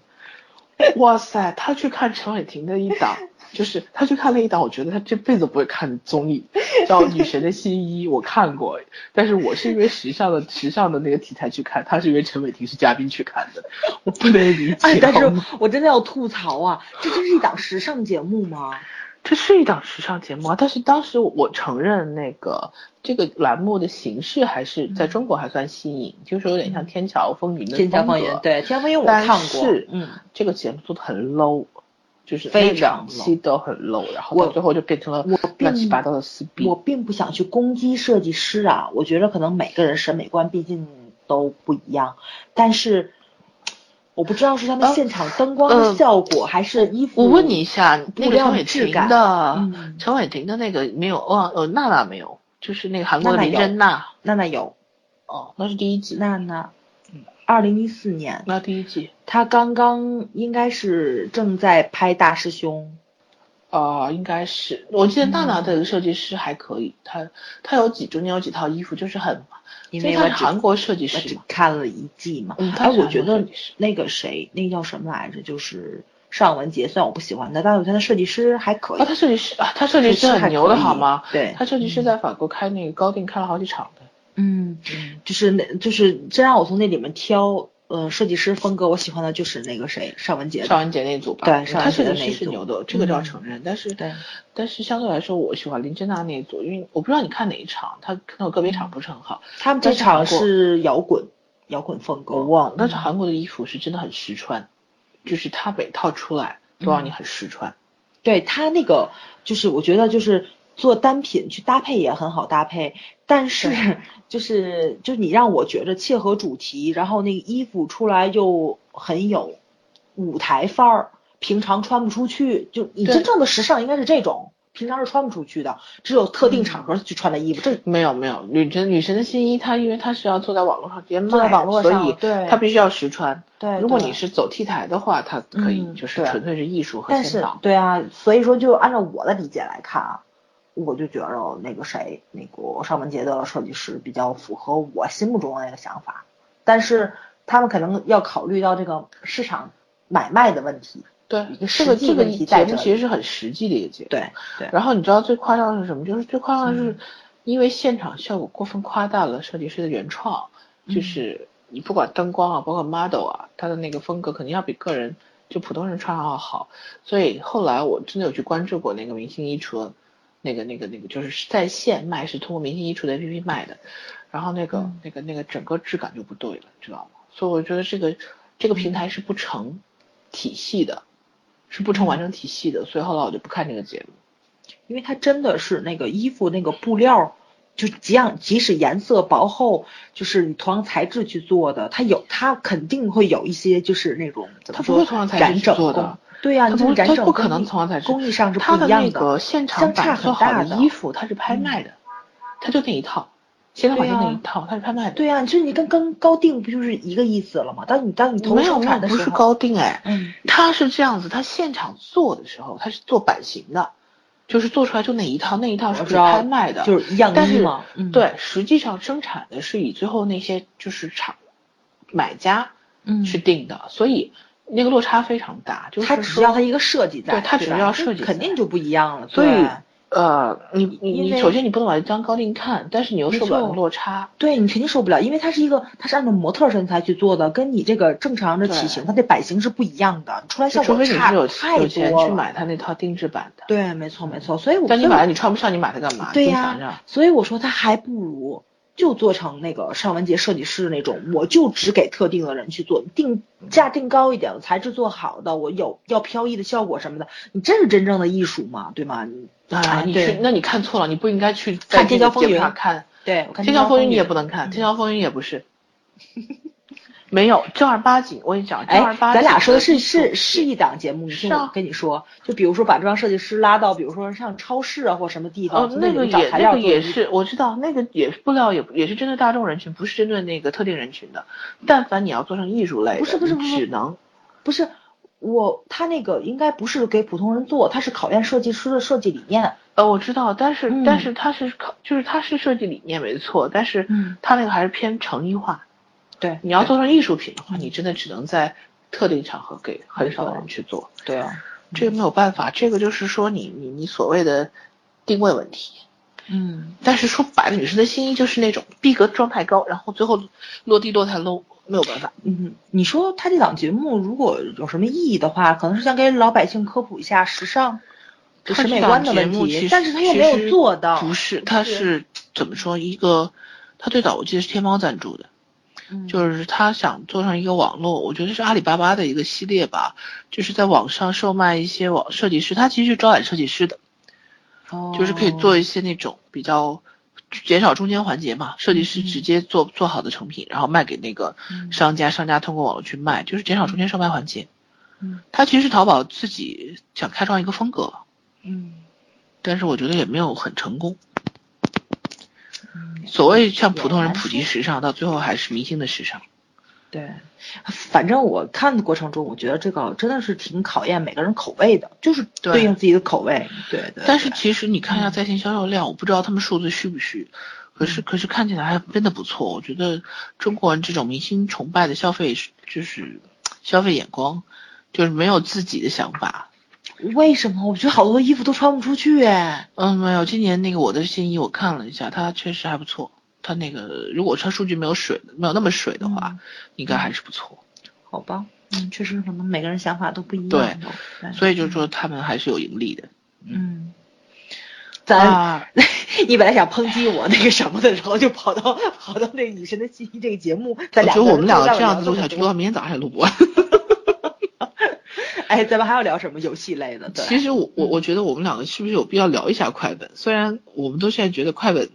[SPEAKER 2] 哇塞，他去看陈伟霆的一 档，就是他去看了一档，我觉得他这辈子不会看的综艺，叫《女神的新衣》，我看过，但是我是因为时尚的时尚的那个题材去看，他是因为陈伟霆是嘉宾去看的，我不能理解。
[SPEAKER 1] 哎，但
[SPEAKER 2] 好
[SPEAKER 1] 是
[SPEAKER 2] 吗
[SPEAKER 1] 我真的要吐槽啊，这真是一档时尚节目吗？
[SPEAKER 2] 这是一档时尚节目啊，但是当时我我承认那个这个栏目的形式还是在中国还算新颖，就是有点像《嗯天桥风云》的
[SPEAKER 1] 天桥
[SPEAKER 2] 风
[SPEAKER 1] 方
[SPEAKER 2] 格
[SPEAKER 1] 言，，对，天桥方言我
[SPEAKER 2] 但
[SPEAKER 1] 看过，
[SPEAKER 2] 是
[SPEAKER 1] 嗯，
[SPEAKER 2] 这个节目做的很 low，就是
[SPEAKER 1] 非
[SPEAKER 2] 那两
[SPEAKER 1] 常 low
[SPEAKER 2] 期都很 low，然后到
[SPEAKER 1] 我
[SPEAKER 2] 最后就变成了
[SPEAKER 1] 我
[SPEAKER 2] 乱
[SPEAKER 1] 并
[SPEAKER 2] 七八糟的撕逼
[SPEAKER 1] 我。并不想去攻击设计师啊，我觉得可能每个人审美观毕竟都不一样，但是我不知道是他们
[SPEAKER 2] 呃
[SPEAKER 1] 现场灯光的
[SPEAKER 2] 呃
[SPEAKER 1] 效果，还是衣服。
[SPEAKER 2] 我问你一，下，
[SPEAKER 1] 布
[SPEAKER 2] 那个陈
[SPEAKER 1] 料
[SPEAKER 2] 伟
[SPEAKER 1] 质
[SPEAKER 2] 霆
[SPEAKER 1] 感
[SPEAKER 2] 的
[SPEAKER 1] 嗯
[SPEAKER 2] 陈伟霆的那个没有哦哦娜娜没有，就是那个韩国的
[SPEAKER 1] 娜娜
[SPEAKER 2] 林
[SPEAKER 1] 有
[SPEAKER 2] 珍娜
[SPEAKER 1] 娜娜有
[SPEAKER 2] 哦，那是第一季，
[SPEAKER 1] 娜娜，二零一四年，
[SPEAKER 2] 那第一季
[SPEAKER 1] 她刚刚应该是正在拍《大师兄》。
[SPEAKER 2] 啊、应该是，我记得娜
[SPEAKER 1] 嗯
[SPEAKER 2] 娜的设计师还可以，她她有几中间有几套衣服就是很，
[SPEAKER 1] 因
[SPEAKER 2] 所以
[SPEAKER 1] 为我
[SPEAKER 2] 她是
[SPEAKER 1] 只
[SPEAKER 2] 韩国设计
[SPEAKER 1] 我只
[SPEAKER 2] 师嘛，
[SPEAKER 1] 看了一季嘛。
[SPEAKER 2] 嗯他
[SPEAKER 1] 哎，
[SPEAKER 2] 是
[SPEAKER 1] 我
[SPEAKER 2] 韩
[SPEAKER 1] 觉
[SPEAKER 2] 国设
[SPEAKER 1] 得
[SPEAKER 2] 计师
[SPEAKER 1] 那个谁，那个叫什么来着？就是尚雯婕，虽然我不喜欢她，但是她的设计师还可以。
[SPEAKER 2] 啊，她设计师啊，她设计
[SPEAKER 1] 设计
[SPEAKER 2] 师
[SPEAKER 1] 师
[SPEAKER 2] 很
[SPEAKER 1] 还
[SPEAKER 2] 牛的
[SPEAKER 1] 可以
[SPEAKER 2] 好吗？
[SPEAKER 1] 对
[SPEAKER 2] 她设计师在法国开那个高定开了好几场的，
[SPEAKER 1] 嗯，就是那，就是真让我从那里面挑，呃，设计师风格我喜欢的就是那个谁，尚雯婕
[SPEAKER 2] 尚
[SPEAKER 1] 的。
[SPEAKER 2] 雯婕那组吧，
[SPEAKER 1] 对
[SPEAKER 2] 嗯
[SPEAKER 1] 尚
[SPEAKER 2] 她
[SPEAKER 1] 雯
[SPEAKER 2] 设
[SPEAKER 1] 婕的
[SPEAKER 2] 计
[SPEAKER 1] 那
[SPEAKER 2] 师
[SPEAKER 1] 一
[SPEAKER 2] 是
[SPEAKER 1] 组
[SPEAKER 2] 牛的，这个就要
[SPEAKER 1] 嗯
[SPEAKER 2] 承认，但是
[SPEAKER 1] 对
[SPEAKER 2] 但是相对来说，我喜欢林珍娜那一组，因为我不知道你看哪一场，她看到个别
[SPEAKER 1] 嗯
[SPEAKER 2] 场不是很好，
[SPEAKER 1] 他们
[SPEAKER 2] 但
[SPEAKER 1] 这
[SPEAKER 2] 是韩
[SPEAKER 1] 场
[SPEAKER 2] 国
[SPEAKER 1] 是摇滚，摇滚风格。
[SPEAKER 2] 我忘了，
[SPEAKER 1] 嗯
[SPEAKER 2] 但是韩国的衣服是真的很实穿，就是她每套出来都
[SPEAKER 1] 嗯
[SPEAKER 2] 让你很实穿。
[SPEAKER 1] 对他那个，就是我觉得就是做单品去搭配也很好搭配，但是就是就是你让我觉着切合主题，然后那个衣服出来又很有舞台范儿，平常穿不出去，就你
[SPEAKER 2] 对
[SPEAKER 1] 真正的时尚应该是这种。平常是穿不出去的，只有特定场合去穿的衣服。这
[SPEAKER 2] 没有没有，女神女神的新衣，它因为它是要做在网络上直接卖，
[SPEAKER 1] 做在网络上
[SPEAKER 2] 所以
[SPEAKER 1] 对
[SPEAKER 2] 它必须要实穿。
[SPEAKER 1] 对
[SPEAKER 2] 如果
[SPEAKER 1] 对
[SPEAKER 2] 你是走 T 台的话，它可以
[SPEAKER 1] 嗯
[SPEAKER 2] 就是
[SPEAKER 1] 对
[SPEAKER 2] 纯粹是艺术和
[SPEAKER 1] 但
[SPEAKER 2] 先
[SPEAKER 1] 是
[SPEAKER 2] 导。
[SPEAKER 1] 对啊，所以说就按照我的理解来看啊，我就觉着那个谁，那个尚雯婕的设计师比较符合我心目中的那个想法，但是他们可能要考虑到这个市场买卖的问题。
[SPEAKER 2] 对
[SPEAKER 1] 一个
[SPEAKER 2] 这个
[SPEAKER 1] 实际
[SPEAKER 2] 这个
[SPEAKER 1] 问题
[SPEAKER 2] 节
[SPEAKER 1] 在
[SPEAKER 2] 目
[SPEAKER 1] 这里
[SPEAKER 2] 其实是很实际的一个节目。
[SPEAKER 1] 对对嗯
[SPEAKER 2] 然后你知道最夸张的是什么？就是最夸张的是，因为现场效果过分夸大了设计师的原
[SPEAKER 1] 嗯
[SPEAKER 2] 创，就是你不管灯光啊，包括 model 啊，他的那个风格肯定要比个人就普通人穿上要好。所以后来我真的有去关注过那个明星衣橱，那个那个那个就是在线卖，是通过明星衣橱的 APP 卖的，然后那个、
[SPEAKER 1] 嗯
[SPEAKER 2] 那个那个整个质感就不对了，知道吗？所以我觉得这个这个
[SPEAKER 1] 嗯
[SPEAKER 2] 平台是不成体系的，是不成完整体系的，所以后来我就不看这个节目。
[SPEAKER 1] 因为它真的是那个衣服那个布料，就即样即使颜色薄厚，就是你同样材质去做的，它有它肯定会有一些就是那种怎么
[SPEAKER 2] 它不
[SPEAKER 1] 说
[SPEAKER 2] 会同样材质
[SPEAKER 1] 染
[SPEAKER 2] 去
[SPEAKER 1] 整
[SPEAKER 2] 做的
[SPEAKER 1] 工对呀、
[SPEAKER 2] 它
[SPEAKER 1] 你就是
[SPEAKER 2] 不会
[SPEAKER 1] 染
[SPEAKER 2] 它
[SPEAKER 1] 整
[SPEAKER 2] 不可
[SPEAKER 1] 工
[SPEAKER 2] 能
[SPEAKER 1] 艺
[SPEAKER 2] 同样材质
[SPEAKER 1] 工艺上是
[SPEAKER 2] 它
[SPEAKER 1] 不
[SPEAKER 2] 的
[SPEAKER 1] 一样
[SPEAKER 2] 那个现场
[SPEAKER 1] 相差
[SPEAKER 2] 版
[SPEAKER 1] 很
[SPEAKER 2] 做好
[SPEAKER 1] 大
[SPEAKER 2] 的嗯
[SPEAKER 1] 的
[SPEAKER 2] 衣服，它是拍卖的，它就那一套，现场版就
[SPEAKER 1] 对啊
[SPEAKER 2] 那一套，它是拍卖的。
[SPEAKER 1] 对啊呀、你说你跟跟高定不就是一个意思了吗？当你当你投入
[SPEAKER 2] 没有
[SPEAKER 1] 生
[SPEAKER 2] 没有
[SPEAKER 1] 产的
[SPEAKER 2] 不
[SPEAKER 1] 时
[SPEAKER 2] 是
[SPEAKER 1] 候，
[SPEAKER 2] 高定哎，
[SPEAKER 1] 嗯
[SPEAKER 2] 它是这样子，它现场做的时候，它是做版型的，就是做出来就那一套，那一套是
[SPEAKER 1] 我
[SPEAKER 2] 不
[SPEAKER 1] 知道
[SPEAKER 2] 拍卖的，
[SPEAKER 1] 就是一样
[SPEAKER 2] 但
[SPEAKER 1] 衣
[SPEAKER 2] 是
[SPEAKER 1] 嘛嗯
[SPEAKER 2] 对，实际上生产的是以最后那些就是厂买家
[SPEAKER 1] 嗯
[SPEAKER 2] 去定的，所以那个落差非常大，就是
[SPEAKER 1] 它只
[SPEAKER 2] 说
[SPEAKER 1] 要它一个设计在，
[SPEAKER 2] 对它只
[SPEAKER 1] 吧
[SPEAKER 2] 要
[SPEAKER 1] 就
[SPEAKER 2] 设计
[SPEAKER 1] 肯
[SPEAKER 2] 在
[SPEAKER 1] 定就不一样了，
[SPEAKER 2] 所以
[SPEAKER 1] 对
[SPEAKER 2] 呃，你你
[SPEAKER 1] 因
[SPEAKER 2] 你
[SPEAKER 1] 为
[SPEAKER 2] 首先你不能把它当高定看，但是你又
[SPEAKER 1] 没
[SPEAKER 2] 受不了那
[SPEAKER 1] 错
[SPEAKER 2] 个落差。
[SPEAKER 1] 对你肯定受不了，因为它是一个，它是按照模特身材去做的，跟你这个正常的体型，它这版型是不一样的，你出来
[SPEAKER 2] 就
[SPEAKER 1] 效
[SPEAKER 2] 除
[SPEAKER 1] 果
[SPEAKER 2] 非你
[SPEAKER 1] 差
[SPEAKER 2] 是有
[SPEAKER 1] 太
[SPEAKER 2] 有钱
[SPEAKER 1] 多
[SPEAKER 2] 去
[SPEAKER 1] 了。
[SPEAKER 2] 买它那套定制版的，
[SPEAKER 1] 对，没错没错，所以我
[SPEAKER 2] 但你
[SPEAKER 1] 所以
[SPEAKER 2] 买了
[SPEAKER 1] 我
[SPEAKER 2] 你穿不上，你买它干嘛？
[SPEAKER 1] 对
[SPEAKER 2] 真
[SPEAKER 1] 呀、啊
[SPEAKER 2] 烦人
[SPEAKER 1] 所以我说它还不如就做成那个尚雯婕设计师那种，我就只给特定的人去做，定价定高一点，材质做好的，我有要飘逸的效果什么的，你这是真正的艺术嘛，对吗？你
[SPEAKER 2] 啊，你去
[SPEAKER 1] 对，
[SPEAKER 2] 那你看错了，你不应该去在
[SPEAKER 1] 看
[SPEAKER 2] 这
[SPEAKER 1] 天
[SPEAKER 2] 个
[SPEAKER 1] 骄风
[SPEAKER 2] 节目
[SPEAKER 1] 云
[SPEAKER 2] 上看
[SPEAKER 1] 对，我
[SPEAKER 2] 《
[SPEAKER 1] 看
[SPEAKER 2] 天
[SPEAKER 1] 骄
[SPEAKER 2] 骄风云》你也
[SPEAKER 1] 云嗯
[SPEAKER 2] 不能看，《天骄风云》也 不是，没有正儿八经。我跟你讲，正儿八经，
[SPEAKER 1] 哎咱俩说的是是是一档节目，你
[SPEAKER 2] 是
[SPEAKER 1] 听我
[SPEAKER 2] 啊
[SPEAKER 1] 跟你说，就比如说把这帮设计师拉到，比如说上超市啊或什么地方，
[SPEAKER 2] 哦，
[SPEAKER 1] 从
[SPEAKER 2] 那
[SPEAKER 1] 里
[SPEAKER 2] 个
[SPEAKER 1] 面找
[SPEAKER 2] 也
[SPEAKER 1] 材
[SPEAKER 2] 那
[SPEAKER 1] 料
[SPEAKER 2] 个
[SPEAKER 1] 做
[SPEAKER 2] 也
[SPEAKER 1] 衣服
[SPEAKER 2] 是，我知道那个也是布料也也是针对大众人群，不是针对那个特定人群的。但凡你要做成艺术类的，
[SPEAKER 1] 不是不是
[SPEAKER 2] 你
[SPEAKER 1] 不是
[SPEAKER 2] 只能
[SPEAKER 1] 不是我他那个应该不是给普通人做，他是考验设计师的设计理念。
[SPEAKER 2] 呃，我知道，但是、但
[SPEAKER 1] 嗯
[SPEAKER 2] 是它是靠，就是它是设计理念没错，但是
[SPEAKER 1] 嗯
[SPEAKER 2] 它那个还是偏诚意化。
[SPEAKER 1] 对
[SPEAKER 2] 你要做成艺术品的话，你真的只能在特定场合给很少的人去做，
[SPEAKER 1] 对啊，
[SPEAKER 2] 这个没有办法。这个就是说你你你所谓的定位问题。
[SPEAKER 1] 嗯，
[SPEAKER 2] 但是说白了，女生的心意就是那种逼格装太高，然后最后落地落太 low，没有办法。
[SPEAKER 1] 嗯，你说他这档节目如果有什么意义的话，可能是想给老百姓科普一下时尚、就
[SPEAKER 2] 它
[SPEAKER 1] 审
[SPEAKER 2] 这
[SPEAKER 1] 美
[SPEAKER 2] 档
[SPEAKER 1] 观的
[SPEAKER 2] 节
[SPEAKER 1] 问
[SPEAKER 2] 目其
[SPEAKER 1] 题
[SPEAKER 2] 实，
[SPEAKER 1] 但是他又
[SPEAKER 2] 其
[SPEAKER 1] 没有
[SPEAKER 2] 实
[SPEAKER 1] 做到。
[SPEAKER 2] 不是，它是怎么说一个？它最早我记得是天猫赞助的，
[SPEAKER 1] 嗯，
[SPEAKER 2] 就是他想做成一个网络，我觉得是阿里巴巴的一个系列吧，就是在网上售卖一些网设计师，他其实是招揽设计师的，
[SPEAKER 1] 哦
[SPEAKER 2] 就是可以做一些那种比较减少中间环节嘛，设计师直接做做好的成品，然后卖给那个
[SPEAKER 1] 嗯
[SPEAKER 2] 商家，商家通过网络去卖，就是减少中间售卖环节
[SPEAKER 1] 嗯。
[SPEAKER 2] 他其实是淘宝自己想开创一个风格，
[SPEAKER 1] 嗯。
[SPEAKER 2] 但是我觉得也没有很成功。
[SPEAKER 1] 嗯
[SPEAKER 2] 所谓向普通人
[SPEAKER 1] 也难
[SPEAKER 2] 普及
[SPEAKER 1] 说
[SPEAKER 2] 时尚，到最后还是明星的时尚。
[SPEAKER 1] 对，反正我看的过程中，我觉得这个真的是挺考验每个人口味的，就是
[SPEAKER 2] 对
[SPEAKER 1] 对应自己的口味。对对
[SPEAKER 2] 但是
[SPEAKER 1] 对
[SPEAKER 2] 其实你看一下在线销售量，我不知道他们数字虚不虚，可
[SPEAKER 1] 嗯
[SPEAKER 2] 是可是看起来还真的不错。我觉得中国人这种明星崇拜的消费是就是消费眼光，就是没有自己的想法。
[SPEAKER 1] 为什么我觉得好多衣服都穿不出去哎？
[SPEAKER 2] 嗯，没有，今年那个我的新衣我看了一下，它确实还不错。它那个如果它数据没有水，没有那么水的话，
[SPEAKER 1] 嗯
[SPEAKER 2] 应该还是不错。
[SPEAKER 1] 好吧，嗯，确实可能每个人想法都不一样。
[SPEAKER 2] 对
[SPEAKER 1] 对，
[SPEAKER 2] 所以就是说他们还是有盈利的。
[SPEAKER 1] 嗯，咱、
[SPEAKER 2] 啊，
[SPEAKER 1] 你本来想抨击我那个什么的，然后就跑到跑到那个女神的记忆这个节目，
[SPEAKER 2] 我
[SPEAKER 1] 咱俩
[SPEAKER 2] 觉得我们两个
[SPEAKER 1] 在
[SPEAKER 2] 这样子
[SPEAKER 1] 聊
[SPEAKER 2] 录下
[SPEAKER 1] 得
[SPEAKER 2] 去，
[SPEAKER 1] 多
[SPEAKER 2] 录到明天早上还录不完。
[SPEAKER 1] 哎，咱们还要聊什么游戏类的？对，嗯
[SPEAKER 2] 其实我我我觉得我们两个是不是有必要聊一下快本？虽然我们都现在觉得快本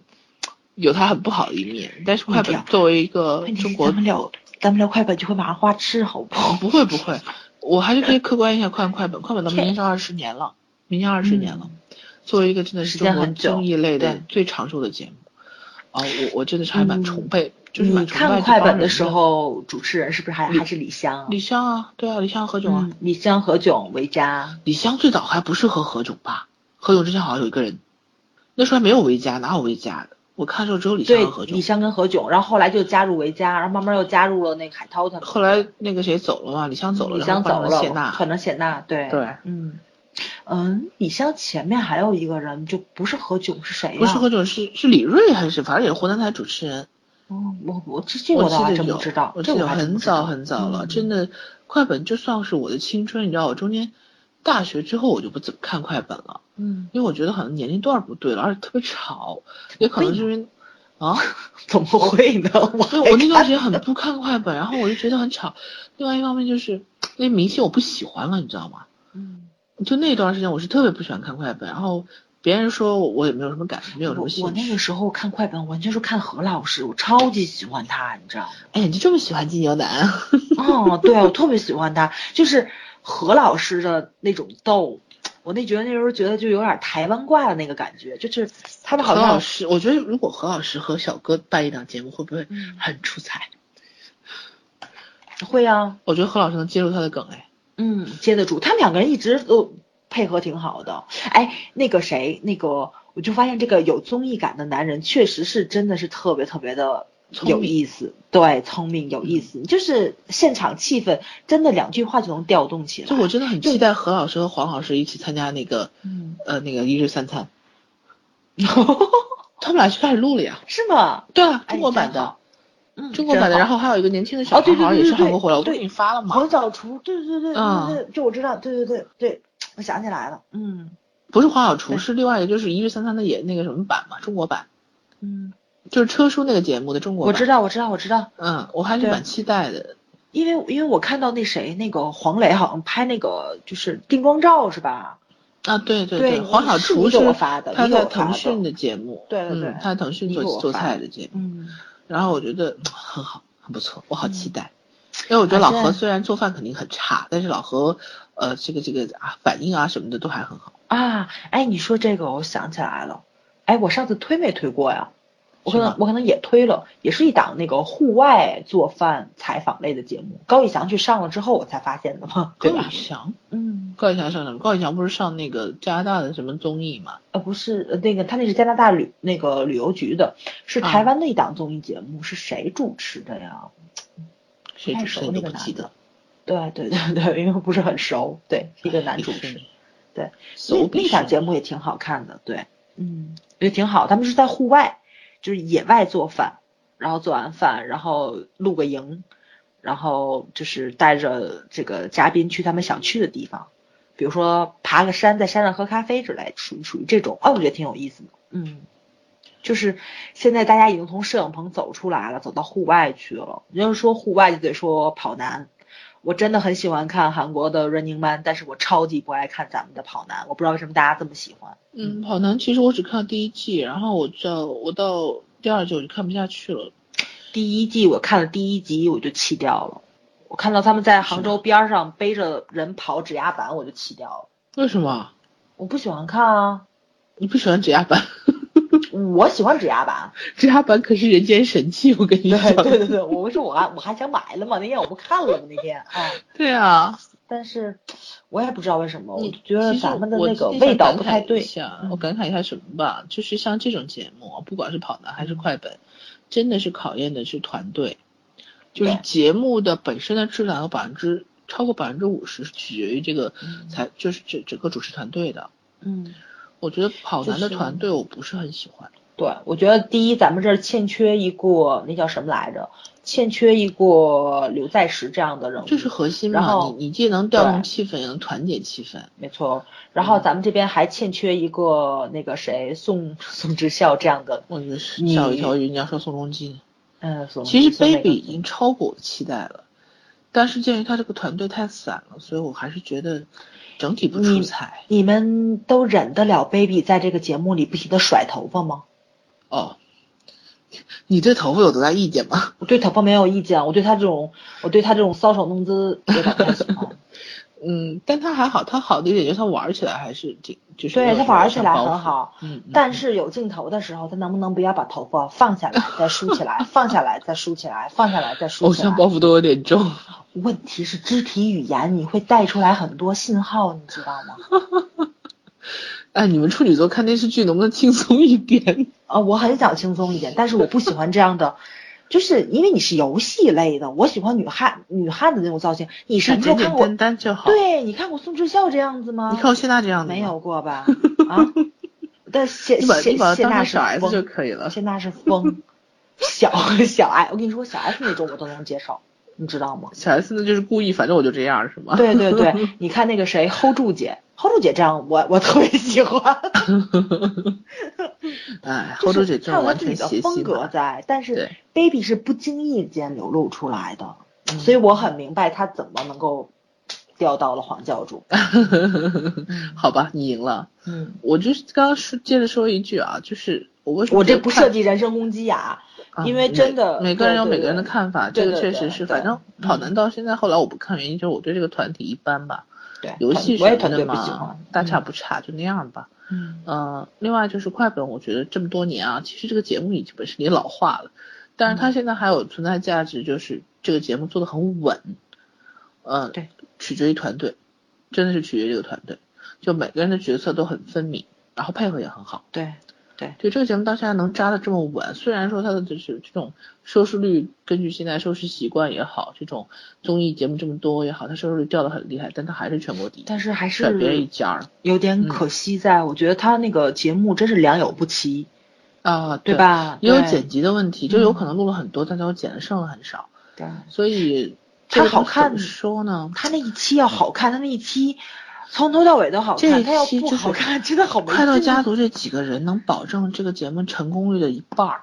[SPEAKER 2] 有它很不好的一面，但是快
[SPEAKER 1] 你
[SPEAKER 2] 本
[SPEAKER 1] 聊
[SPEAKER 2] 作为一个
[SPEAKER 1] 问题
[SPEAKER 2] 中
[SPEAKER 1] 是
[SPEAKER 2] 国
[SPEAKER 1] 咱们聊咱们聊快本就会马上花痴，好不好？
[SPEAKER 2] 不会 不会，我还是可以客观一下看快本。快本到明年是二十年了，明年二十年了，作为一个真的是
[SPEAKER 1] 嗯时
[SPEAKER 2] 中
[SPEAKER 1] 间
[SPEAKER 2] 国
[SPEAKER 1] 很久
[SPEAKER 2] 综艺类的
[SPEAKER 1] 对
[SPEAKER 2] 最长寿的节目啊，我我真的是还蛮
[SPEAKER 1] 嗯
[SPEAKER 2] 崇拜，就是蛮
[SPEAKER 1] 你
[SPEAKER 2] 崇拜
[SPEAKER 1] 看
[SPEAKER 2] 这
[SPEAKER 1] 快
[SPEAKER 2] 帮
[SPEAKER 1] 本的
[SPEAKER 2] 人
[SPEAKER 1] 时，候，主持人是不是还
[SPEAKER 2] 李
[SPEAKER 1] 还是李湘啊？
[SPEAKER 2] 李湘啊，对啊，李湘何炅啊，
[SPEAKER 1] 嗯，李湘、何炅、维嘉，
[SPEAKER 2] 李湘最早还不是和何炅吧？何炅之前好像有一个人，那时候还没有维嘉，哪有维嘉的？我看的时候只有李湘
[SPEAKER 1] 对
[SPEAKER 2] 和何，
[SPEAKER 1] 李
[SPEAKER 2] 炅。
[SPEAKER 1] 湘跟何炅，然后后来就加入维嘉，然后慢慢又加入了那个海涛他们，嗯
[SPEAKER 2] 后来那个谁走了嘛，李湘走了，
[SPEAKER 1] 李
[SPEAKER 2] 然
[SPEAKER 1] 湘
[SPEAKER 2] 后
[SPEAKER 1] 走
[SPEAKER 2] 换成
[SPEAKER 1] 了，
[SPEAKER 2] 谢娜。
[SPEAKER 1] 换成谢娜，对，
[SPEAKER 2] 对，
[SPEAKER 1] 嗯嗯，李湘前面还有一个人，就不是何炅是谁呀？
[SPEAKER 2] 不是何炅，是是李锐还是反正也是湖南台主持人。
[SPEAKER 1] 嗯，我我这这我倒还
[SPEAKER 2] 记得
[SPEAKER 1] 真
[SPEAKER 2] 有，
[SPEAKER 1] 不知道，
[SPEAKER 2] 我
[SPEAKER 1] 这
[SPEAKER 2] 记得
[SPEAKER 1] 还真
[SPEAKER 2] 很
[SPEAKER 1] 不知道
[SPEAKER 2] 早很早了，
[SPEAKER 1] 嗯
[SPEAKER 2] 真的快本就算是我的青春，你知道，我中间大学之后我就不怎么看快本了，
[SPEAKER 1] 嗯，
[SPEAKER 2] 因为我觉得好像年龄段不对了，而且特别吵，也可能是因为啊，
[SPEAKER 4] 怎么会 呢？我
[SPEAKER 2] 所
[SPEAKER 1] 哎
[SPEAKER 2] 以我那段时间很不看快本，然后我就觉得很吵。另外一方面就是那明星我不喜欢了，你知道吗？
[SPEAKER 1] 嗯，
[SPEAKER 2] 就那段时间我是特别不喜欢看快本，然后别人说我也没有什么感觉，没有什
[SPEAKER 1] 我
[SPEAKER 2] 么兴趣。
[SPEAKER 1] 我那个时候看快本完全是看何老师，我超级喜欢他，你知道吗？
[SPEAKER 2] 哎，你就这么喜欢金牛男啊？
[SPEAKER 1] 哦，对，我特别喜欢他，就是何老师的那种逗，我那觉得那时候觉得就有点台湾挂的那个感觉，就是他们
[SPEAKER 2] 何
[SPEAKER 1] 好
[SPEAKER 2] 老
[SPEAKER 1] 像
[SPEAKER 2] 师，我觉得如果何老师和小哥办一档节目，会不会很出彩？
[SPEAKER 1] 嗯会啊，
[SPEAKER 2] 我觉得何老师能接住他的梗，哎，
[SPEAKER 1] 嗯，接得住，他们两个人一直都配合挺好的。哎，那个谁，那个我就发现这个有综艺感的男人，确实是真的是特别特别的。
[SPEAKER 2] 聪
[SPEAKER 1] 有
[SPEAKER 2] 明嗯
[SPEAKER 1] 意思，对，聪明有意思，就是现场气氛真的两句话就能调动起来。
[SPEAKER 2] 就我嗯真的很期待何老师和黄老师一起参加那个，
[SPEAKER 1] 嗯，
[SPEAKER 2] 呃，那个一日三餐。 他们俩就开始录了呀？
[SPEAKER 1] 是吗？
[SPEAKER 2] 对啊，
[SPEAKER 1] 哎
[SPEAKER 2] 中国版
[SPEAKER 1] 真
[SPEAKER 2] 的
[SPEAKER 1] 好，嗯，
[SPEAKER 2] 中国版
[SPEAKER 1] 真
[SPEAKER 2] 的，
[SPEAKER 1] 好
[SPEAKER 2] 然后还有一个年轻的小
[SPEAKER 1] 哦对
[SPEAKER 2] 男
[SPEAKER 1] 对
[SPEAKER 2] 孩
[SPEAKER 1] 对
[SPEAKER 2] 也是
[SPEAKER 1] 对
[SPEAKER 2] 韩国回来，我不
[SPEAKER 1] 对
[SPEAKER 2] 是给你发了吗？
[SPEAKER 1] 黄小厨，对对对对
[SPEAKER 2] 嗯
[SPEAKER 1] 对对，这我知道，对对对对，我想起来了，嗯
[SPEAKER 2] 不是黄小厨，
[SPEAKER 1] 对
[SPEAKER 2] 是另外一个，就是一日三餐的也那个什么版嘛，中国版，
[SPEAKER 1] 嗯，
[SPEAKER 2] 就是车叔那个节目的中国
[SPEAKER 1] 我
[SPEAKER 2] 版。
[SPEAKER 1] 知
[SPEAKER 2] 道，
[SPEAKER 1] 道我知道我知道，
[SPEAKER 2] 嗯，我还是
[SPEAKER 1] 对
[SPEAKER 2] 蛮期待的。
[SPEAKER 1] 因为因为我看到那谁那个黄磊好像拍那个就是定妆照是吧？
[SPEAKER 2] 啊，对对
[SPEAKER 1] 对
[SPEAKER 2] 黄小
[SPEAKER 1] 是
[SPEAKER 2] 厨
[SPEAKER 1] 你给
[SPEAKER 2] 是
[SPEAKER 1] 我发的
[SPEAKER 2] 他
[SPEAKER 1] 你给
[SPEAKER 2] 在
[SPEAKER 1] 我发
[SPEAKER 2] 腾
[SPEAKER 1] 的
[SPEAKER 2] 讯的节目，
[SPEAKER 1] 对对对
[SPEAKER 2] 嗯，他在腾讯
[SPEAKER 1] 你给
[SPEAKER 2] 做
[SPEAKER 1] 我
[SPEAKER 2] 做
[SPEAKER 1] 发
[SPEAKER 2] 菜的节目，
[SPEAKER 1] 嗯，
[SPEAKER 2] 然后我觉得很好，很不错，我好期待。因为我觉得
[SPEAKER 1] 啊
[SPEAKER 2] 老
[SPEAKER 1] 现
[SPEAKER 2] 何
[SPEAKER 1] 在
[SPEAKER 2] 虽然做饭肯定很差，但是老何，呃，这个这个啊反应啊什么的都还很好。
[SPEAKER 1] 啊，哎，你说这个我想起来了，哎，我上次推没推过呀？我可
[SPEAKER 2] 是吗
[SPEAKER 1] 能我可能也推了，也是一档那个户外做饭采访类的节目，高以翔去上了之后我才发现的嘛，
[SPEAKER 2] 高
[SPEAKER 1] 对
[SPEAKER 2] 以
[SPEAKER 1] 吧？
[SPEAKER 2] 翔，
[SPEAKER 1] 嗯，
[SPEAKER 2] 高以翔上什么？高以翔不是上那个加拿大的什么综艺嘛？
[SPEAKER 1] 呃，不是，呃那个他那是加拿大旅那个旅游局的，是台
[SPEAKER 2] 啊
[SPEAKER 1] 湾的一档综艺节目，是谁主持的呀？
[SPEAKER 2] 谁
[SPEAKER 1] 太
[SPEAKER 2] 主持
[SPEAKER 1] 熟
[SPEAKER 2] 的
[SPEAKER 1] 那
[SPEAKER 2] 你都
[SPEAKER 1] 个
[SPEAKER 2] 不
[SPEAKER 1] 男
[SPEAKER 2] 记
[SPEAKER 1] 的
[SPEAKER 2] 得？
[SPEAKER 1] 对对对对，因为不是很熟，对，一个男主
[SPEAKER 2] 也
[SPEAKER 1] 持
[SPEAKER 2] 是，
[SPEAKER 1] 对，
[SPEAKER 2] 手
[SPEAKER 1] 那
[SPEAKER 2] 比
[SPEAKER 1] 那档
[SPEAKER 2] 手
[SPEAKER 1] 节目也挺好看的，对，嗯，也挺好，他们是在户外，就是野外做饭，然后做完饭，然后露个营，然后就是带着这个嘉宾去他们想去的地方，比如说爬个山，在山上喝咖啡之类，属于属于这种，啊，我觉得挺有意思的，嗯。就是现在大家已经从摄影棚走出来了，走到户外去了。你要是说户外，就得说跑男。我真的很喜欢看韩国的 Running Man，但是我超级不爱看咱们的跑男，我不知道为什么大家这么喜欢。
[SPEAKER 2] 嗯，跑男其实我只看到第一季，然后我到我到第二季我就看不下去了。
[SPEAKER 1] 第一季我看了第一集我就弃掉了，我看到他们在杭州边上背着人跑指压板，我就弃掉了。
[SPEAKER 2] 为什么？
[SPEAKER 1] 我不喜欢看啊，
[SPEAKER 2] 你不喜欢指压板？
[SPEAKER 1] 我喜欢指压板。
[SPEAKER 2] 指压板可是人间神器，我跟你
[SPEAKER 1] 对
[SPEAKER 2] 讲。
[SPEAKER 1] 对对对，我说我还我还想买了嘛，那天我不看了嘛那天啊，
[SPEAKER 2] 对啊，
[SPEAKER 1] 但是我也不知道为什么，我
[SPEAKER 2] 你
[SPEAKER 1] 就觉得
[SPEAKER 2] 其实
[SPEAKER 1] 咱们的
[SPEAKER 2] 我
[SPEAKER 1] 那个
[SPEAKER 2] 今天
[SPEAKER 1] 味道
[SPEAKER 2] 想
[SPEAKER 1] 不
[SPEAKER 2] 感慨
[SPEAKER 1] 太
[SPEAKER 2] 一
[SPEAKER 1] 对。
[SPEAKER 2] 下
[SPEAKER 1] 嗯
[SPEAKER 2] 我感慨一下什么吧，就是像这种节目，不管是跑男还是快本，真的是考验的是团队，就是
[SPEAKER 1] 对
[SPEAKER 2] 节目的本身的质量有百分之超过百分之五十是取决于这个才就是整整个主持团队的。
[SPEAKER 1] 嗯。
[SPEAKER 2] 我觉得跑
[SPEAKER 1] 就
[SPEAKER 2] 男的
[SPEAKER 1] 是
[SPEAKER 2] 团队我不是很喜欢。
[SPEAKER 1] 对，我觉得第一，咱们这儿欠缺一个那叫什么来着？欠缺一个刘在石这样的人物，
[SPEAKER 2] 这是核心
[SPEAKER 1] 嗯然
[SPEAKER 2] 嘛，
[SPEAKER 1] 后
[SPEAKER 2] 你你既能调动
[SPEAKER 1] 对
[SPEAKER 2] 气氛，也能团结气氛。
[SPEAKER 1] 没错。然
[SPEAKER 2] 嗯
[SPEAKER 1] 后咱们这边还欠缺一个那个谁，宋宋智孝这样的，
[SPEAKER 2] 我觉得是
[SPEAKER 1] 你
[SPEAKER 2] 吓我一跳，人家说宋仲基呢。
[SPEAKER 1] 嗯，宋
[SPEAKER 2] 其实
[SPEAKER 1] 宋那个
[SPEAKER 2] Baby 已经超过我的期待了，但是鉴于他这个团队太散了，所以我还是觉得整体不出彩。
[SPEAKER 1] 你们都忍得了 Baby 在这个节目里不停的甩头发吗？
[SPEAKER 2] 哦，你对头发有多大意见吗？
[SPEAKER 1] 我对头发没有意见，我对他这种，我对他这种搔首弄姿有点不太喜 欢。
[SPEAKER 2] 嗯，但他还好，他好的一点就是他玩起来还是挺，就是没
[SPEAKER 1] 对
[SPEAKER 2] 有
[SPEAKER 1] 他
[SPEAKER 2] 什么
[SPEAKER 1] 玩起来
[SPEAKER 2] 包袱
[SPEAKER 1] 很好，
[SPEAKER 2] 嗯，嗯
[SPEAKER 1] 但是有镜头的时候，他能不能不要把头发放下 来，再梳起来，放下来再梳起来，放下来再梳
[SPEAKER 2] 偶
[SPEAKER 1] 起来
[SPEAKER 2] 哦像？包袱都有点重。
[SPEAKER 1] 问题是肢体语言，你会带出来很多信号，你知道吗？
[SPEAKER 2] 哎，你们处女座看电视剧能不能轻松一点？
[SPEAKER 1] 啊，我很想轻松一点，但是我不喜欢这样的， 就是因为你是游戏类的，我喜欢女汉女汉子那种造型。你什
[SPEAKER 2] 就
[SPEAKER 1] 么时候
[SPEAKER 2] 简
[SPEAKER 1] 看
[SPEAKER 2] 简
[SPEAKER 1] 过？
[SPEAKER 2] 单单就好。，
[SPEAKER 1] 对你看过宋智孝这样子吗？
[SPEAKER 2] 你看我谢娜这样的
[SPEAKER 1] 没？
[SPEAKER 2] 吗
[SPEAKER 1] 有过 吧？啊，但谢
[SPEAKER 2] 你把
[SPEAKER 1] 谢
[SPEAKER 2] 你把
[SPEAKER 1] 谢
[SPEAKER 2] 它当
[SPEAKER 1] 娜
[SPEAKER 2] 成
[SPEAKER 1] 是
[SPEAKER 2] 小 S
[SPEAKER 1] 疯
[SPEAKER 2] 就可以了。
[SPEAKER 1] 谢娜是疯，小小 S，我跟你说，小 S 那种我都能接受，你知道吗？
[SPEAKER 2] 小 S 呢就是故意，反正我就这样是吗？
[SPEAKER 1] 对对 对，你看那个谁，hold 住姐，hold 住姐这样我我特别喜欢，
[SPEAKER 2] 哎，
[SPEAKER 1] 就
[SPEAKER 2] 后周姐
[SPEAKER 1] 是
[SPEAKER 2] 这
[SPEAKER 1] 她有
[SPEAKER 2] 种
[SPEAKER 1] 她
[SPEAKER 2] 完
[SPEAKER 1] 自己
[SPEAKER 2] 全
[SPEAKER 1] 的
[SPEAKER 2] 邪
[SPEAKER 1] 风
[SPEAKER 2] 性
[SPEAKER 1] 格
[SPEAKER 2] 的，
[SPEAKER 1] 在，但是
[SPEAKER 2] 对
[SPEAKER 1] baby 是不经意间流露出来的，
[SPEAKER 2] 嗯
[SPEAKER 1] 所以我很明白她怎么能够钓到了黄教主。
[SPEAKER 2] 嗯好吧，你赢了。
[SPEAKER 1] 嗯，
[SPEAKER 2] 我就是刚刚说接着说一句啊，就是我为什么
[SPEAKER 1] 我这
[SPEAKER 2] 觉得
[SPEAKER 1] 不
[SPEAKER 2] 看
[SPEAKER 1] 涉及人身攻击啊，
[SPEAKER 2] 啊
[SPEAKER 1] 因为真的
[SPEAKER 2] 每每个人
[SPEAKER 1] 对
[SPEAKER 2] 有
[SPEAKER 1] 对
[SPEAKER 2] 每个人的
[SPEAKER 1] 对
[SPEAKER 2] 看法，
[SPEAKER 1] 对
[SPEAKER 2] 这个
[SPEAKER 1] 对
[SPEAKER 2] 确
[SPEAKER 1] 对
[SPEAKER 2] 实是。
[SPEAKER 1] 对嗯
[SPEAKER 2] 反正跑男到现在，后来我不看，原因就是我对这个团体一般吧，
[SPEAKER 1] 对，
[SPEAKER 2] 游戏
[SPEAKER 1] 我也
[SPEAKER 2] 什么
[SPEAKER 1] 团
[SPEAKER 2] 的
[SPEAKER 1] 队不喜欢
[SPEAKER 2] 嘛，，大差不差，就那样吧。
[SPEAKER 1] 嗯，
[SPEAKER 2] 嗯，另外就是快本，我觉得这么多年啊，其实这个节目已经本身也老化了，
[SPEAKER 1] 嗯
[SPEAKER 2] 但是它现在还有存在价值，就是这个节目做的很稳。嗯，
[SPEAKER 1] 对，
[SPEAKER 2] 取决于团队，真的是取决于这个团队，就每个人的角色都很分明，然后配合也很好。
[SPEAKER 1] 对，
[SPEAKER 2] 对这个节目到现在能扎的这么稳，虽然说它的就是这种收视率，根据现在收视习惯也好，这种综艺节目这么多也好，它收视率掉的很厉害，但它还是全国第一，
[SPEAKER 1] 但是还
[SPEAKER 2] 甩别人一
[SPEAKER 1] 是
[SPEAKER 2] 家儿
[SPEAKER 1] 有点可惜在，我觉得他那个节目真是良莠不齐，
[SPEAKER 2] 啊，
[SPEAKER 1] 对？吧？
[SPEAKER 2] 也有
[SPEAKER 1] 对嗯
[SPEAKER 2] 剪辑的问题，就有可能录了很多，但最后剪的剩了很少，
[SPEAKER 1] 对
[SPEAKER 2] 所以
[SPEAKER 1] 它
[SPEAKER 2] 这个
[SPEAKER 1] 好
[SPEAKER 2] 东西怎
[SPEAKER 1] 看
[SPEAKER 2] 么说呢？
[SPEAKER 1] 他那一期要好看，他那一期从头到尾都好
[SPEAKER 2] 这
[SPEAKER 1] 看，
[SPEAKER 2] 一
[SPEAKER 1] 他要
[SPEAKER 2] 期
[SPEAKER 1] 不
[SPEAKER 2] 就是
[SPEAKER 1] 好看， 真的好没
[SPEAKER 2] 快乐
[SPEAKER 1] 劲。
[SPEAKER 2] 家族这几个人能保证这个节目成功率的一半儿，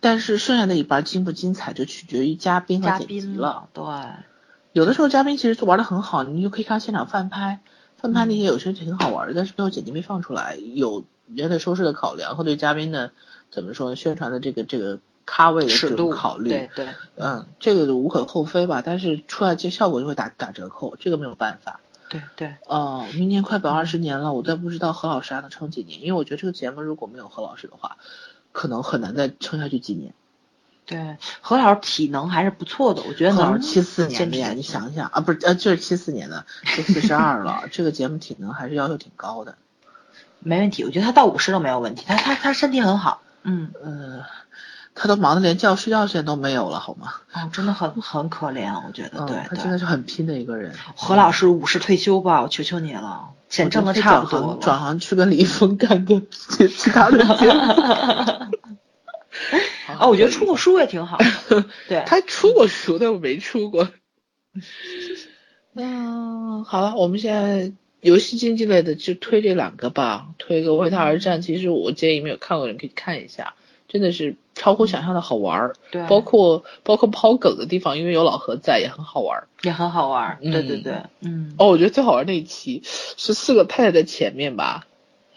[SPEAKER 2] 但是剩下的一半儿精不精彩就取决于嘉宾和
[SPEAKER 1] 嘉
[SPEAKER 2] 剪辑
[SPEAKER 1] 宾
[SPEAKER 2] 了。，
[SPEAKER 1] 对，
[SPEAKER 2] 有的时候嘉宾其实玩的很好，你就可以看现场翻拍，翻
[SPEAKER 1] 嗯
[SPEAKER 2] 拍那些有些挺好玩的，但是最后剪辑没放出来，有人的收视的考量和对嘉宾的怎么说呢，宣传的这个这个咖位的这种考虑
[SPEAKER 1] 对，对，
[SPEAKER 2] 嗯，这个无可厚非吧，但是出来这效果就会打打折扣，这个没有办法。
[SPEAKER 1] 对对，
[SPEAKER 2] 哦，明年快本二十年了，我再不知道何老师还能撑几年，因为我觉得这个节目如果没有何老师的话，可能很难再撑下去几年。
[SPEAKER 1] 对，何老师体能还是不错的，我觉得
[SPEAKER 2] 何老
[SPEAKER 1] 能
[SPEAKER 2] 师七四年
[SPEAKER 1] 坚
[SPEAKER 2] 的
[SPEAKER 1] 持
[SPEAKER 2] 呀，
[SPEAKER 1] 下
[SPEAKER 2] 你
[SPEAKER 1] 去
[SPEAKER 2] 想一想啊，不是呃，就是七四年的，都四十二了，这个节目体能还是要求挺高的。
[SPEAKER 1] 没问题，我觉得他到五十都没有问题，他他他身体很好，嗯，
[SPEAKER 2] 嗯，他都忙得连觉睡觉时间都没有了，好吗？
[SPEAKER 1] 哦，真的很很可怜，我觉得，
[SPEAKER 2] 嗯，
[SPEAKER 1] 对
[SPEAKER 2] 他真
[SPEAKER 1] 对
[SPEAKER 2] 的。是很拼的一个人。嗯
[SPEAKER 1] 何老师五十退休吧，我求求你了，钱挣的差不多
[SPEAKER 2] 我觉得他
[SPEAKER 1] 了。
[SPEAKER 2] 转行去跟李易峰干个 其其他的节 目。哦
[SPEAKER 1] 啊，我觉得出过书也挺好的。对，
[SPEAKER 2] 他出过书，但我没出过。嗯，好了，我们现在游戏竞技类的就推这两个吧，推一个《为他而战》，其实我建议没有看过的人可以看一下，真的是超乎想象的好玩儿，
[SPEAKER 1] 对，
[SPEAKER 2] 包括包括抛梗的地方，因为有老何在，也很好玩儿。
[SPEAKER 1] 也很好玩儿。对对
[SPEAKER 2] 嗯
[SPEAKER 1] 对，嗯
[SPEAKER 2] 哦，我觉得最好玩儿那一期是四个太太在前面吧，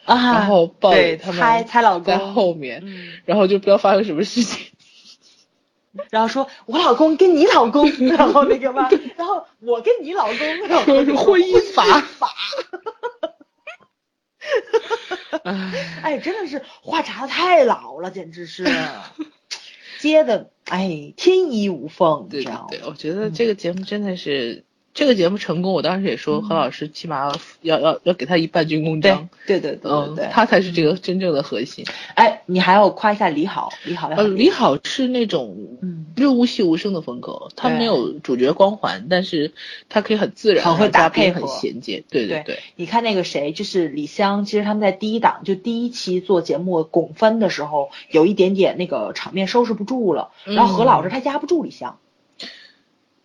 [SPEAKER 1] 啊，
[SPEAKER 2] 然后鲍
[SPEAKER 1] 对
[SPEAKER 2] 宇他
[SPEAKER 1] 猜
[SPEAKER 2] 们
[SPEAKER 1] 猜老
[SPEAKER 2] 在
[SPEAKER 1] 公，
[SPEAKER 2] 后面，
[SPEAKER 1] 嗯，
[SPEAKER 2] 然后就不知道发生什么 事情。
[SPEAKER 1] 然后说我老公跟你老 公，然后那个嘛，然后我跟你老公，然后
[SPEAKER 2] 说 是婚姻法
[SPEAKER 1] 法，哎，真的是话茬的太老了，简直是接的哎天衣无缝，你
[SPEAKER 2] 对
[SPEAKER 1] 知
[SPEAKER 2] 对
[SPEAKER 1] 道
[SPEAKER 2] 对，
[SPEAKER 1] 吗？
[SPEAKER 2] 我觉得这个节目真的是、这个节目成功，我当时也说何老师起码要要要要给他一半军功章，
[SPEAKER 1] 对对对对
[SPEAKER 2] 嗯
[SPEAKER 1] 对，，
[SPEAKER 2] 他才是这个真正的核心。
[SPEAKER 1] 哎，你还要夸一下李好，李好也
[SPEAKER 2] 呃，
[SPEAKER 1] 很
[SPEAKER 2] 李好是那种
[SPEAKER 1] 嗯，
[SPEAKER 2] 润物细无声的风格，他
[SPEAKER 1] 对
[SPEAKER 2] 没有主角光环，但是他可以很自然，
[SPEAKER 1] 很会
[SPEAKER 2] 让嘉
[SPEAKER 1] 搭
[SPEAKER 2] 宾
[SPEAKER 1] 配
[SPEAKER 2] 很
[SPEAKER 1] 合
[SPEAKER 2] 衔接。对
[SPEAKER 1] 对
[SPEAKER 2] 对，
[SPEAKER 1] 你看那个谁，就是李湘，其实他们在第一档就第一期做节目拱分的时候，有一点点那个场面收拾不住了，然后何
[SPEAKER 2] 嗯
[SPEAKER 1] 老师他压不住李湘，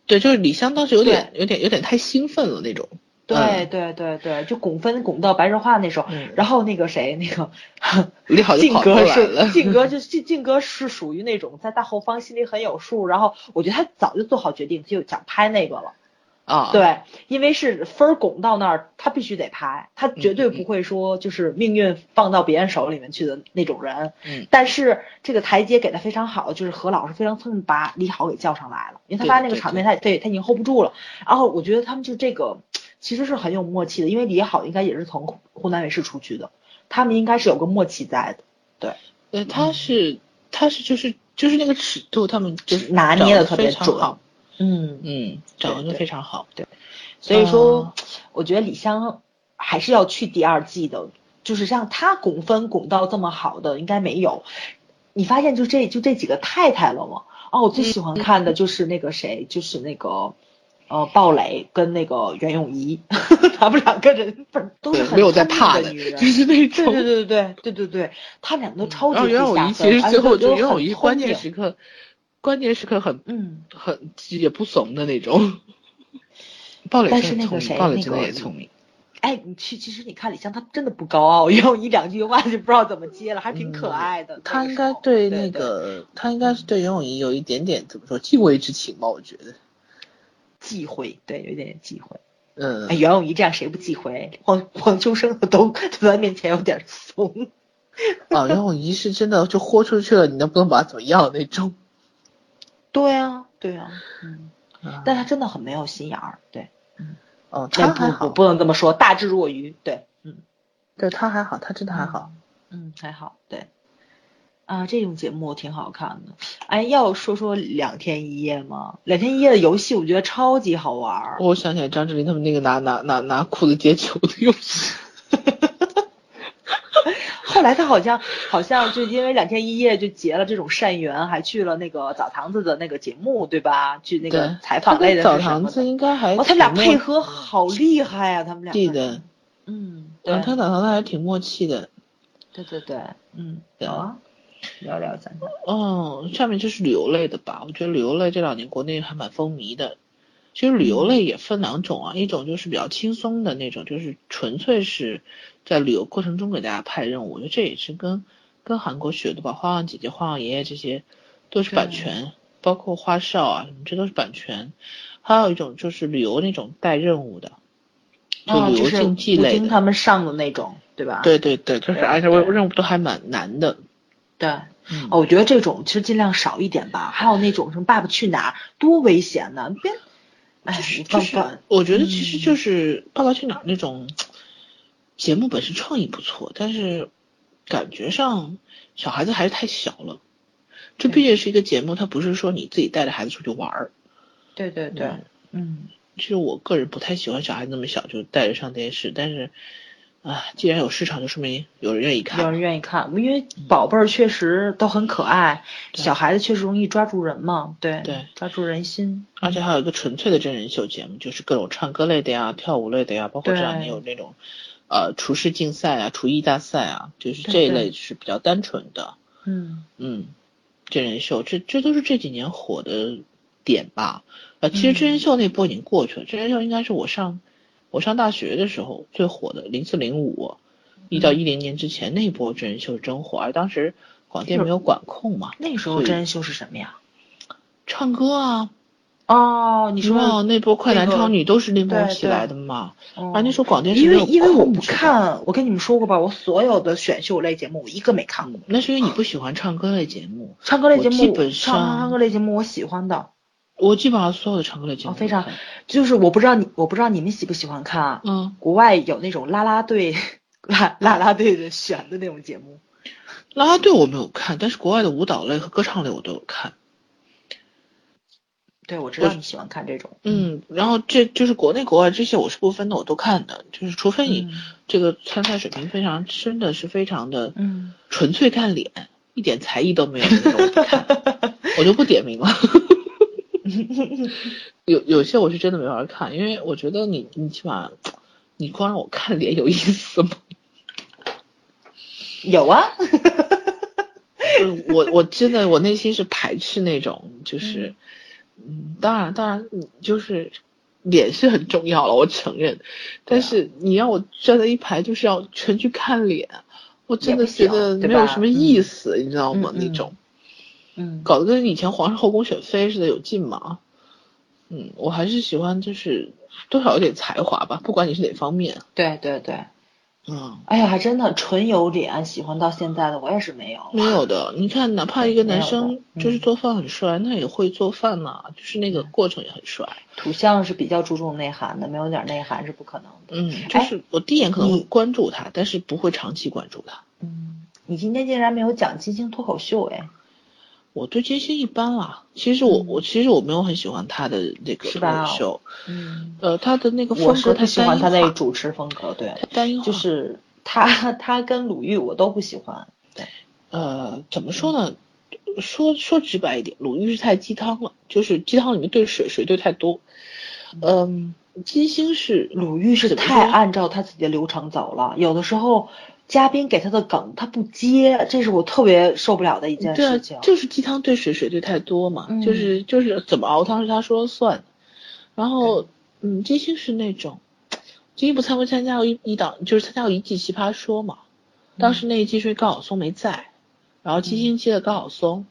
[SPEAKER 2] 对，就是李湘当时有点有点有点太兴奋了那种。
[SPEAKER 1] 对
[SPEAKER 2] 嗯
[SPEAKER 1] 对对对，就拱分拱到白热化那时候，
[SPEAKER 2] 嗯，
[SPEAKER 1] 然后那个谁，那个
[SPEAKER 2] 李好 就
[SPEAKER 1] 靖
[SPEAKER 2] 跑过
[SPEAKER 1] 哥
[SPEAKER 2] 来
[SPEAKER 1] 是
[SPEAKER 2] 了。
[SPEAKER 1] 靖哥就是靖靖哥是属于那种在大后方心里很有数，然后我觉得他早就做好决定，他就想拍那个了。
[SPEAKER 2] 啊，
[SPEAKER 1] 对，因为是分儿拱到那儿，他必须得拍，他绝对
[SPEAKER 2] 嗯嗯
[SPEAKER 1] 不会说就是命运放到别人手里面去的那种人。
[SPEAKER 2] 嗯
[SPEAKER 1] 但是这个台阶给的非常好，就是何老师非常聪明把李好给叫上来了，因为他
[SPEAKER 2] 对
[SPEAKER 1] 发现那
[SPEAKER 2] 对
[SPEAKER 1] 个
[SPEAKER 2] 对
[SPEAKER 1] 场面他对他已经 hold 不住了。然后我觉得他们就这个其实是很有默契的，因为李好应该也是从湖湖南卫视出去的，他们应该是有个默契在的，
[SPEAKER 2] 呃，他是他是就是就是那个尺度，他们就是
[SPEAKER 1] 拿捏
[SPEAKER 2] 得
[SPEAKER 1] 得特别
[SPEAKER 2] 非常
[SPEAKER 1] 准
[SPEAKER 2] 好
[SPEAKER 1] 嗯，
[SPEAKER 2] 嗯，掌握
[SPEAKER 1] 对
[SPEAKER 2] 的非常好。
[SPEAKER 1] 所以说
[SPEAKER 2] 哦，
[SPEAKER 1] 我觉得李湘还是要去第二季的，就是像她拱分拱到这么好的应该没有。你发现就这就这几个太太了吗？哦，我最喜欢看的就是那个谁，就是那个呃，鲍蕾跟那个袁咏仪，他们两个人不是都是
[SPEAKER 2] 对
[SPEAKER 1] 很
[SPEAKER 2] 没有在
[SPEAKER 1] 聪明
[SPEAKER 2] 怕
[SPEAKER 1] 的
[SPEAKER 2] 的
[SPEAKER 1] 女人，
[SPEAKER 2] 就是那
[SPEAKER 1] 对
[SPEAKER 2] 种。
[SPEAKER 1] 对对对对对对，他们两个都超级
[SPEAKER 2] 然后
[SPEAKER 1] 会
[SPEAKER 2] 袁
[SPEAKER 1] 下
[SPEAKER 2] 咏仪
[SPEAKER 1] 分
[SPEAKER 2] 其实
[SPEAKER 1] 而且
[SPEAKER 2] 最后
[SPEAKER 1] 都
[SPEAKER 2] 就袁
[SPEAKER 1] 很
[SPEAKER 2] 咏仪
[SPEAKER 1] 聪
[SPEAKER 2] 关键
[SPEAKER 1] 明
[SPEAKER 2] 时刻，关键时刻很
[SPEAKER 1] 嗯，
[SPEAKER 2] 很也不怂的那 种。鲍蕾
[SPEAKER 1] 但
[SPEAKER 2] 真
[SPEAKER 1] 是
[SPEAKER 2] 的
[SPEAKER 1] 那个
[SPEAKER 2] 聪
[SPEAKER 1] 谁
[SPEAKER 2] 明，鲍蕾
[SPEAKER 1] 那
[SPEAKER 2] 真的
[SPEAKER 1] 个
[SPEAKER 2] 也聪明。
[SPEAKER 1] 哎，你其其实你看李湘，她真的不高傲， 袁咏仪两句话就不知道怎么接了，还挺可
[SPEAKER 2] 嗯
[SPEAKER 1] 爱的。
[SPEAKER 2] 他
[SPEAKER 1] 那个
[SPEAKER 2] 应
[SPEAKER 1] 时
[SPEAKER 2] 该
[SPEAKER 1] 候
[SPEAKER 2] 对
[SPEAKER 1] 对
[SPEAKER 2] 那个，他应该是对袁咏仪有一点点怎么说敬畏之情吧？我觉得，
[SPEAKER 1] 忌讳，对，有一点点忌讳。
[SPEAKER 2] 嗯
[SPEAKER 1] 哎，，袁咏仪这样谁不忌讳？黄黄秋生的都 在他面前有点怂。
[SPEAKER 2] 啊，袁咏仪是真的就豁出去了，你能不能把她怎么样那 种？
[SPEAKER 1] 对啊，对啊，嗯，
[SPEAKER 2] 啊
[SPEAKER 1] 但他真的很没有心眼儿，对，
[SPEAKER 2] 哦，
[SPEAKER 1] 但
[SPEAKER 2] 他还
[SPEAKER 1] 不不
[SPEAKER 2] 好，
[SPEAKER 1] 不能这么说，大智若愚，对，嗯
[SPEAKER 2] 对他还好，他真的还好。
[SPEAKER 1] 嗯，还好，对。啊，这种节目挺好看的。哎，要说说两天一夜吗？两天一夜的游戏，我觉得超级好玩儿。
[SPEAKER 2] 我想起来张智霖他们那个拿拿拿拿裤子接球的游戏，
[SPEAKER 1] 后来他好像好像就因为两天一夜就结了这种善缘，还去了那个澡堂子的那个节目，对吧？去那个
[SPEAKER 2] 对
[SPEAKER 1] 采访
[SPEAKER 2] 他跟
[SPEAKER 1] 类的
[SPEAKER 2] 澡
[SPEAKER 1] 是什
[SPEAKER 2] 堂
[SPEAKER 1] 么
[SPEAKER 2] 子
[SPEAKER 1] 的。
[SPEAKER 2] 应该还
[SPEAKER 1] 哦，他们俩
[SPEAKER 2] 挺默
[SPEAKER 1] 配合好厉害啊！他们俩
[SPEAKER 2] 契的，
[SPEAKER 1] 嗯，对
[SPEAKER 2] 嗯，他澡堂子还挺默契的。
[SPEAKER 1] 对对对，嗯，
[SPEAKER 2] 对
[SPEAKER 1] 好啊，聊聊咱们
[SPEAKER 2] 嗯，下面就是旅游类的吧。我觉得旅游类这两年国内还蛮风靡的。其实旅游类也分两种啊，一种就是比较轻松的那种，就是纯粹是在旅游过程中给大家派任务。我觉得这也是跟跟韩国学的吧，花样姐姐、花样爷爷这些都是版
[SPEAKER 1] 对
[SPEAKER 2] 权，包括花少啊什么，这都是版权。还有一种就是旅游那种带任务的，就
[SPEAKER 1] 哦
[SPEAKER 2] 旅
[SPEAKER 1] 就
[SPEAKER 2] 游
[SPEAKER 1] 是
[SPEAKER 2] 竞技
[SPEAKER 1] 吴
[SPEAKER 2] 类
[SPEAKER 1] 京
[SPEAKER 2] 的。
[SPEAKER 1] 他们上的那种，对吧？
[SPEAKER 2] 对对对，就是
[SPEAKER 1] 对
[SPEAKER 2] 而且
[SPEAKER 1] 对
[SPEAKER 2] 任务都还蛮难的。
[SPEAKER 1] 对，
[SPEAKER 2] 嗯
[SPEAKER 1] 哦，我觉得这种其实尽量少一点吧。还有那种什么《爸爸去哪儿》，多危险呢！别，哎，
[SPEAKER 2] 就
[SPEAKER 1] 放
[SPEAKER 2] 是
[SPEAKER 1] 放，
[SPEAKER 2] 我觉得其实
[SPEAKER 1] 嗯
[SPEAKER 2] 就是《爸爸去哪儿》那种节目本身创意不错，但是感觉上小孩子还是太小了。这毕竟是一个节目，它不是说你自己带着孩子出去玩儿。
[SPEAKER 1] 对对对，嗯。
[SPEAKER 2] 其实我个人不太喜欢小孩子那么小就带着上电视，但是啊，既然有市场，就说明有人愿意
[SPEAKER 1] 有
[SPEAKER 2] 看。
[SPEAKER 1] 人愿意看，因为宝贝儿确实都很可爱，
[SPEAKER 2] 对
[SPEAKER 1] 小孩子确实容易抓住人嘛，对
[SPEAKER 2] 对
[SPEAKER 1] 抓住人心。
[SPEAKER 2] 而且还有一个纯粹的真人秀节目，就是各种唱歌类的呀、跳舞类的呀，包括这两年
[SPEAKER 1] 对
[SPEAKER 2] 有那种呃厨师竞赛啊、厨艺大赛啊，就是
[SPEAKER 1] 对
[SPEAKER 2] 这一
[SPEAKER 1] 对
[SPEAKER 2] 类是比较单纯的。
[SPEAKER 1] 嗯，
[SPEAKER 2] 嗯，真人秀，这这都是这几年火的点吧。呃，其实
[SPEAKER 1] 嗯
[SPEAKER 2] 真人秀那波已经过去了，真人秀应该是我上我上大学的时候最火的，零四零五
[SPEAKER 1] 嗯
[SPEAKER 2] 一到一零年之前那一波真人秀是真火，而当时广电没有管控嘛，
[SPEAKER 1] 那时候
[SPEAKER 2] 所以
[SPEAKER 1] 真人秀是什么呀？
[SPEAKER 2] 唱歌啊，
[SPEAKER 1] 哦，你
[SPEAKER 2] 你知道
[SPEAKER 1] 说，
[SPEAKER 2] 那波快男
[SPEAKER 1] 那个
[SPEAKER 2] 超女都是那波
[SPEAKER 1] 对
[SPEAKER 2] 起来的嘛。
[SPEAKER 1] 哦
[SPEAKER 2] 而那时候广电是
[SPEAKER 1] 因
[SPEAKER 2] 没
[SPEAKER 1] 为
[SPEAKER 2] 有
[SPEAKER 1] 因为我
[SPEAKER 2] 控
[SPEAKER 1] 不
[SPEAKER 2] 制的，
[SPEAKER 1] 看，我跟你们说过吧，我所有的选秀类节目我一个没看过。
[SPEAKER 2] 嗯那是因为你不喜欢唱歌类节目。
[SPEAKER 1] 唱歌类节目，
[SPEAKER 2] 我基本
[SPEAKER 1] 唱
[SPEAKER 2] 上
[SPEAKER 1] 唱歌类节目我喜欢的，
[SPEAKER 2] 我基本上所有的唱歌类节目
[SPEAKER 1] 哦，
[SPEAKER 2] 都
[SPEAKER 1] 非常
[SPEAKER 2] 看，
[SPEAKER 1] 就是我不知道你，我不知道你们喜不喜欢看啊，
[SPEAKER 2] 嗯，
[SPEAKER 1] 国外有那种啦啦队， 啦啦啦队的选的那种节目，
[SPEAKER 2] 啦啦队我没有看，但是国外的舞蹈类和歌唱类我都有看。
[SPEAKER 1] 嗯对我知道
[SPEAKER 2] 我
[SPEAKER 1] 你喜欢看这种，
[SPEAKER 2] 嗯，然后这就是国内国外这些我是不分的，我都看的，就是除非你
[SPEAKER 1] 嗯
[SPEAKER 2] 这个参赛水平非常真的是非常的，
[SPEAKER 1] 嗯，
[SPEAKER 2] 纯粹看脸，一点才艺都没有的那种，我不看，我就不点名了。有有些我是真的没法看，因为我觉得你你起码你光让我看脸有意思吗？
[SPEAKER 1] 有啊，
[SPEAKER 2] 就是我我真的我内心是排斥那种，就是，嗯，当然当然，你就是脸是很重要了，我承
[SPEAKER 1] 啊
[SPEAKER 2] 认，但是你让我站在一排就是要全去看脸，我真的觉得
[SPEAKER 1] 也不行对
[SPEAKER 2] 没
[SPEAKER 1] 吧
[SPEAKER 2] 有什么意思，你知道吗？
[SPEAKER 1] 嗯嗯
[SPEAKER 2] 那种
[SPEAKER 1] 嗯，
[SPEAKER 2] 搞得跟以前皇上后宫选妃似的，有劲吗？嗯，我还是喜欢就是多少有点才华吧，不管你是哪方面，
[SPEAKER 1] 对对对，
[SPEAKER 2] 嗯。
[SPEAKER 1] 哎呀，还真的纯有脸，喜欢到现在的我也是没有。
[SPEAKER 2] 没有的，你看，哪怕一个男
[SPEAKER 1] 没有的
[SPEAKER 2] 生
[SPEAKER 1] 嗯
[SPEAKER 2] 就是做饭很帅，那也会做饭呐、就是那个过程也很帅。
[SPEAKER 1] 土象是比较注重内涵的，没有点内涵是不可能的。
[SPEAKER 2] 嗯，就是我第一眼可能会关注他，但是不会长期关注他。
[SPEAKER 1] 嗯，你今天竟然没有讲金星脱口秀，哎，
[SPEAKER 2] 我对金星一般啦，其实我、
[SPEAKER 1] 嗯
[SPEAKER 2] 我其实我没有很喜欢他的那个
[SPEAKER 1] 是
[SPEAKER 2] 脱
[SPEAKER 1] 吧
[SPEAKER 2] 口秀，
[SPEAKER 1] 嗯，
[SPEAKER 2] 呃，他的那个
[SPEAKER 1] 我
[SPEAKER 2] 风格
[SPEAKER 1] 是
[SPEAKER 2] 太
[SPEAKER 1] 不喜欢
[SPEAKER 2] 单一
[SPEAKER 1] 他
[SPEAKER 2] 化，
[SPEAKER 1] 那主持风格，对
[SPEAKER 2] 太，单一化，
[SPEAKER 1] 就是 他他跟鲁豫我都不喜欢。
[SPEAKER 2] 呃，怎么说呢？说说直白一点，鲁豫是太鸡汤了，就是鸡汤里面兑水，水兑太多。嗯，金星是
[SPEAKER 5] 鲁豫是
[SPEAKER 2] 怎么
[SPEAKER 5] 太
[SPEAKER 2] 说
[SPEAKER 5] 按照他自己的流程走了，有的时候嘉宾给他的梗他不接，这是我特别受不了的一件
[SPEAKER 2] 对啊
[SPEAKER 5] 事情。，
[SPEAKER 2] 就是鸡汤兑水，水兑太多嘛，
[SPEAKER 5] 嗯
[SPEAKER 2] 就是就是怎么熬汤是他说了算的。然后，嗯，金星是那种，金星不参不参加过一一档，就是参加过一季《奇葩说》嘛。
[SPEAKER 5] 嗯
[SPEAKER 2] 当时那一季是高晓松没在，然后金星接了高晓松，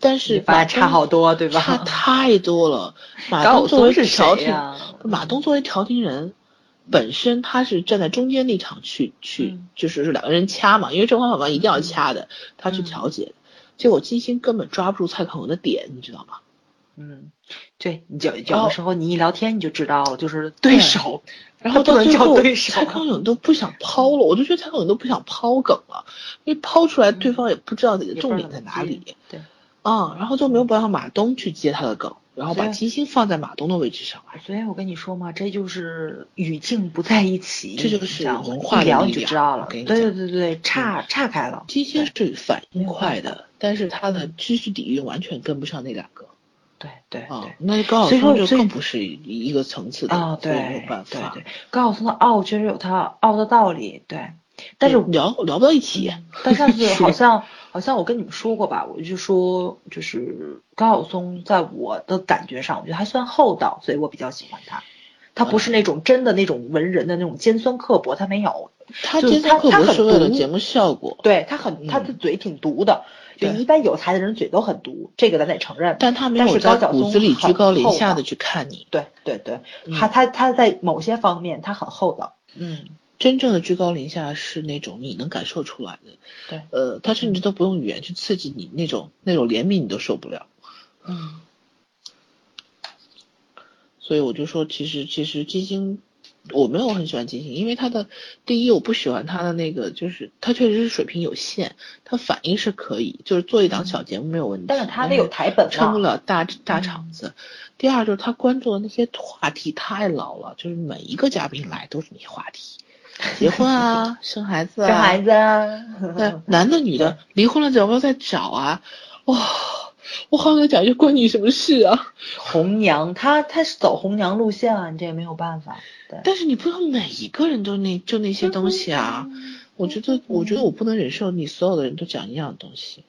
[SPEAKER 2] 但是
[SPEAKER 1] 发
[SPEAKER 2] 马
[SPEAKER 1] 现差
[SPEAKER 2] 东
[SPEAKER 1] 好多对
[SPEAKER 2] 差
[SPEAKER 1] 吧？
[SPEAKER 2] 太 多了。马
[SPEAKER 1] 高晓
[SPEAKER 2] 东作为
[SPEAKER 1] 松是谁啊
[SPEAKER 2] 调停，
[SPEAKER 1] 呀
[SPEAKER 2] 马东作为调停人，本身他是站在中间立场去去，
[SPEAKER 1] 嗯
[SPEAKER 2] 就是两个人掐嘛，因为正方反方一定要掐的，他去
[SPEAKER 1] 嗯
[SPEAKER 2] 调解的。结果金星根本抓不住蔡康永的点，你知道吗？
[SPEAKER 1] 嗯，对，你就
[SPEAKER 2] 然
[SPEAKER 1] 有
[SPEAKER 2] 后
[SPEAKER 1] 的时候你一聊天你就知道了，就是对手，
[SPEAKER 2] 然后
[SPEAKER 1] 他
[SPEAKER 2] 到
[SPEAKER 1] 不能
[SPEAKER 2] 最
[SPEAKER 1] 叫
[SPEAKER 2] 后，
[SPEAKER 1] 对手
[SPEAKER 2] 蔡康永都不想抛了，我就觉得蔡康永都不想抛梗了，因为抛出来对方也不知道你的
[SPEAKER 1] 嗯也不
[SPEAKER 2] 重
[SPEAKER 1] 知
[SPEAKER 2] 点
[SPEAKER 1] 道
[SPEAKER 2] 在
[SPEAKER 1] 怎么
[SPEAKER 2] 哪
[SPEAKER 1] 接
[SPEAKER 2] 里。
[SPEAKER 1] 对，
[SPEAKER 2] 啊、然后就没有办法马东去接他的梗，然后把
[SPEAKER 1] 对啊
[SPEAKER 2] 金星放在马东的位置上来。
[SPEAKER 1] 所以我跟你说嘛，这就是语境不在一起，
[SPEAKER 2] 这就是
[SPEAKER 1] 你知道吗
[SPEAKER 2] 文化的
[SPEAKER 1] 一聊你
[SPEAKER 2] 力
[SPEAKER 1] 就
[SPEAKER 2] 量
[SPEAKER 1] 知道
[SPEAKER 2] 我
[SPEAKER 1] 了。
[SPEAKER 2] 跟
[SPEAKER 1] 对对
[SPEAKER 2] 你讲嗯
[SPEAKER 1] 对对，岔岔开了。
[SPEAKER 2] 金星是反应快的，但是他的知识底蕴完全跟不上那两个
[SPEAKER 1] 对对
[SPEAKER 2] 啊
[SPEAKER 1] 对。。
[SPEAKER 2] 那高
[SPEAKER 1] 所
[SPEAKER 2] 晓
[SPEAKER 1] 以
[SPEAKER 2] 松
[SPEAKER 1] 说
[SPEAKER 2] 就
[SPEAKER 1] 所以
[SPEAKER 2] 更不是一个层次的
[SPEAKER 1] 啊，
[SPEAKER 2] 所
[SPEAKER 1] 对
[SPEAKER 2] 以没有办
[SPEAKER 1] 对
[SPEAKER 2] 法
[SPEAKER 1] 对，，高晓松的傲哦确实有他傲的道理，对。但是嗯
[SPEAKER 2] 就聊聊不到一起。
[SPEAKER 1] 但上次好像好像我跟你们说过吧，我就说就是高晓松，在我的感觉上，我觉得还算厚道，所以我比较喜欢他。他不是那种真的那种文人的那种尖酸刻薄，他没有。
[SPEAKER 2] 他
[SPEAKER 1] 就
[SPEAKER 2] 尖酸
[SPEAKER 1] 他
[SPEAKER 2] 刻
[SPEAKER 1] 他
[SPEAKER 2] 薄
[SPEAKER 1] 很
[SPEAKER 2] 是为了
[SPEAKER 1] 毒
[SPEAKER 2] 节目效果，
[SPEAKER 1] 对他很，他
[SPEAKER 2] 嗯
[SPEAKER 1] 的嘴挺毒的，就
[SPEAKER 2] 对
[SPEAKER 1] 一般有才的人嘴都很毒，这个咱得承认。
[SPEAKER 2] 但他没
[SPEAKER 1] 但
[SPEAKER 2] 有
[SPEAKER 1] 是
[SPEAKER 2] 在
[SPEAKER 1] 高晓
[SPEAKER 2] 骨
[SPEAKER 1] 松
[SPEAKER 2] 子里居
[SPEAKER 1] 很
[SPEAKER 2] 高临
[SPEAKER 1] 厚
[SPEAKER 2] 下的
[SPEAKER 1] 道
[SPEAKER 2] 去看你。
[SPEAKER 1] 对对对，
[SPEAKER 2] 嗯
[SPEAKER 1] 他他他在某些方面他很厚道。
[SPEAKER 2] 嗯，真正的居高临下是那种你能感受出来的。
[SPEAKER 1] 对
[SPEAKER 2] 呃，他
[SPEAKER 1] 嗯
[SPEAKER 2] 甚至都不用语言去刺激你，那种那种怜悯你都受不了。
[SPEAKER 1] 嗯，
[SPEAKER 2] 所以我就说，其实其实金星，我没有很喜欢金星，因为他的第一，我不喜欢他的那个，就是他确实是水平有限，他反应是可以，就是做一档小节目没有问题，
[SPEAKER 1] 但是他得有嗯台本啊
[SPEAKER 2] 哎撑不
[SPEAKER 1] 嘛。
[SPEAKER 2] 了大大场子。第二就是他关注的那些话题太老了，就是每一个嘉宾来都是那些话题，结婚 啊，生孩子啊，
[SPEAKER 1] 生孩子啊，
[SPEAKER 2] 对，男的女的离婚了找不要再找啊，哇、我好想讲一句关你什么事啊？
[SPEAKER 1] 红娘，他他是走红娘路线啊，你这也没有办法。对，
[SPEAKER 2] 但是你不能每一个人都那就那
[SPEAKER 1] 嗯
[SPEAKER 2] 些东西啊，我觉得我觉得我不能忍受你所有的人都讲一样的东西。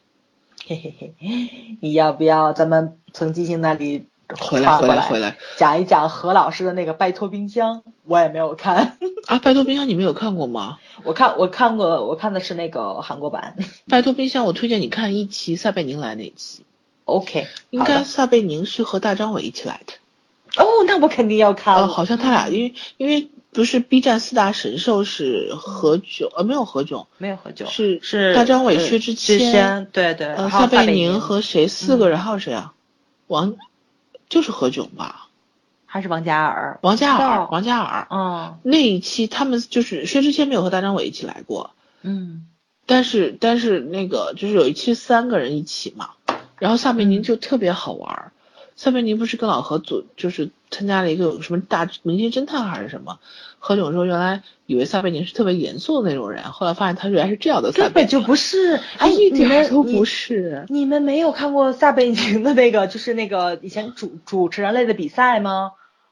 [SPEAKER 1] 嘿嘿嘿，你要不要咱们从金星那里
[SPEAKER 2] 回来
[SPEAKER 1] 跨
[SPEAKER 2] 回
[SPEAKER 1] 过
[SPEAKER 2] 来
[SPEAKER 1] 来
[SPEAKER 2] 回来
[SPEAKER 1] 讲一讲何老师的那个《拜托冰箱》？我也没有看，
[SPEAKER 2] 啊！拜托冰箱你没有看过吗？
[SPEAKER 1] 我看我看过，我看的是那个韩国版。
[SPEAKER 2] 拜托冰箱我推荐你看一期撒贝宁来那一期，
[SPEAKER 1] OK，
[SPEAKER 2] 应
[SPEAKER 1] 好
[SPEAKER 2] 该
[SPEAKER 1] 的
[SPEAKER 2] 撒贝宁是和大张伟一起来的。
[SPEAKER 1] 哦，那我肯定要看
[SPEAKER 2] 啊，
[SPEAKER 1] 了。
[SPEAKER 2] 好像他俩因为因为不是 B 站四大神兽是何炅呃没有何炅
[SPEAKER 1] 没有喝酒，
[SPEAKER 2] 是
[SPEAKER 1] 是
[SPEAKER 2] 大张伟、
[SPEAKER 1] 呃
[SPEAKER 2] 薛之
[SPEAKER 1] 之
[SPEAKER 2] 谦
[SPEAKER 1] 谦，对对，
[SPEAKER 2] 呃，
[SPEAKER 1] 还有
[SPEAKER 2] 贝
[SPEAKER 1] 宁
[SPEAKER 2] 宁和谁四个
[SPEAKER 1] 嗯
[SPEAKER 2] 人，还有谁啊？王，就是何炅吧，
[SPEAKER 1] 还是王嘉尔。
[SPEAKER 2] 王嘉尔哦
[SPEAKER 1] 哦，
[SPEAKER 2] 王嘉尔。
[SPEAKER 1] 嗯
[SPEAKER 2] 那一期他们就是薛之谦没有和大张伟一起来过，
[SPEAKER 1] 嗯
[SPEAKER 2] 但是但是那个就是有一期三个人一起嘛，然后撒贝
[SPEAKER 1] 嗯
[SPEAKER 2] 宁就特别好玩儿。撒贝宁不是跟老何组就是参加了一个什么大明星侦探还是什么？何炅说原来以为撒贝宁是特别严肃的那种人，后来发现他原来是这样的撒
[SPEAKER 1] 根
[SPEAKER 2] 贝
[SPEAKER 1] 本
[SPEAKER 2] 宁，
[SPEAKER 1] 就不是，
[SPEAKER 2] 他
[SPEAKER 1] 嗯哎，
[SPEAKER 2] 一
[SPEAKER 1] 你
[SPEAKER 2] 点
[SPEAKER 1] 们
[SPEAKER 2] 儿都不
[SPEAKER 1] 你
[SPEAKER 2] 是。
[SPEAKER 1] 你们没有看过撒贝宁的那个，就是那个以前主主持人类的比赛吗？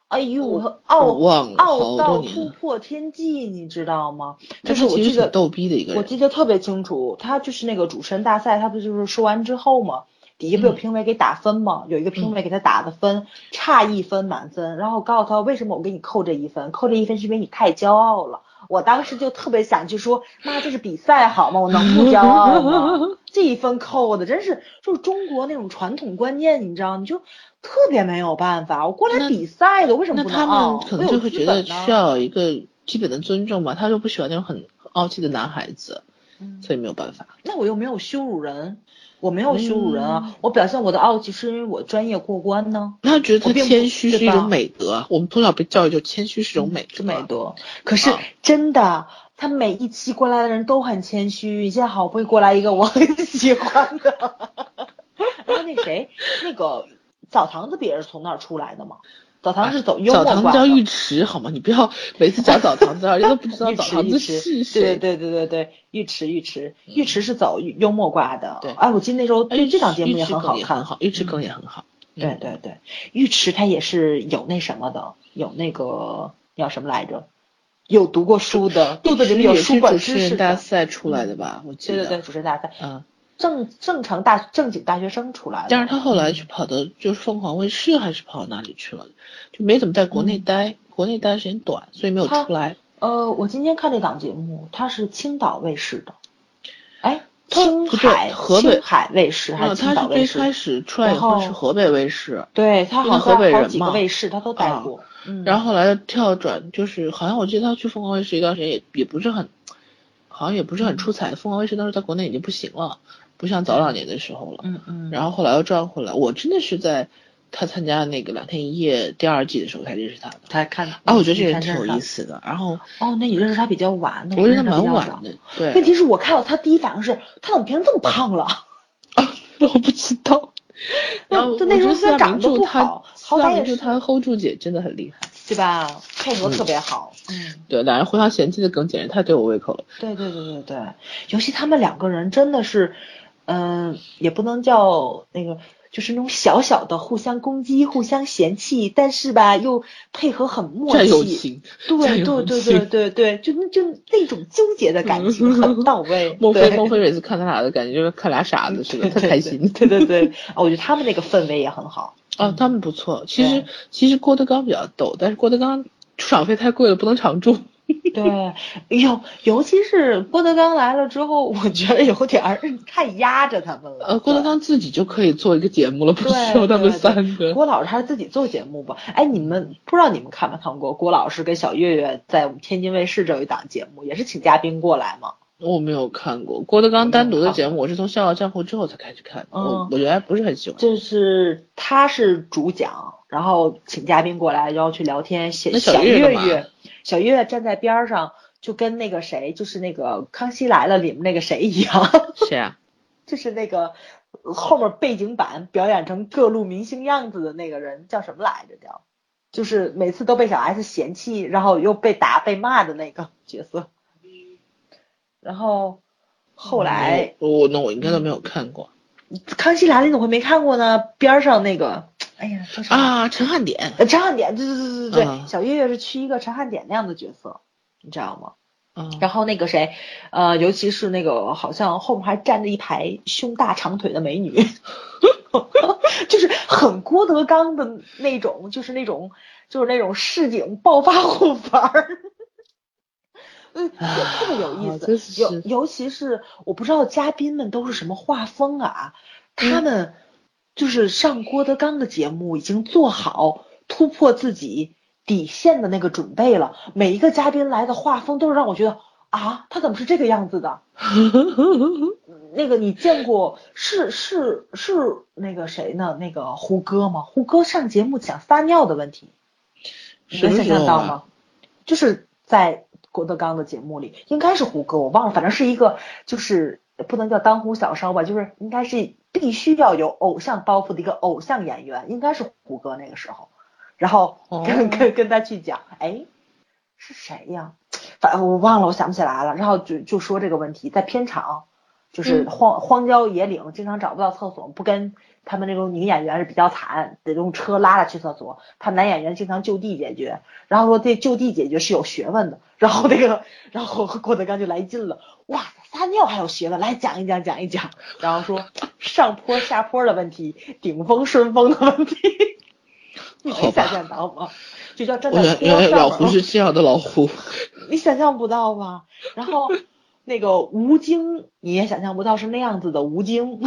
[SPEAKER 1] 哎呦，
[SPEAKER 2] 我
[SPEAKER 1] 傲
[SPEAKER 2] 忘了，好
[SPEAKER 1] 傲
[SPEAKER 2] 多
[SPEAKER 1] 到
[SPEAKER 2] 年了
[SPEAKER 1] 突。破天际，你哦知道吗？就
[SPEAKER 2] 但
[SPEAKER 1] 是
[SPEAKER 2] 他
[SPEAKER 1] 我
[SPEAKER 2] 其实
[SPEAKER 1] 记
[SPEAKER 2] 挺
[SPEAKER 1] 得，
[SPEAKER 2] 逗逼的一个
[SPEAKER 1] 我
[SPEAKER 2] 人。
[SPEAKER 1] 记得特别清楚，他就是那个主持人大赛，他不就是说完之后嘛，底下不有
[SPEAKER 2] 嗯
[SPEAKER 1] 评委给打分吗？有一个评委给他打的分差一分满分，然后告诉他为什么我给你扣这一分，扣这一分是因为你太骄傲了。我当时就特别想去说，妈，这是比赛好吗？我能不骄傲吗？这一分扣的真是就是中国那种传统观念，你知道，你就特别没有办法。我过
[SPEAKER 2] 那
[SPEAKER 1] 来比赛的，为什么
[SPEAKER 2] 那
[SPEAKER 1] 不
[SPEAKER 2] 他
[SPEAKER 1] 能傲
[SPEAKER 2] 们？可能
[SPEAKER 1] 我
[SPEAKER 2] 就
[SPEAKER 1] 有
[SPEAKER 2] 会
[SPEAKER 1] 资
[SPEAKER 2] 觉得
[SPEAKER 1] 本呢
[SPEAKER 2] 需要有一个基本的尊重吧，他就不喜欢那种很傲气的男孩子，
[SPEAKER 1] 嗯
[SPEAKER 2] 所以没有办法。
[SPEAKER 1] 那我又没有羞辱人，我没有羞辱人啊，
[SPEAKER 2] 嗯
[SPEAKER 1] 我表现我的傲气是因为我专业过关呢。
[SPEAKER 2] 他觉得
[SPEAKER 1] 我
[SPEAKER 2] 他
[SPEAKER 1] 并不
[SPEAKER 2] 谦虚是一
[SPEAKER 1] 对吧
[SPEAKER 2] 种美德，啊我们从小被教育就谦虚是一种美德。
[SPEAKER 1] 嗯美德，可是
[SPEAKER 2] 啊
[SPEAKER 1] 真的，他每一期过来的人都很谦虚。现在好不容易过来一个我很喜欢的， 然后那谁，那个澡堂子不也是从那儿出来的吗？澡堂是走幽
[SPEAKER 2] 澡
[SPEAKER 1] 默
[SPEAKER 2] 堂
[SPEAKER 1] 挂
[SPEAKER 2] 子叫
[SPEAKER 1] 的。
[SPEAKER 2] 浴池好吗？你不要每次讲澡堂子，啊 人家都不知道
[SPEAKER 1] 浴
[SPEAKER 2] 澡
[SPEAKER 1] 池
[SPEAKER 2] 堂
[SPEAKER 1] 浴
[SPEAKER 2] 子
[SPEAKER 1] 池
[SPEAKER 2] 是
[SPEAKER 1] 对
[SPEAKER 2] 谁。
[SPEAKER 1] 对对对对，浴池浴池浴池是走幽默挂的。
[SPEAKER 2] 对
[SPEAKER 1] 哎，我记得那时候对这档节目
[SPEAKER 2] 也
[SPEAKER 1] 也很好看。嗯
[SPEAKER 2] 好，玉池梗也很好。
[SPEAKER 1] 对对对，浴池它也是有那什么的，有那个叫什么来着？有读过书的，肚子里面有
[SPEAKER 2] 也
[SPEAKER 1] 书
[SPEAKER 2] 是
[SPEAKER 1] 本
[SPEAKER 2] 主
[SPEAKER 1] 知
[SPEAKER 2] 持
[SPEAKER 1] 识
[SPEAKER 2] 人大
[SPEAKER 1] 的。
[SPEAKER 2] 赛出来的吧？我记
[SPEAKER 1] 对
[SPEAKER 2] 得。
[SPEAKER 1] 对对，主持人大赛，
[SPEAKER 2] 嗯，
[SPEAKER 1] 正正常大正经大学生出来的。
[SPEAKER 2] 但是他后来去跑的，就是凤凰卫视还是跑哪里去了？就没怎么在国内待，国内待的时间短，所以没有
[SPEAKER 1] 嗯他
[SPEAKER 2] 出来。
[SPEAKER 1] 呃，我今天看这档节目，它是青岛卫视的，哎，
[SPEAKER 2] 它
[SPEAKER 1] 青
[SPEAKER 2] 不对
[SPEAKER 1] 海
[SPEAKER 2] 河北
[SPEAKER 1] 青海卫视还
[SPEAKER 2] 啊，
[SPEAKER 1] 是青
[SPEAKER 2] 他
[SPEAKER 1] 岛
[SPEAKER 2] 是最
[SPEAKER 1] 卫视？
[SPEAKER 2] 开始出来以
[SPEAKER 1] 然
[SPEAKER 2] 后
[SPEAKER 1] 后
[SPEAKER 2] 是河北卫视，
[SPEAKER 1] 对他
[SPEAKER 2] 因为
[SPEAKER 1] 好
[SPEAKER 2] 河
[SPEAKER 1] 像
[SPEAKER 2] 北
[SPEAKER 1] 好
[SPEAKER 2] 人
[SPEAKER 1] 几个
[SPEAKER 2] 嘛
[SPEAKER 1] 卫视他都带
[SPEAKER 2] 啊
[SPEAKER 1] 过，嗯，
[SPEAKER 2] 然后后来跳转就是好像我记得他去凤凰卫视一段时间也也不是很，好像也不是
[SPEAKER 1] 嗯
[SPEAKER 2] 很出彩。凤凰卫视当时在国内已经不行了，不像早两年的时候了。
[SPEAKER 1] 嗯嗯，
[SPEAKER 2] 然后后来又转回来，我真的是在他参加那个《两天一夜》第二季的时候才认识他的。
[SPEAKER 1] 他看
[SPEAKER 2] 啊，我觉得这个人
[SPEAKER 1] 你
[SPEAKER 2] 挺
[SPEAKER 1] 看
[SPEAKER 2] 有
[SPEAKER 1] 看
[SPEAKER 2] 意思的。然后
[SPEAKER 1] 哦，那你认识他比较晚，那
[SPEAKER 2] 我觉得
[SPEAKER 1] 认
[SPEAKER 2] 他
[SPEAKER 1] 识他
[SPEAKER 2] 蛮
[SPEAKER 1] 比较
[SPEAKER 2] 晚
[SPEAKER 1] 早。
[SPEAKER 2] 的，
[SPEAKER 1] 问
[SPEAKER 2] 对，
[SPEAKER 1] 题是我看到他第一反应是，他怎么变成这么胖了？
[SPEAKER 2] 啊 我不知道。然后
[SPEAKER 1] 就 那时候
[SPEAKER 2] 我觉得
[SPEAKER 1] 虽然
[SPEAKER 2] 四大名
[SPEAKER 1] 长得
[SPEAKER 2] 著
[SPEAKER 1] 不
[SPEAKER 2] 他
[SPEAKER 1] 好
[SPEAKER 2] 嗯
[SPEAKER 1] 好
[SPEAKER 2] 四大
[SPEAKER 1] 歹也
[SPEAKER 2] 名著
[SPEAKER 1] 是
[SPEAKER 2] 他 hold 住姐真的很厉害。
[SPEAKER 1] 对吧？配合特别好，嗯，
[SPEAKER 2] 对，两人互相嫌弃的梗简直太对我胃口了。
[SPEAKER 1] 对对对对对，尤其他们两个人真的是，嗯、也不能叫那个，就是那种小小的互相攻击、互相嫌弃，但是吧又配合很默契，
[SPEAKER 2] 战友情，战
[SPEAKER 1] 对
[SPEAKER 2] 友
[SPEAKER 1] 对对
[SPEAKER 2] 情。
[SPEAKER 1] 对对对，就那就那种纠结的感情很到位
[SPEAKER 2] 孟嗯非
[SPEAKER 1] 对
[SPEAKER 2] 孟非每次看他俩的感觉就跟看俩傻子 似 的，特开心。
[SPEAKER 1] 对对对，啊，我觉得他们那个氛围也很好。
[SPEAKER 2] 啊，他们不错。其实其实郭德纲比较逗，但是郭德纲出场费太贵了，不能常驻。
[SPEAKER 1] 对，尤尤其是郭德纲来了之后，我觉得有点儿太压着他们了。
[SPEAKER 2] 呃，郭德纲自己就可以做一个节目了，不
[SPEAKER 1] 对
[SPEAKER 2] 需要
[SPEAKER 1] 对
[SPEAKER 2] 他们
[SPEAKER 1] 对
[SPEAKER 2] 三
[SPEAKER 1] 对
[SPEAKER 2] 个。
[SPEAKER 1] 郭老师还是自己做节目吧。哎，你们不知道你们看没看过郭老师跟小岳岳在我们天津卫视这有一档节目，也是请嘉宾过来嘛。
[SPEAKER 2] 我没有看过郭德纲单独的节目，我是从《笑傲江湖》之后才开始看的。我
[SPEAKER 1] 嗯
[SPEAKER 2] 我原来不是很喜欢。
[SPEAKER 1] 就是他是主讲，然后请嘉宾过来，然后去聊天。小
[SPEAKER 2] 那小
[SPEAKER 1] 小
[SPEAKER 2] 岳
[SPEAKER 1] 岳
[SPEAKER 2] 干嘛
[SPEAKER 1] 岳，小岳岳站在边儿上，就跟那个谁，就是那个《康熙来了》里面那个谁一样。
[SPEAKER 2] 谁啊？
[SPEAKER 1] 就是那个呃后面背景板表演成各路明星样子的那个人叫什么来着？叫就是每次都被小 S 嫌弃，然后又被打被骂的那个 角色。然后后来
[SPEAKER 2] 我我那我应该都没有看过
[SPEAKER 1] 《康熙来了》你怎么会没看过呢？边儿上那个，哎呀，叫什么？
[SPEAKER 2] 啊。陈汉典
[SPEAKER 1] 呃，陈汉典，对对对对对，
[SPEAKER 2] 嗯
[SPEAKER 1] 小岳岳是去一个陈汉典那样的角色，你知道吗？
[SPEAKER 2] 啊，
[SPEAKER 1] 然后那个谁，呃，尤其是那个好像后面还站着一排胸大长腿的美女，就是很郭德纲的那种，就是那种就是那种市井暴发户范儿。 嗯，就特别有
[SPEAKER 2] 啊
[SPEAKER 1] 意思，
[SPEAKER 2] 真是
[SPEAKER 1] 尤尤其是我不知道嘉宾们都是什么画风啊，他
[SPEAKER 2] 嗯
[SPEAKER 1] 们就是上郭德纲的节目已经做好突破自己底线的那个准备了。每一个嘉宾来的画风都是让我觉得啊，他怎么是这个样子的？那个你见过是是是那个谁呢？那个胡歌吗？胡歌上节目讲撒尿的问题，你
[SPEAKER 2] 什
[SPEAKER 1] 能
[SPEAKER 2] 么
[SPEAKER 1] 想
[SPEAKER 2] 时
[SPEAKER 1] 象
[SPEAKER 2] 候
[SPEAKER 1] 到
[SPEAKER 2] 啊？
[SPEAKER 1] 吗？就是在郭德纲的节目里，应该是胡歌，我忘了，反正是一个就是不能叫当红小生吧，就是应该是必须要有偶像包袱的一个偶像演员，应该是胡歌那个时候，然后
[SPEAKER 2] 哦
[SPEAKER 1] 跟、跟跟他去讲，哎，是谁呀？反正我忘了，我想不起来了。然后就就说这个问题，在片场，就是
[SPEAKER 2] 嗯
[SPEAKER 1] 荒、荒郊野岭，经常找不到厕所，不跟他们那种女演员是比较惨，得用车拉着去厕所。他们男演员经常就地解决，然后说这就地解决是有学问的。然后那个，然后郭德纲就来劲了，哇，撒尿还有学问，来讲一讲，讲一讲。然后说上坡下坡的问题，顶峰顺风的问题， 你
[SPEAKER 2] 好
[SPEAKER 1] 能
[SPEAKER 2] 吧
[SPEAKER 1] 想象到吗？就叫站
[SPEAKER 2] 我
[SPEAKER 1] 在
[SPEAKER 2] 原
[SPEAKER 1] 坡
[SPEAKER 2] 原
[SPEAKER 1] 上
[SPEAKER 2] 来
[SPEAKER 1] 面
[SPEAKER 2] 老胡是这样的老胡，
[SPEAKER 1] 你想象不到吧？然后那个吴京，你也想象不到是那样子的吴京。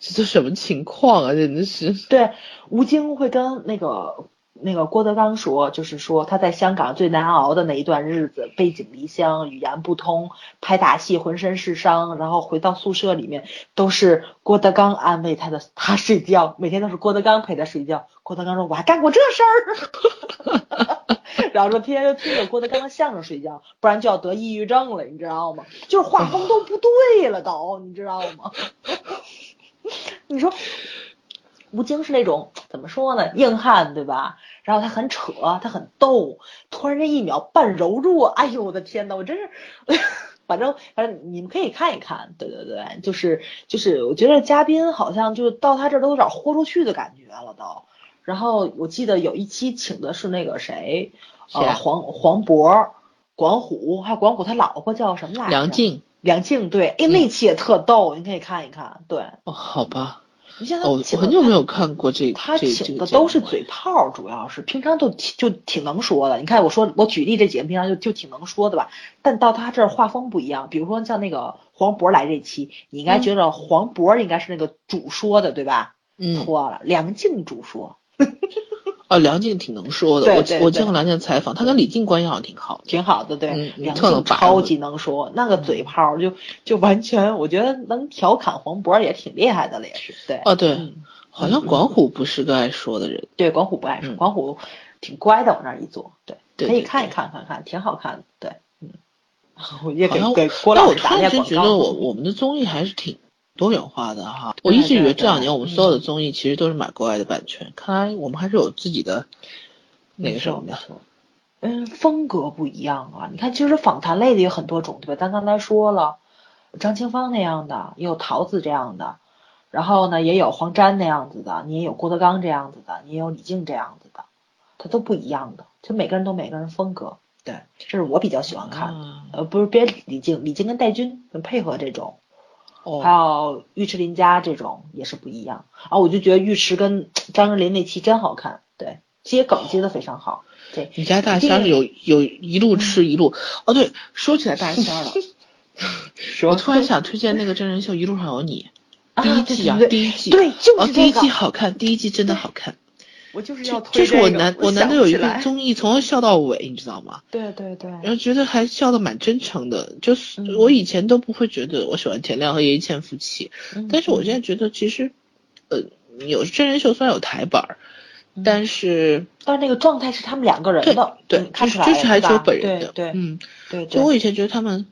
[SPEAKER 2] 这都什么情况啊？真的是。
[SPEAKER 1] 对，吴京会跟那个那个郭德纲说，就是说他在香港最难熬的那一段日子，背井离乡，语言不通，拍打戏浑身是伤，然后回到宿舍里面都是郭德纲安慰他的，他睡觉，每天都是郭德纲陪他睡觉。郭德纲说：“我还干过这事儿。” 然后说天天就听着郭德纲的相声睡觉，不然就要得抑郁症了，你知道吗？就是画风 都不对了都，你知道吗？你说吴京是那种怎么说呢，硬汉对吧？然后他很扯，他很逗，突然这一秒半柔弱，哎呦我的天呐，我真是， 反正反正你们可以看一看，对对对，就是就是，我觉得嘉宾好像就到他这儿都有点豁出去的感觉了都。然后我记得有一期请的是那个谁，
[SPEAKER 2] 谁
[SPEAKER 1] 呃
[SPEAKER 2] 啊
[SPEAKER 1] 黄黄渤、管虎，还有管虎他老婆叫什么来着？
[SPEAKER 2] 梁静嗯
[SPEAKER 1] 梁静对，哎，那期也特逗，你可以看一看。对，
[SPEAKER 2] 哦，好吧，
[SPEAKER 1] 你像他
[SPEAKER 2] 哦，我
[SPEAKER 1] 请
[SPEAKER 2] 很
[SPEAKER 1] 的
[SPEAKER 2] 久没有看过这
[SPEAKER 1] 他
[SPEAKER 2] 这这
[SPEAKER 1] 请
[SPEAKER 2] 个
[SPEAKER 1] 的
[SPEAKER 2] 节目啊
[SPEAKER 1] 都是
[SPEAKER 2] 了
[SPEAKER 1] 嘴炮，主要是平常就挺就挺能说的。你看我说我举例这几个人平常就就挺能说的吧，但到他这儿画风不一样。比如说像那个黄渤来这期，你应该觉得黄渤应该是那个主说的，对吧？
[SPEAKER 2] 嗯，
[SPEAKER 1] 错了，梁静主说，
[SPEAKER 2] 哦，梁静挺能说的，
[SPEAKER 1] 对
[SPEAKER 2] 我
[SPEAKER 1] 对对
[SPEAKER 2] 我见过梁静的采访，她跟李静关系好像挺好的。
[SPEAKER 1] 挺好的，对。
[SPEAKER 2] 嗯嗯
[SPEAKER 1] 梁
[SPEAKER 2] 特能
[SPEAKER 1] 静
[SPEAKER 2] 把
[SPEAKER 1] 超
[SPEAKER 2] 握
[SPEAKER 1] 级能说，那
[SPEAKER 2] 嗯
[SPEAKER 1] 个嘴炮就就完全，我觉得能调侃黄渤也挺厉害的了，也是对。
[SPEAKER 2] 哦，对，
[SPEAKER 1] 嗯
[SPEAKER 2] 好像管虎不是个爱说的人，
[SPEAKER 1] 对，管虎不爱说，
[SPEAKER 2] 嗯
[SPEAKER 1] 管虎挺乖的，往那儿一坐，对，
[SPEAKER 2] 对
[SPEAKER 1] 可以
[SPEAKER 2] 对
[SPEAKER 1] 看一
[SPEAKER 2] 对
[SPEAKER 1] 看看看，挺好看的，对，嗯， 我也给
[SPEAKER 2] 好像
[SPEAKER 1] 给郭
[SPEAKER 2] 但
[SPEAKER 1] 老
[SPEAKER 2] 我
[SPEAKER 1] 师
[SPEAKER 2] 突
[SPEAKER 1] 打
[SPEAKER 2] 然
[SPEAKER 1] 点
[SPEAKER 2] 间
[SPEAKER 1] 广
[SPEAKER 2] 觉得
[SPEAKER 1] 告。嗯
[SPEAKER 2] 我我们的综艺还是挺多元化的哈。我
[SPEAKER 1] 对
[SPEAKER 2] 一直以
[SPEAKER 1] 对
[SPEAKER 2] 为
[SPEAKER 1] 嗯
[SPEAKER 2] 这两
[SPEAKER 1] 对
[SPEAKER 2] 年我们所有的综艺其实都是买国外的版权，看来我们还是有自己的那
[SPEAKER 1] 没
[SPEAKER 2] 个什
[SPEAKER 1] 错
[SPEAKER 2] 么
[SPEAKER 1] 没
[SPEAKER 2] 的。
[SPEAKER 1] 错，嗯，风格不一样啊。你看，其实访谈类的有很多种，对吧？咱刚才说了，张清芳那样的，也有桃子这样的，然后呢，也有黄沾那样子的，你也有郭德纲这样子的，你也有李静这样子的，他都不一样的，就每个人都每个人风格。对，这是我比较喜欢看的。
[SPEAKER 2] 啊，
[SPEAKER 1] 呃，不是，别李静，李静跟戴军很配合这种，还
[SPEAKER 2] 哦，
[SPEAKER 1] 有尉迟琳佳这种也是不一样啊。我就觉得尉迟跟张智霖那期真好看，对，接梗接的非常好。对，
[SPEAKER 2] 你家大虾
[SPEAKER 1] 这个
[SPEAKER 2] 有有一路吃一路。哦，对，说起来大虾 了，我突然想推荐那个真人秀《一路上有你》第一季啊，
[SPEAKER 1] 对
[SPEAKER 2] 第一季
[SPEAKER 1] 对，就
[SPEAKER 2] 哦，
[SPEAKER 1] 是
[SPEAKER 2] 第
[SPEAKER 1] 这
[SPEAKER 2] 一季
[SPEAKER 1] 个，
[SPEAKER 2] 好看，第一季真的好看。
[SPEAKER 1] 我就是
[SPEAKER 2] 这
[SPEAKER 1] 要
[SPEAKER 2] 这
[SPEAKER 1] 推
[SPEAKER 2] 是我
[SPEAKER 1] 个嗯
[SPEAKER 2] 难
[SPEAKER 1] 我
[SPEAKER 2] 难
[SPEAKER 1] 想
[SPEAKER 2] 得
[SPEAKER 1] 不
[SPEAKER 2] 有一
[SPEAKER 1] 起
[SPEAKER 2] 个
[SPEAKER 1] 来
[SPEAKER 2] 综艺从头笑到尾，你知道吗？
[SPEAKER 1] 对对对，
[SPEAKER 2] 然后觉得还笑得蛮真诚的，就是
[SPEAKER 1] 嗯
[SPEAKER 2] 我以前都不会觉得我喜欢田亮和叶一茜夫妻，
[SPEAKER 1] 嗯
[SPEAKER 2] 但是我
[SPEAKER 1] 嗯
[SPEAKER 2] 现在觉得其实，呃，有真人秀虽然有台本儿，
[SPEAKER 1] 嗯
[SPEAKER 2] 但是
[SPEAKER 1] 但是那个状态是他们两个人
[SPEAKER 2] 对
[SPEAKER 1] 的，
[SPEAKER 2] 对
[SPEAKER 1] 嗯，
[SPEAKER 2] 就
[SPEAKER 1] 看
[SPEAKER 2] 是
[SPEAKER 1] 出来
[SPEAKER 2] 就是还是
[SPEAKER 1] 对
[SPEAKER 2] 有
[SPEAKER 1] 吧
[SPEAKER 2] 本人的，
[SPEAKER 1] 对对
[SPEAKER 2] 嗯，
[SPEAKER 1] 对
[SPEAKER 2] 就我
[SPEAKER 1] 对，
[SPEAKER 2] 以前觉得他们，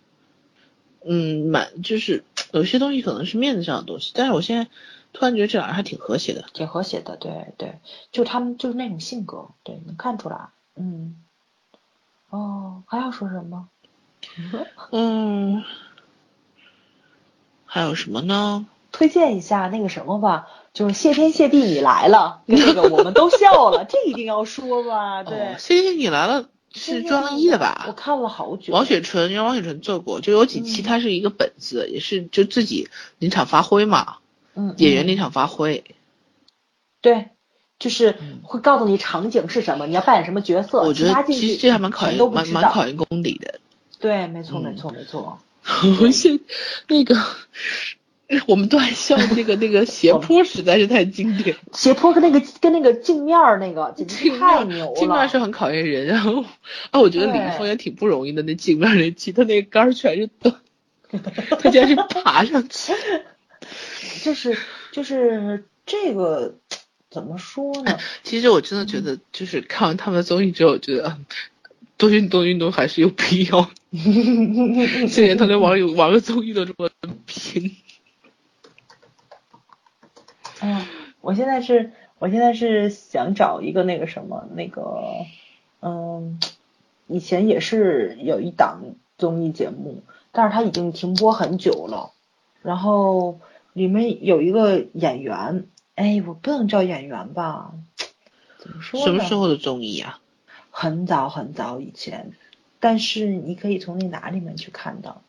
[SPEAKER 2] 嗯，蛮就是有些东西可能是面子上的东西，但是我现在突然觉得这两人还挺和谐的，
[SPEAKER 1] 挺和谐的，对对，就他们就是那种性格，对，能看出来，嗯，哦，还要说什么？
[SPEAKER 2] 嗯，还有什么呢？
[SPEAKER 1] 推荐一下那个什么吧，就是谢天谢地你来了，跟那个我们都笑了，这一定要说吧，啊对
[SPEAKER 2] 哦，，谢谢你来了
[SPEAKER 1] 谢
[SPEAKER 2] 是
[SPEAKER 1] 谢
[SPEAKER 2] 专
[SPEAKER 1] 你
[SPEAKER 2] 一的
[SPEAKER 1] 来
[SPEAKER 2] 吧？
[SPEAKER 1] 我看了好久，
[SPEAKER 2] 王雪纯，因为王雪纯做过，就有几
[SPEAKER 1] 嗯
[SPEAKER 2] 期她是一个本子，也是就自己临场发挥嘛，
[SPEAKER 1] 嗯
[SPEAKER 2] 演员
[SPEAKER 1] 嗯
[SPEAKER 2] 临场发挥。
[SPEAKER 1] 对，就是
[SPEAKER 2] 嗯
[SPEAKER 1] 会告诉你场景是什么，你要扮演什么角色，
[SPEAKER 2] 我觉得
[SPEAKER 1] 其他进
[SPEAKER 2] 其
[SPEAKER 1] 去
[SPEAKER 2] 实这还蛮考
[SPEAKER 1] 全
[SPEAKER 2] 验
[SPEAKER 1] 都，不
[SPEAKER 2] 蛮
[SPEAKER 1] 知
[SPEAKER 2] 蛮
[SPEAKER 1] 道
[SPEAKER 2] 考验功底的。
[SPEAKER 1] 对，没错
[SPEAKER 2] 嗯
[SPEAKER 1] 没错没错，
[SPEAKER 2] 我现那个 我们段校那个那个斜坡实在是太经典，
[SPEAKER 1] 斜坡跟那个跟那个镜面儿那个简直
[SPEAKER 2] 镜
[SPEAKER 1] 太
[SPEAKER 2] 面
[SPEAKER 1] 牛
[SPEAKER 2] 镜
[SPEAKER 1] 了
[SPEAKER 2] 面，是很考验人。然后啊，我觉得李易峰也挺不容易的，那镜面那期他那个杆儿全是断， 他竟然是爬上去。
[SPEAKER 1] 就是就是这个怎么说呢？
[SPEAKER 2] 其实我真的觉得，就是看完他们的综艺之后，我觉得嗯多运动运动还是有必要。 现在他连玩有玩个综艺都这么拼，
[SPEAKER 1] 嗯，我现在是，我现在是想找一个那个什么，那个，嗯，以前也是有一档综艺节目，但是它已经停播很久了。然后里面有一个演员，哎，我不能叫演员吧？怎么说
[SPEAKER 2] 什么
[SPEAKER 1] 呢？
[SPEAKER 2] 时候的综艺啊？
[SPEAKER 1] 很早很早以前，但是你可以从那哪里面去看到，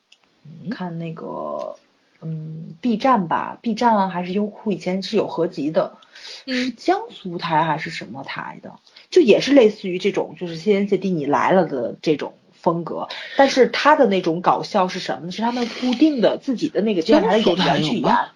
[SPEAKER 1] 看那个嗯 B 站吧，B 站啊还是优酷以前是有合集的，
[SPEAKER 2] 嗯
[SPEAKER 1] 是江苏台还是什么台的，就也是类似于这种就是谢天谢地你来了的这种。风格，但是他的那种搞笑是什么呢？是他们固定的自己的那个这样台的
[SPEAKER 2] 江苏
[SPEAKER 1] 演
[SPEAKER 2] 台
[SPEAKER 1] 员
[SPEAKER 2] 有
[SPEAKER 1] 去演
[SPEAKER 2] 吗。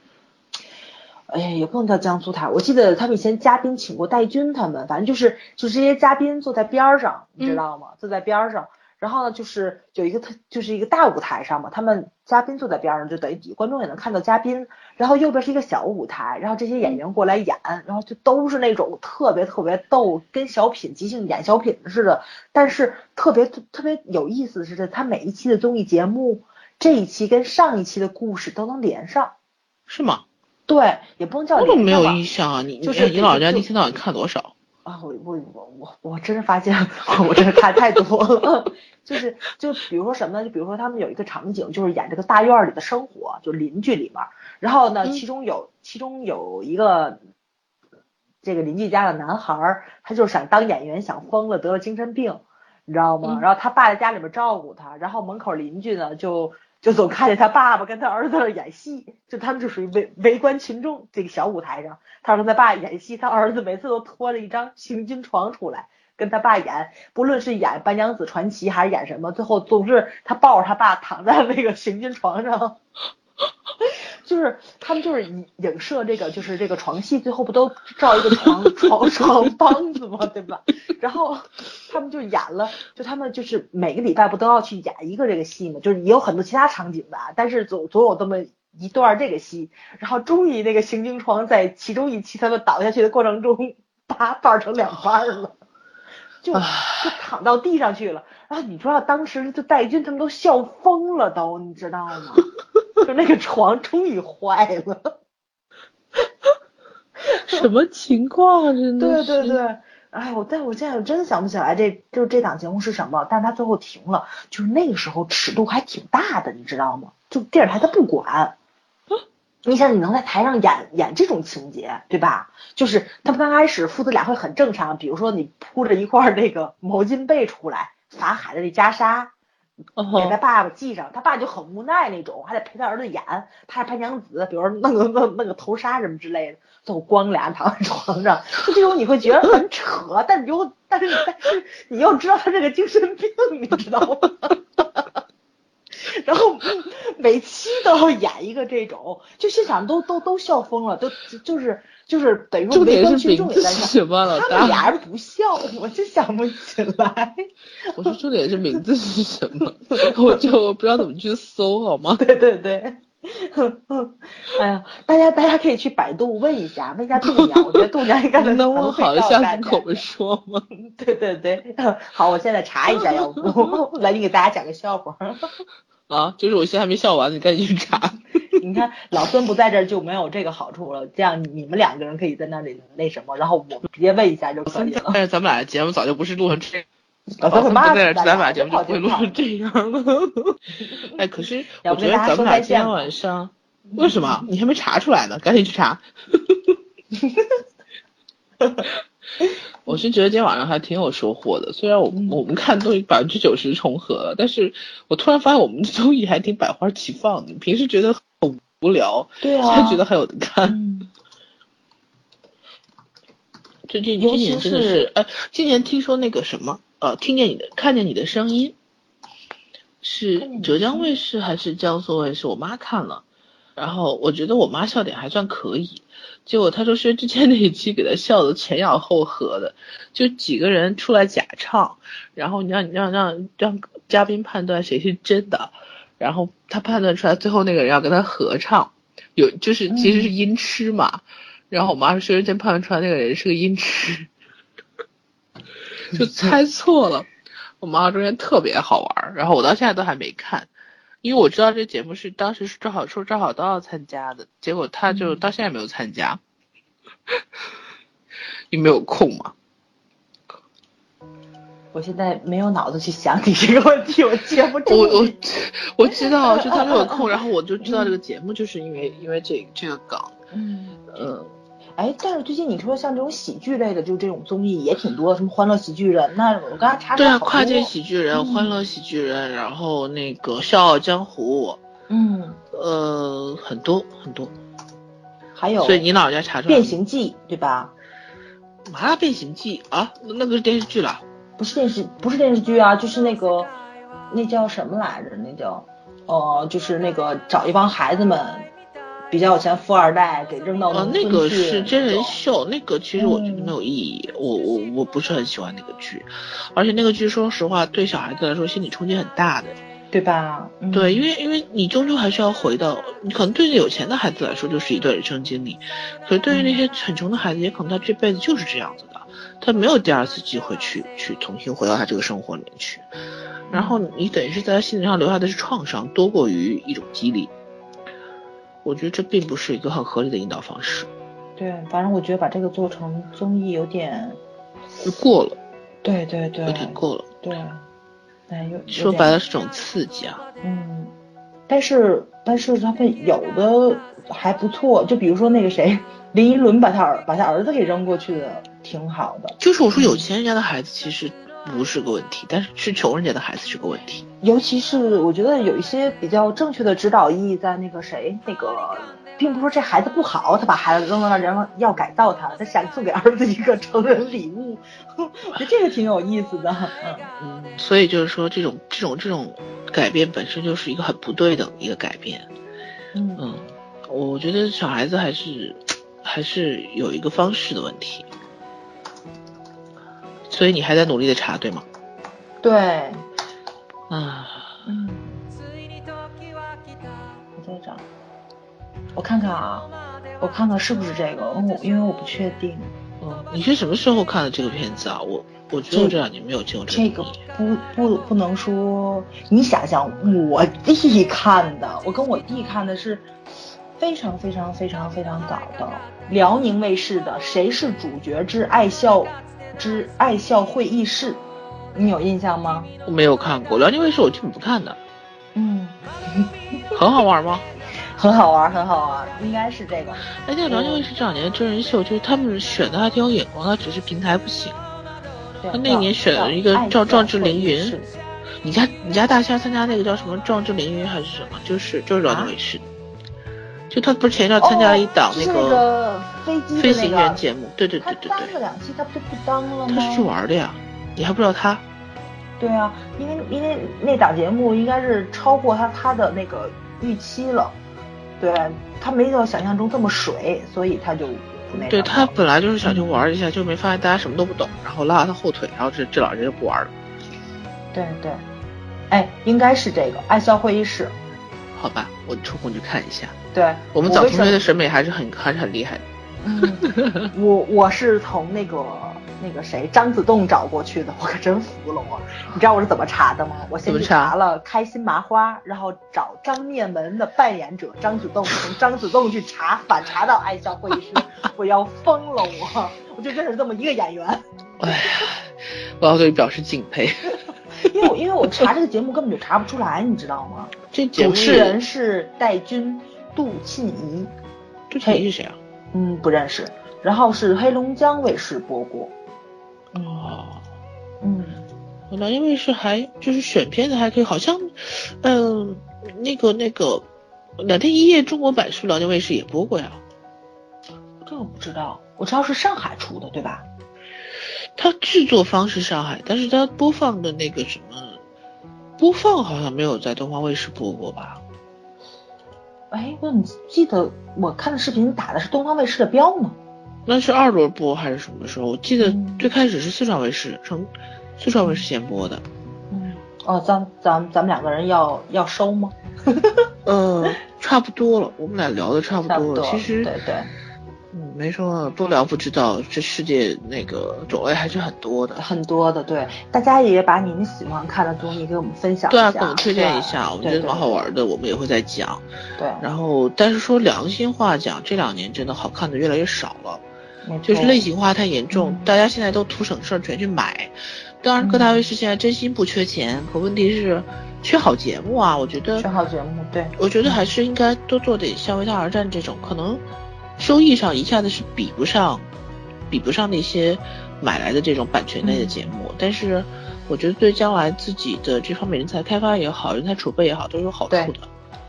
[SPEAKER 1] 哎呀，也不能叫江苏台，我记得他们以前嘉宾请过戴军他们，反正就是就是这些嘉宾坐在边儿上，你
[SPEAKER 2] 嗯
[SPEAKER 1] 知道吗？坐在边儿上，然后呢就是有一个特就是一个大舞台上嘛，他们嘉宾坐在边儿上，就等于底观众也能看到嘉宾，然后右边是一个小舞台，然后这些演员过来演，然后就都是那种特别特别逗，跟小品即兴演小品似的，但是特别特别有意思的是，他每一期的综艺节目，这一期跟上一期的故事都能连上。
[SPEAKER 2] 是吗？
[SPEAKER 1] 对，也不能叫
[SPEAKER 2] 那都
[SPEAKER 1] 脸
[SPEAKER 2] 没有
[SPEAKER 1] 上吧
[SPEAKER 2] 印象啊！你
[SPEAKER 1] 就是
[SPEAKER 2] 你你老人家
[SPEAKER 1] 就
[SPEAKER 2] 一天到晚看多少？
[SPEAKER 1] 啊，我我我我我真是发现我真是看太多了， 就是就比如说什么呢？就比如说他们有一个场景，就是演这个大院儿里的生活，就邻居里面儿。然后呢，
[SPEAKER 2] 嗯
[SPEAKER 1] 其中有其中有一个这个邻居家的男孩儿，他就是想当演员，想疯了，得了精神病，你知道吗？
[SPEAKER 2] 嗯
[SPEAKER 1] 然后他爸在家里面照顾他，然后门口邻居呢就就总看见他爸爸跟他儿子在那儿演戏，就他们就属于围围观群众这个小舞台上，他说他爸演戏，他儿子每次都拖着一张行军床出来。跟他爸演，不论是演《白娘子传奇》还是演什么，最后总是他抱着他爸躺在那个行军床上， 就是他们就是影影射这个，就是这个床戏，最后不都照一个床床床帮子吗？对吧？然后他们就演了，就他们就是每个礼拜不都要去演一个这个戏嘛，就是也有很多其他场景吧，但是总总有这么一段这个戏，然后终于那个行军床在其中一期他们倒下去的过程中，把掰成两半儿了。就就躺到地上去了，然后你知道当时就戴军他们都笑疯了都，你知道吗？就那个床终于坏了。
[SPEAKER 2] 什么情况啊？真
[SPEAKER 1] 对
[SPEAKER 2] 的
[SPEAKER 1] 对
[SPEAKER 2] 是，
[SPEAKER 1] 对，哎，我但我现在真想不起来这就是这档节目是什么，但是它最后停了，就是那个时候尺度还挺大的，你知道吗？就电视台它不 管。你想，你能在台上演演这种情节，对吧？就是他们刚开始父子俩会很正常，比如说你铺着一块儿那个毛巾被出来，法海的那袈裟，给他
[SPEAKER 2] 哦，
[SPEAKER 1] 爸爸系上，他爸就很无奈那种，还得陪他儿子演，他是白娘子，比如说弄个弄弄个头纱什么之类的，都光俩躺在床上，就这种你会觉得很扯，但你又但是但是你又知道他是个精神病，你知道吗？ 然后嗯每期都要演一个这种，就现场都都都笑疯了，都就就是就是等于说
[SPEAKER 2] 重
[SPEAKER 1] 围
[SPEAKER 2] 点
[SPEAKER 1] 观
[SPEAKER 2] 是
[SPEAKER 1] 群
[SPEAKER 2] 名
[SPEAKER 1] 众
[SPEAKER 2] 字
[SPEAKER 1] 也在
[SPEAKER 2] 是啊
[SPEAKER 1] 笑，
[SPEAKER 2] 什么，老
[SPEAKER 1] 他们
[SPEAKER 2] 大？
[SPEAKER 1] 俩人不笑，我就想不起来。
[SPEAKER 2] 我说重点是名字是什么？ 我就我不知道怎么去搜，好吗？
[SPEAKER 1] 对对对，哎呀，大家大家可以去百度问一下，问一下度娘，我觉得度娘应该能
[SPEAKER 2] 能问
[SPEAKER 1] 会
[SPEAKER 2] 好
[SPEAKER 1] 告诉
[SPEAKER 2] 下
[SPEAKER 1] 大
[SPEAKER 2] 次
[SPEAKER 1] 家
[SPEAKER 2] 口们说吗？
[SPEAKER 1] 对对对， 好，我现在查一下，要不 来你给大家讲个笑话。
[SPEAKER 2] 啊，就是我现在还没笑完，你赶紧去查。
[SPEAKER 1] 你看老孙不在这儿就没有这个好处了，这样你们两个人可以在那里那什么，然后我直接问一下就可以了。
[SPEAKER 2] 但是咱们俩的节目早就不是录成这样，
[SPEAKER 1] 老孙
[SPEAKER 2] 哦不
[SPEAKER 1] 会骂死
[SPEAKER 2] 在这，咱
[SPEAKER 1] 咱
[SPEAKER 2] 俩
[SPEAKER 1] 俩，
[SPEAKER 2] 节目就不 会录
[SPEAKER 1] 跑
[SPEAKER 2] 成这样了。 哎，可是
[SPEAKER 1] 要
[SPEAKER 2] 我
[SPEAKER 1] 不
[SPEAKER 2] 觉
[SPEAKER 1] 跟
[SPEAKER 2] 得
[SPEAKER 1] 大家
[SPEAKER 2] 咱们
[SPEAKER 1] 说
[SPEAKER 2] 俩
[SPEAKER 1] 再
[SPEAKER 2] 今
[SPEAKER 1] 见
[SPEAKER 2] 天
[SPEAKER 1] 吧
[SPEAKER 2] 晚上为什么你还没查出来呢？赶紧去查。 我是觉得今天晚上还挺有收获的，虽然我
[SPEAKER 1] 嗯
[SPEAKER 2] 我们看东西百分之九十重合了，但是我突然发现我们的综艺还挺百花齐放的。平时觉得很无聊，
[SPEAKER 1] 对
[SPEAKER 2] 现在
[SPEAKER 1] 啊
[SPEAKER 2] 觉，得还有的看。
[SPEAKER 1] 嗯，
[SPEAKER 2] 最近
[SPEAKER 1] 尤
[SPEAKER 2] 今
[SPEAKER 1] 其
[SPEAKER 2] 年真的
[SPEAKER 1] 是
[SPEAKER 2] 是，哎，今年听说那个什么，呃，听见你的，看见你的声音，
[SPEAKER 1] 看见
[SPEAKER 2] 是
[SPEAKER 1] 你的
[SPEAKER 2] 浙江卫视还是江苏卫视？我妈看了，然后我觉得我妈笑点还算可以，结果她说薛之谦那一期给她笑的前仰后合的，就几个人出来假唱，然后你让你让让让嘉宾判断谁是真的，然后他判断出来最后那个人要跟他合唱，有就是其实是音痴嘛。然后我妈说薛之谦判断出来那个人是个音痴，就猜错了。我妈中间特别好玩儿，然后我到现在都还没看，因为我知道这节目是当时是正好说正好都要参加的，结果他就到现在没有参加， 你没有空嘛？
[SPEAKER 1] 我现在没有脑子去想你这个问题，我接不住。
[SPEAKER 2] 我 我我知道，就他没有空，然后我就知道这个节目就是因为因为这这个梗，
[SPEAKER 1] 嗯。
[SPEAKER 2] 嗯，
[SPEAKER 1] 哎，但是最近你说像这种喜剧类的，就这种综艺也挺多，什么《欢乐喜剧人》那我刚才查出
[SPEAKER 2] 对
[SPEAKER 1] 来
[SPEAKER 2] 啊，
[SPEAKER 1] 好多
[SPEAKER 2] 跨界喜剧人、
[SPEAKER 1] 嗯
[SPEAKER 2] 欢乐喜剧人，然后那个《笑傲江湖
[SPEAKER 1] 嗯，》，
[SPEAKER 2] 呃，很多很多。
[SPEAKER 1] 还有
[SPEAKER 2] 所以你老人家查出来
[SPEAKER 1] 变
[SPEAKER 2] 了
[SPEAKER 1] 形记，对吧？
[SPEAKER 2] 《麻辣变形记》啊，那那个是电视剧了。
[SPEAKER 1] 不是电视，不是电视剧啊，就是那个那叫什么来着？那叫呃，就是那个找一帮孩子们比较有钱富二代给扔到
[SPEAKER 2] 呃
[SPEAKER 1] 农，村
[SPEAKER 2] 那
[SPEAKER 1] 去
[SPEAKER 2] 个是真人
[SPEAKER 1] 种
[SPEAKER 2] 秀，那个其实我觉
[SPEAKER 1] 嗯
[SPEAKER 2] 得没有意义，我我我不是很喜欢那个剧，而且那个剧说实话对小孩子来说心理冲击很大的。
[SPEAKER 1] 对吧？嗯
[SPEAKER 2] 对，因为因为你终究还是要回到，你可能对于有钱的孩子来说就是一段人生经历，可是对于那
[SPEAKER 1] 嗯
[SPEAKER 2] 些很穷的孩子，也可能他这辈子就是这样子的，他没有第二次机会去去重新回到他这个生活里面去，
[SPEAKER 1] 嗯
[SPEAKER 2] 然后你等于是在他心理上留下的是创伤，多过于一种激励。我觉得这并不是一个很合理的引导方式，
[SPEAKER 1] 对，反正我觉得把这个做成综艺有点，
[SPEAKER 2] 就过了，
[SPEAKER 1] 对对对
[SPEAKER 2] 有点过了。
[SPEAKER 1] 对，哎，有有
[SPEAKER 2] 说
[SPEAKER 1] 点
[SPEAKER 2] 白了是种刺激啊，
[SPEAKER 1] 嗯，但是但是他们有的还不错，就比如说那个谁，林依轮把他儿把他儿子给扔过去的，挺好的。
[SPEAKER 2] 就是我说有钱人家的孩子其实不是个问题，但是是穷人家的孩子是个问题。
[SPEAKER 1] 尤其是我觉得有一些比较正确的指导意义在那个谁那个，并不是说这孩子不好，他把孩子扔到那儿，然后要改造他，他想送给儿子一个成人礼物， 我觉得这个挺有意思的。嗯，
[SPEAKER 2] 嗯，所以就是说这种这种这种改变本身就是一个很不对等的一个改变。
[SPEAKER 1] 嗯
[SPEAKER 2] 嗯，我觉得小孩子还是还是有一个方式的问题。所以你还在努力的查对吗？
[SPEAKER 1] 对，
[SPEAKER 2] 啊，
[SPEAKER 1] 嗯，我再找，我看看啊，我看看是不是这个，因为我因为我不确定。
[SPEAKER 2] 嗯，你是什么时候看的这个片子啊？我我觉得
[SPEAKER 1] 这
[SPEAKER 2] 这两年没有进入
[SPEAKER 1] 这个
[SPEAKER 2] 个领域
[SPEAKER 1] 不不不能说，你想想，我弟看的，我跟我弟看的是非常非常非常非常早的，辽宁卫视的《谁是主角之爱笑之爱笑会议室》，你有印象吗？
[SPEAKER 2] 我没有看过，辽宁卫视我基本不看的，
[SPEAKER 1] 嗯，
[SPEAKER 2] 很好玩吗？
[SPEAKER 1] 很好玩，很好玩，应该是这个。
[SPEAKER 2] 哎，那个辽宁卫视这两年真人秀，就是他们选的还挺有眼光，他只是平台不行。
[SPEAKER 1] 对
[SPEAKER 2] 他那年选了一个
[SPEAKER 1] 爱
[SPEAKER 2] 赵
[SPEAKER 1] 笑
[SPEAKER 2] 赵志
[SPEAKER 1] 会
[SPEAKER 2] 凌
[SPEAKER 1] 议
[SPEAKER 2] 云
[SPEAKER 1] 室
[SPEAKER 2] 你家你家大虾参加那个叫什么《壮志凌云》还是什么？就是就是辽宁卫视，就他不是前一段参加了一档
[SPEAKER 1] 哦
[SPEAKER 2] 那
[SPEAKER 1] 啊是那个飞机的
[SPEAKER 2] 飞
[SPEAKER 1] 那
[SPEAKER 2] 行
[SPEAKER 1] 个
[SPEAKER 2] 员节目，对对
[SPEAKER 1] 他
[SPEAKER 2] 对对
[SPEAKER 1] 当
[SPEAKER 2] 对，
[SPEAKER 1] 了两期，他不就不当了吗？
[SPEAKER 2] 他是去玩的呀，你还不知道他？
[SPEAKER 1] 对啊，因为因为那档节目应该是超过他他的那个预期了，对他没有想象中这么水，所以他就不那
[SPEAKER 2] 对
[SPEAKER 1] 什
[SPEAKER 2] 他
[SPEAKER 1] 么
[SPEAKER 2] 本来就是想去玩一下，就没发现大家什么都不懂，然后拉了他后腿，然后这这老人就不玩了。
[SPEAKER 1] 对对，哎，应该是这个爱笑会议室，
[SPEAKER 2] 好吧，我抽空去看一下。
[SPEAKER 1] 对
[SPEAKER 2] 我们早
[SPEAKER 1] 为
[SPEAKER 2] 同学
[SPEAKER 1] 什
[SPEAKER 2] 的
[SPEAKER 1] 么
[SPEAKER 2] 审美还是很还是很厉害的。
[SPEAKER 1] 嗯， 我我是从那个那个谁张子栋找过去的，我可真服了我。你知道我是怎么查的吗？我先
[SPEAKER 2] 怎
[SPEAKER 1] 去
[SPEAKER 2] 么查
[SPEAKER 1] 查了开心麻花，然后找张面门的扮演者张子栋，从张子栋去查，反查到爱笑会议室，我要疯了我！我就认识这么一个演员，
[SPEAKER 2] 哎呀，我要对你表示敬佩。
[SPEAKER 1] 因为我因为我查这个节目根本就查不出来，你知道吗？
[SPEAKER 2] 这节
[SPEAKER 1] 主
[SPEAKER 2] 目
[SPEAKER 1] 持人是戴军、杜沁怡，
[SPEAKER 2] 这谁是谁啊？
[SPEAKER 1] 嗯，不认识。然后是黑龙江卫视播过，
[SPEAKER 2] 哦，
[SPEAKER 1] 嗯。
[SPEAKER 2] 辽宁卫视还就是选片子还可以，好像，嗯、那个那个《两天一夜》中国版是不是辽宁卫视也播过呀？
[SPEAKER 1] 这我不知道，我知道是上海出的，对吧？
[SPEAKER 2] 它制作方是上海，但是它播放的那个什么，播放好像没有在东方卫视播过吧？
[SPEAKER 1] 哎，我怎么记得我看的视频打的是东方卫视的标呢？
[SPEAKER 2] 那是二轮播还是什么时候？我记得
[SPEAKER 1] 嗯
[SPEAKER 2] 最开始是四川卫视，成四川卫视先播的。
[SPEAKER 1] 嗯，哦，咱咱咱们两个人要要收吗？
[SPEAKER 2] 呃，差不多了，我们俩聊的差不
[SPEAKER 1] 嗯差
[SPEAKER 2] 多
[SPEAKER 1] 不
[SPEAKER 2] 了。
[SPEAKER 1] 多，
[SPEAKER 2] 其实
[SPEAKER 1] 对对，
[SPEAKER 2] 嗯，没什么不聊不知道，这世界那个种类还是很多的。
[SPEAKER 1] 很多的对，大家也把你们喜欢看的综艺给我们分享一
[SPEAKER 2] 对
[SPEAKER 1] 下，
[SPEAKER 2] 啊，给我们推荐一下，我们
[SPEAKER 1] 对
[SPEAKER 2] 觉得
[SPEAKER 1] 对
[SPEAKER 2] 蛮好玩的，我们也会再讲。
[SPEAKER 1] 对，
[SPEAKER 2] 然后，但是说良心话讲，这两年真的好看的越来越少了，
[SPEAKER 1] 没
[SPEAKER 2] 就是
[SPEAKER 1] 错
[SPEAKER 2] 类型化太严重，
[SPEAKER 1] 哦嗯
[SPEAKER 2] 大家现在都图省事儿，全去买。当然，各大卫视现在真心不缺钱，可问题是缺好节目啊。我觉得
[SPEAKER 1] 选好节目，对，
[SPEAKER 2] 我觉得还是应该多做点像《为他而战》这种，可能收益上一下子是比不上，比不上那些买来的这种版权
[SPEAKER 1] 嗯
[SPEAKER 2] 类的节目，但是我觉得对将来自己的这方面人才开发也好，人才储备也好，都是有好处
[SPEAKER 1] 对
[SPEAKER 2] 的。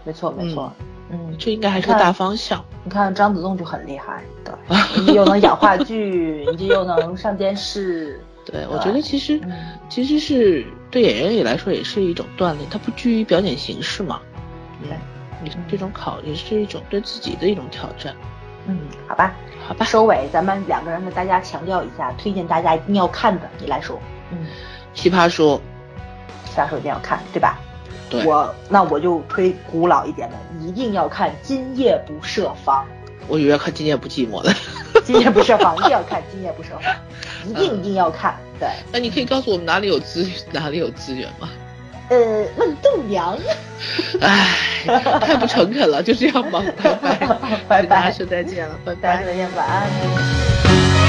[SPEAKER 1] 没错没错，嗯，
[SPEAKER 2] 这应该还是个大方向。
[SPEAKER 1] 你看张子栋就很厉害，对，你又能演话 剧，你这又能上电视，
[SPEAKER 2] 对，我觉得其实、
[SPEAKER 1] 嗯
[SPEAKER 2] 其实是对演员也来说也是一种锻炼，它不拘于表演形式嘛。嗯
[SPEAKER 1] 对，
[SPEAKER 2] 你这种考也是一种对自己的一种挑战，
[SPEAKER 1] 嗯，好吧。
[SPEAKER 2] 好吧？
[SPEAKER 1] 收尾，咱们两个人给大家强调一下，推荐大家一定要看的，你来说，嗯，
[SPEAKER 2] 奇葩说，
[SPEAKER 1] 下手一定要看，对吧？
[SPEAKER 2] 对，
[SPEAKER 1] 我那我就推古老一点的，一定要看《今夜不设防
[SPEAKER 2] 我以为要看《今夜不寂寞》的。》，
[SPEAKER 1] 《今夜不设防》一定要看，《今夜不设防》，一定一定要看，对，
[SPEAKER 2] 哎那你可以告诉我们哪里有资哪里有资源吗？
[SPEAKER 5] 呃，问栋梁，
[SPEAKER 2] 唉，哎太不诚恳了，就这样吧， 拜拜，
[SPEAKER 5] 拜拜
[SPEAKER 2] 跟大家说再见了，拜
[SPEAKER 5] 大
[SPEAKER 2] 拜
[SPEAKER 5] 家。再见，晚安。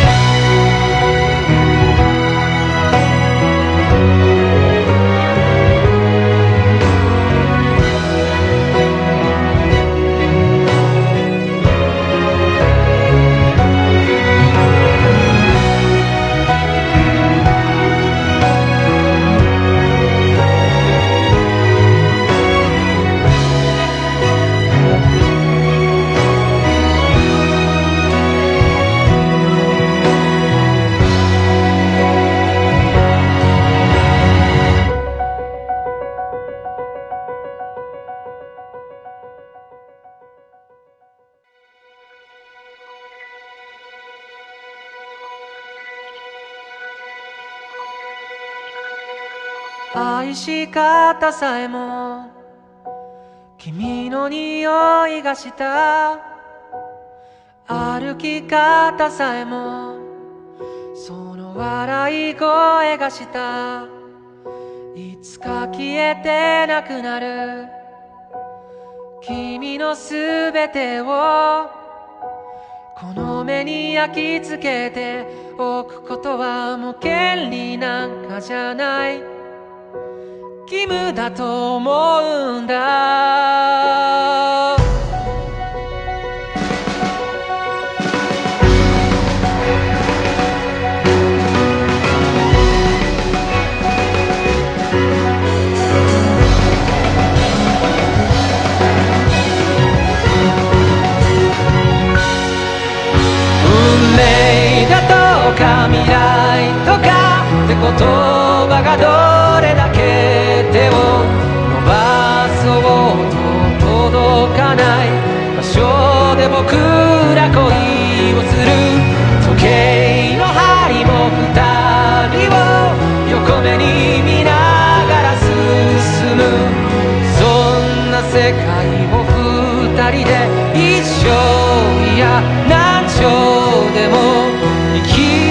[SPEAKER 6] 愛し方さえも君の匂いがした歩き方さえもその笑い声がしたいつか消えてなくなる君のすべてをこの目に焼き付けておくことはもう権利なんかじゃない義務だと思うんだ運命だとか未来とかって言葉がどれだけ手を伸ばそうと届かない場所で僕ら恋をする時計の針も二人を横目に見ながら進むそんな世界を二人で一生いや何章でも生き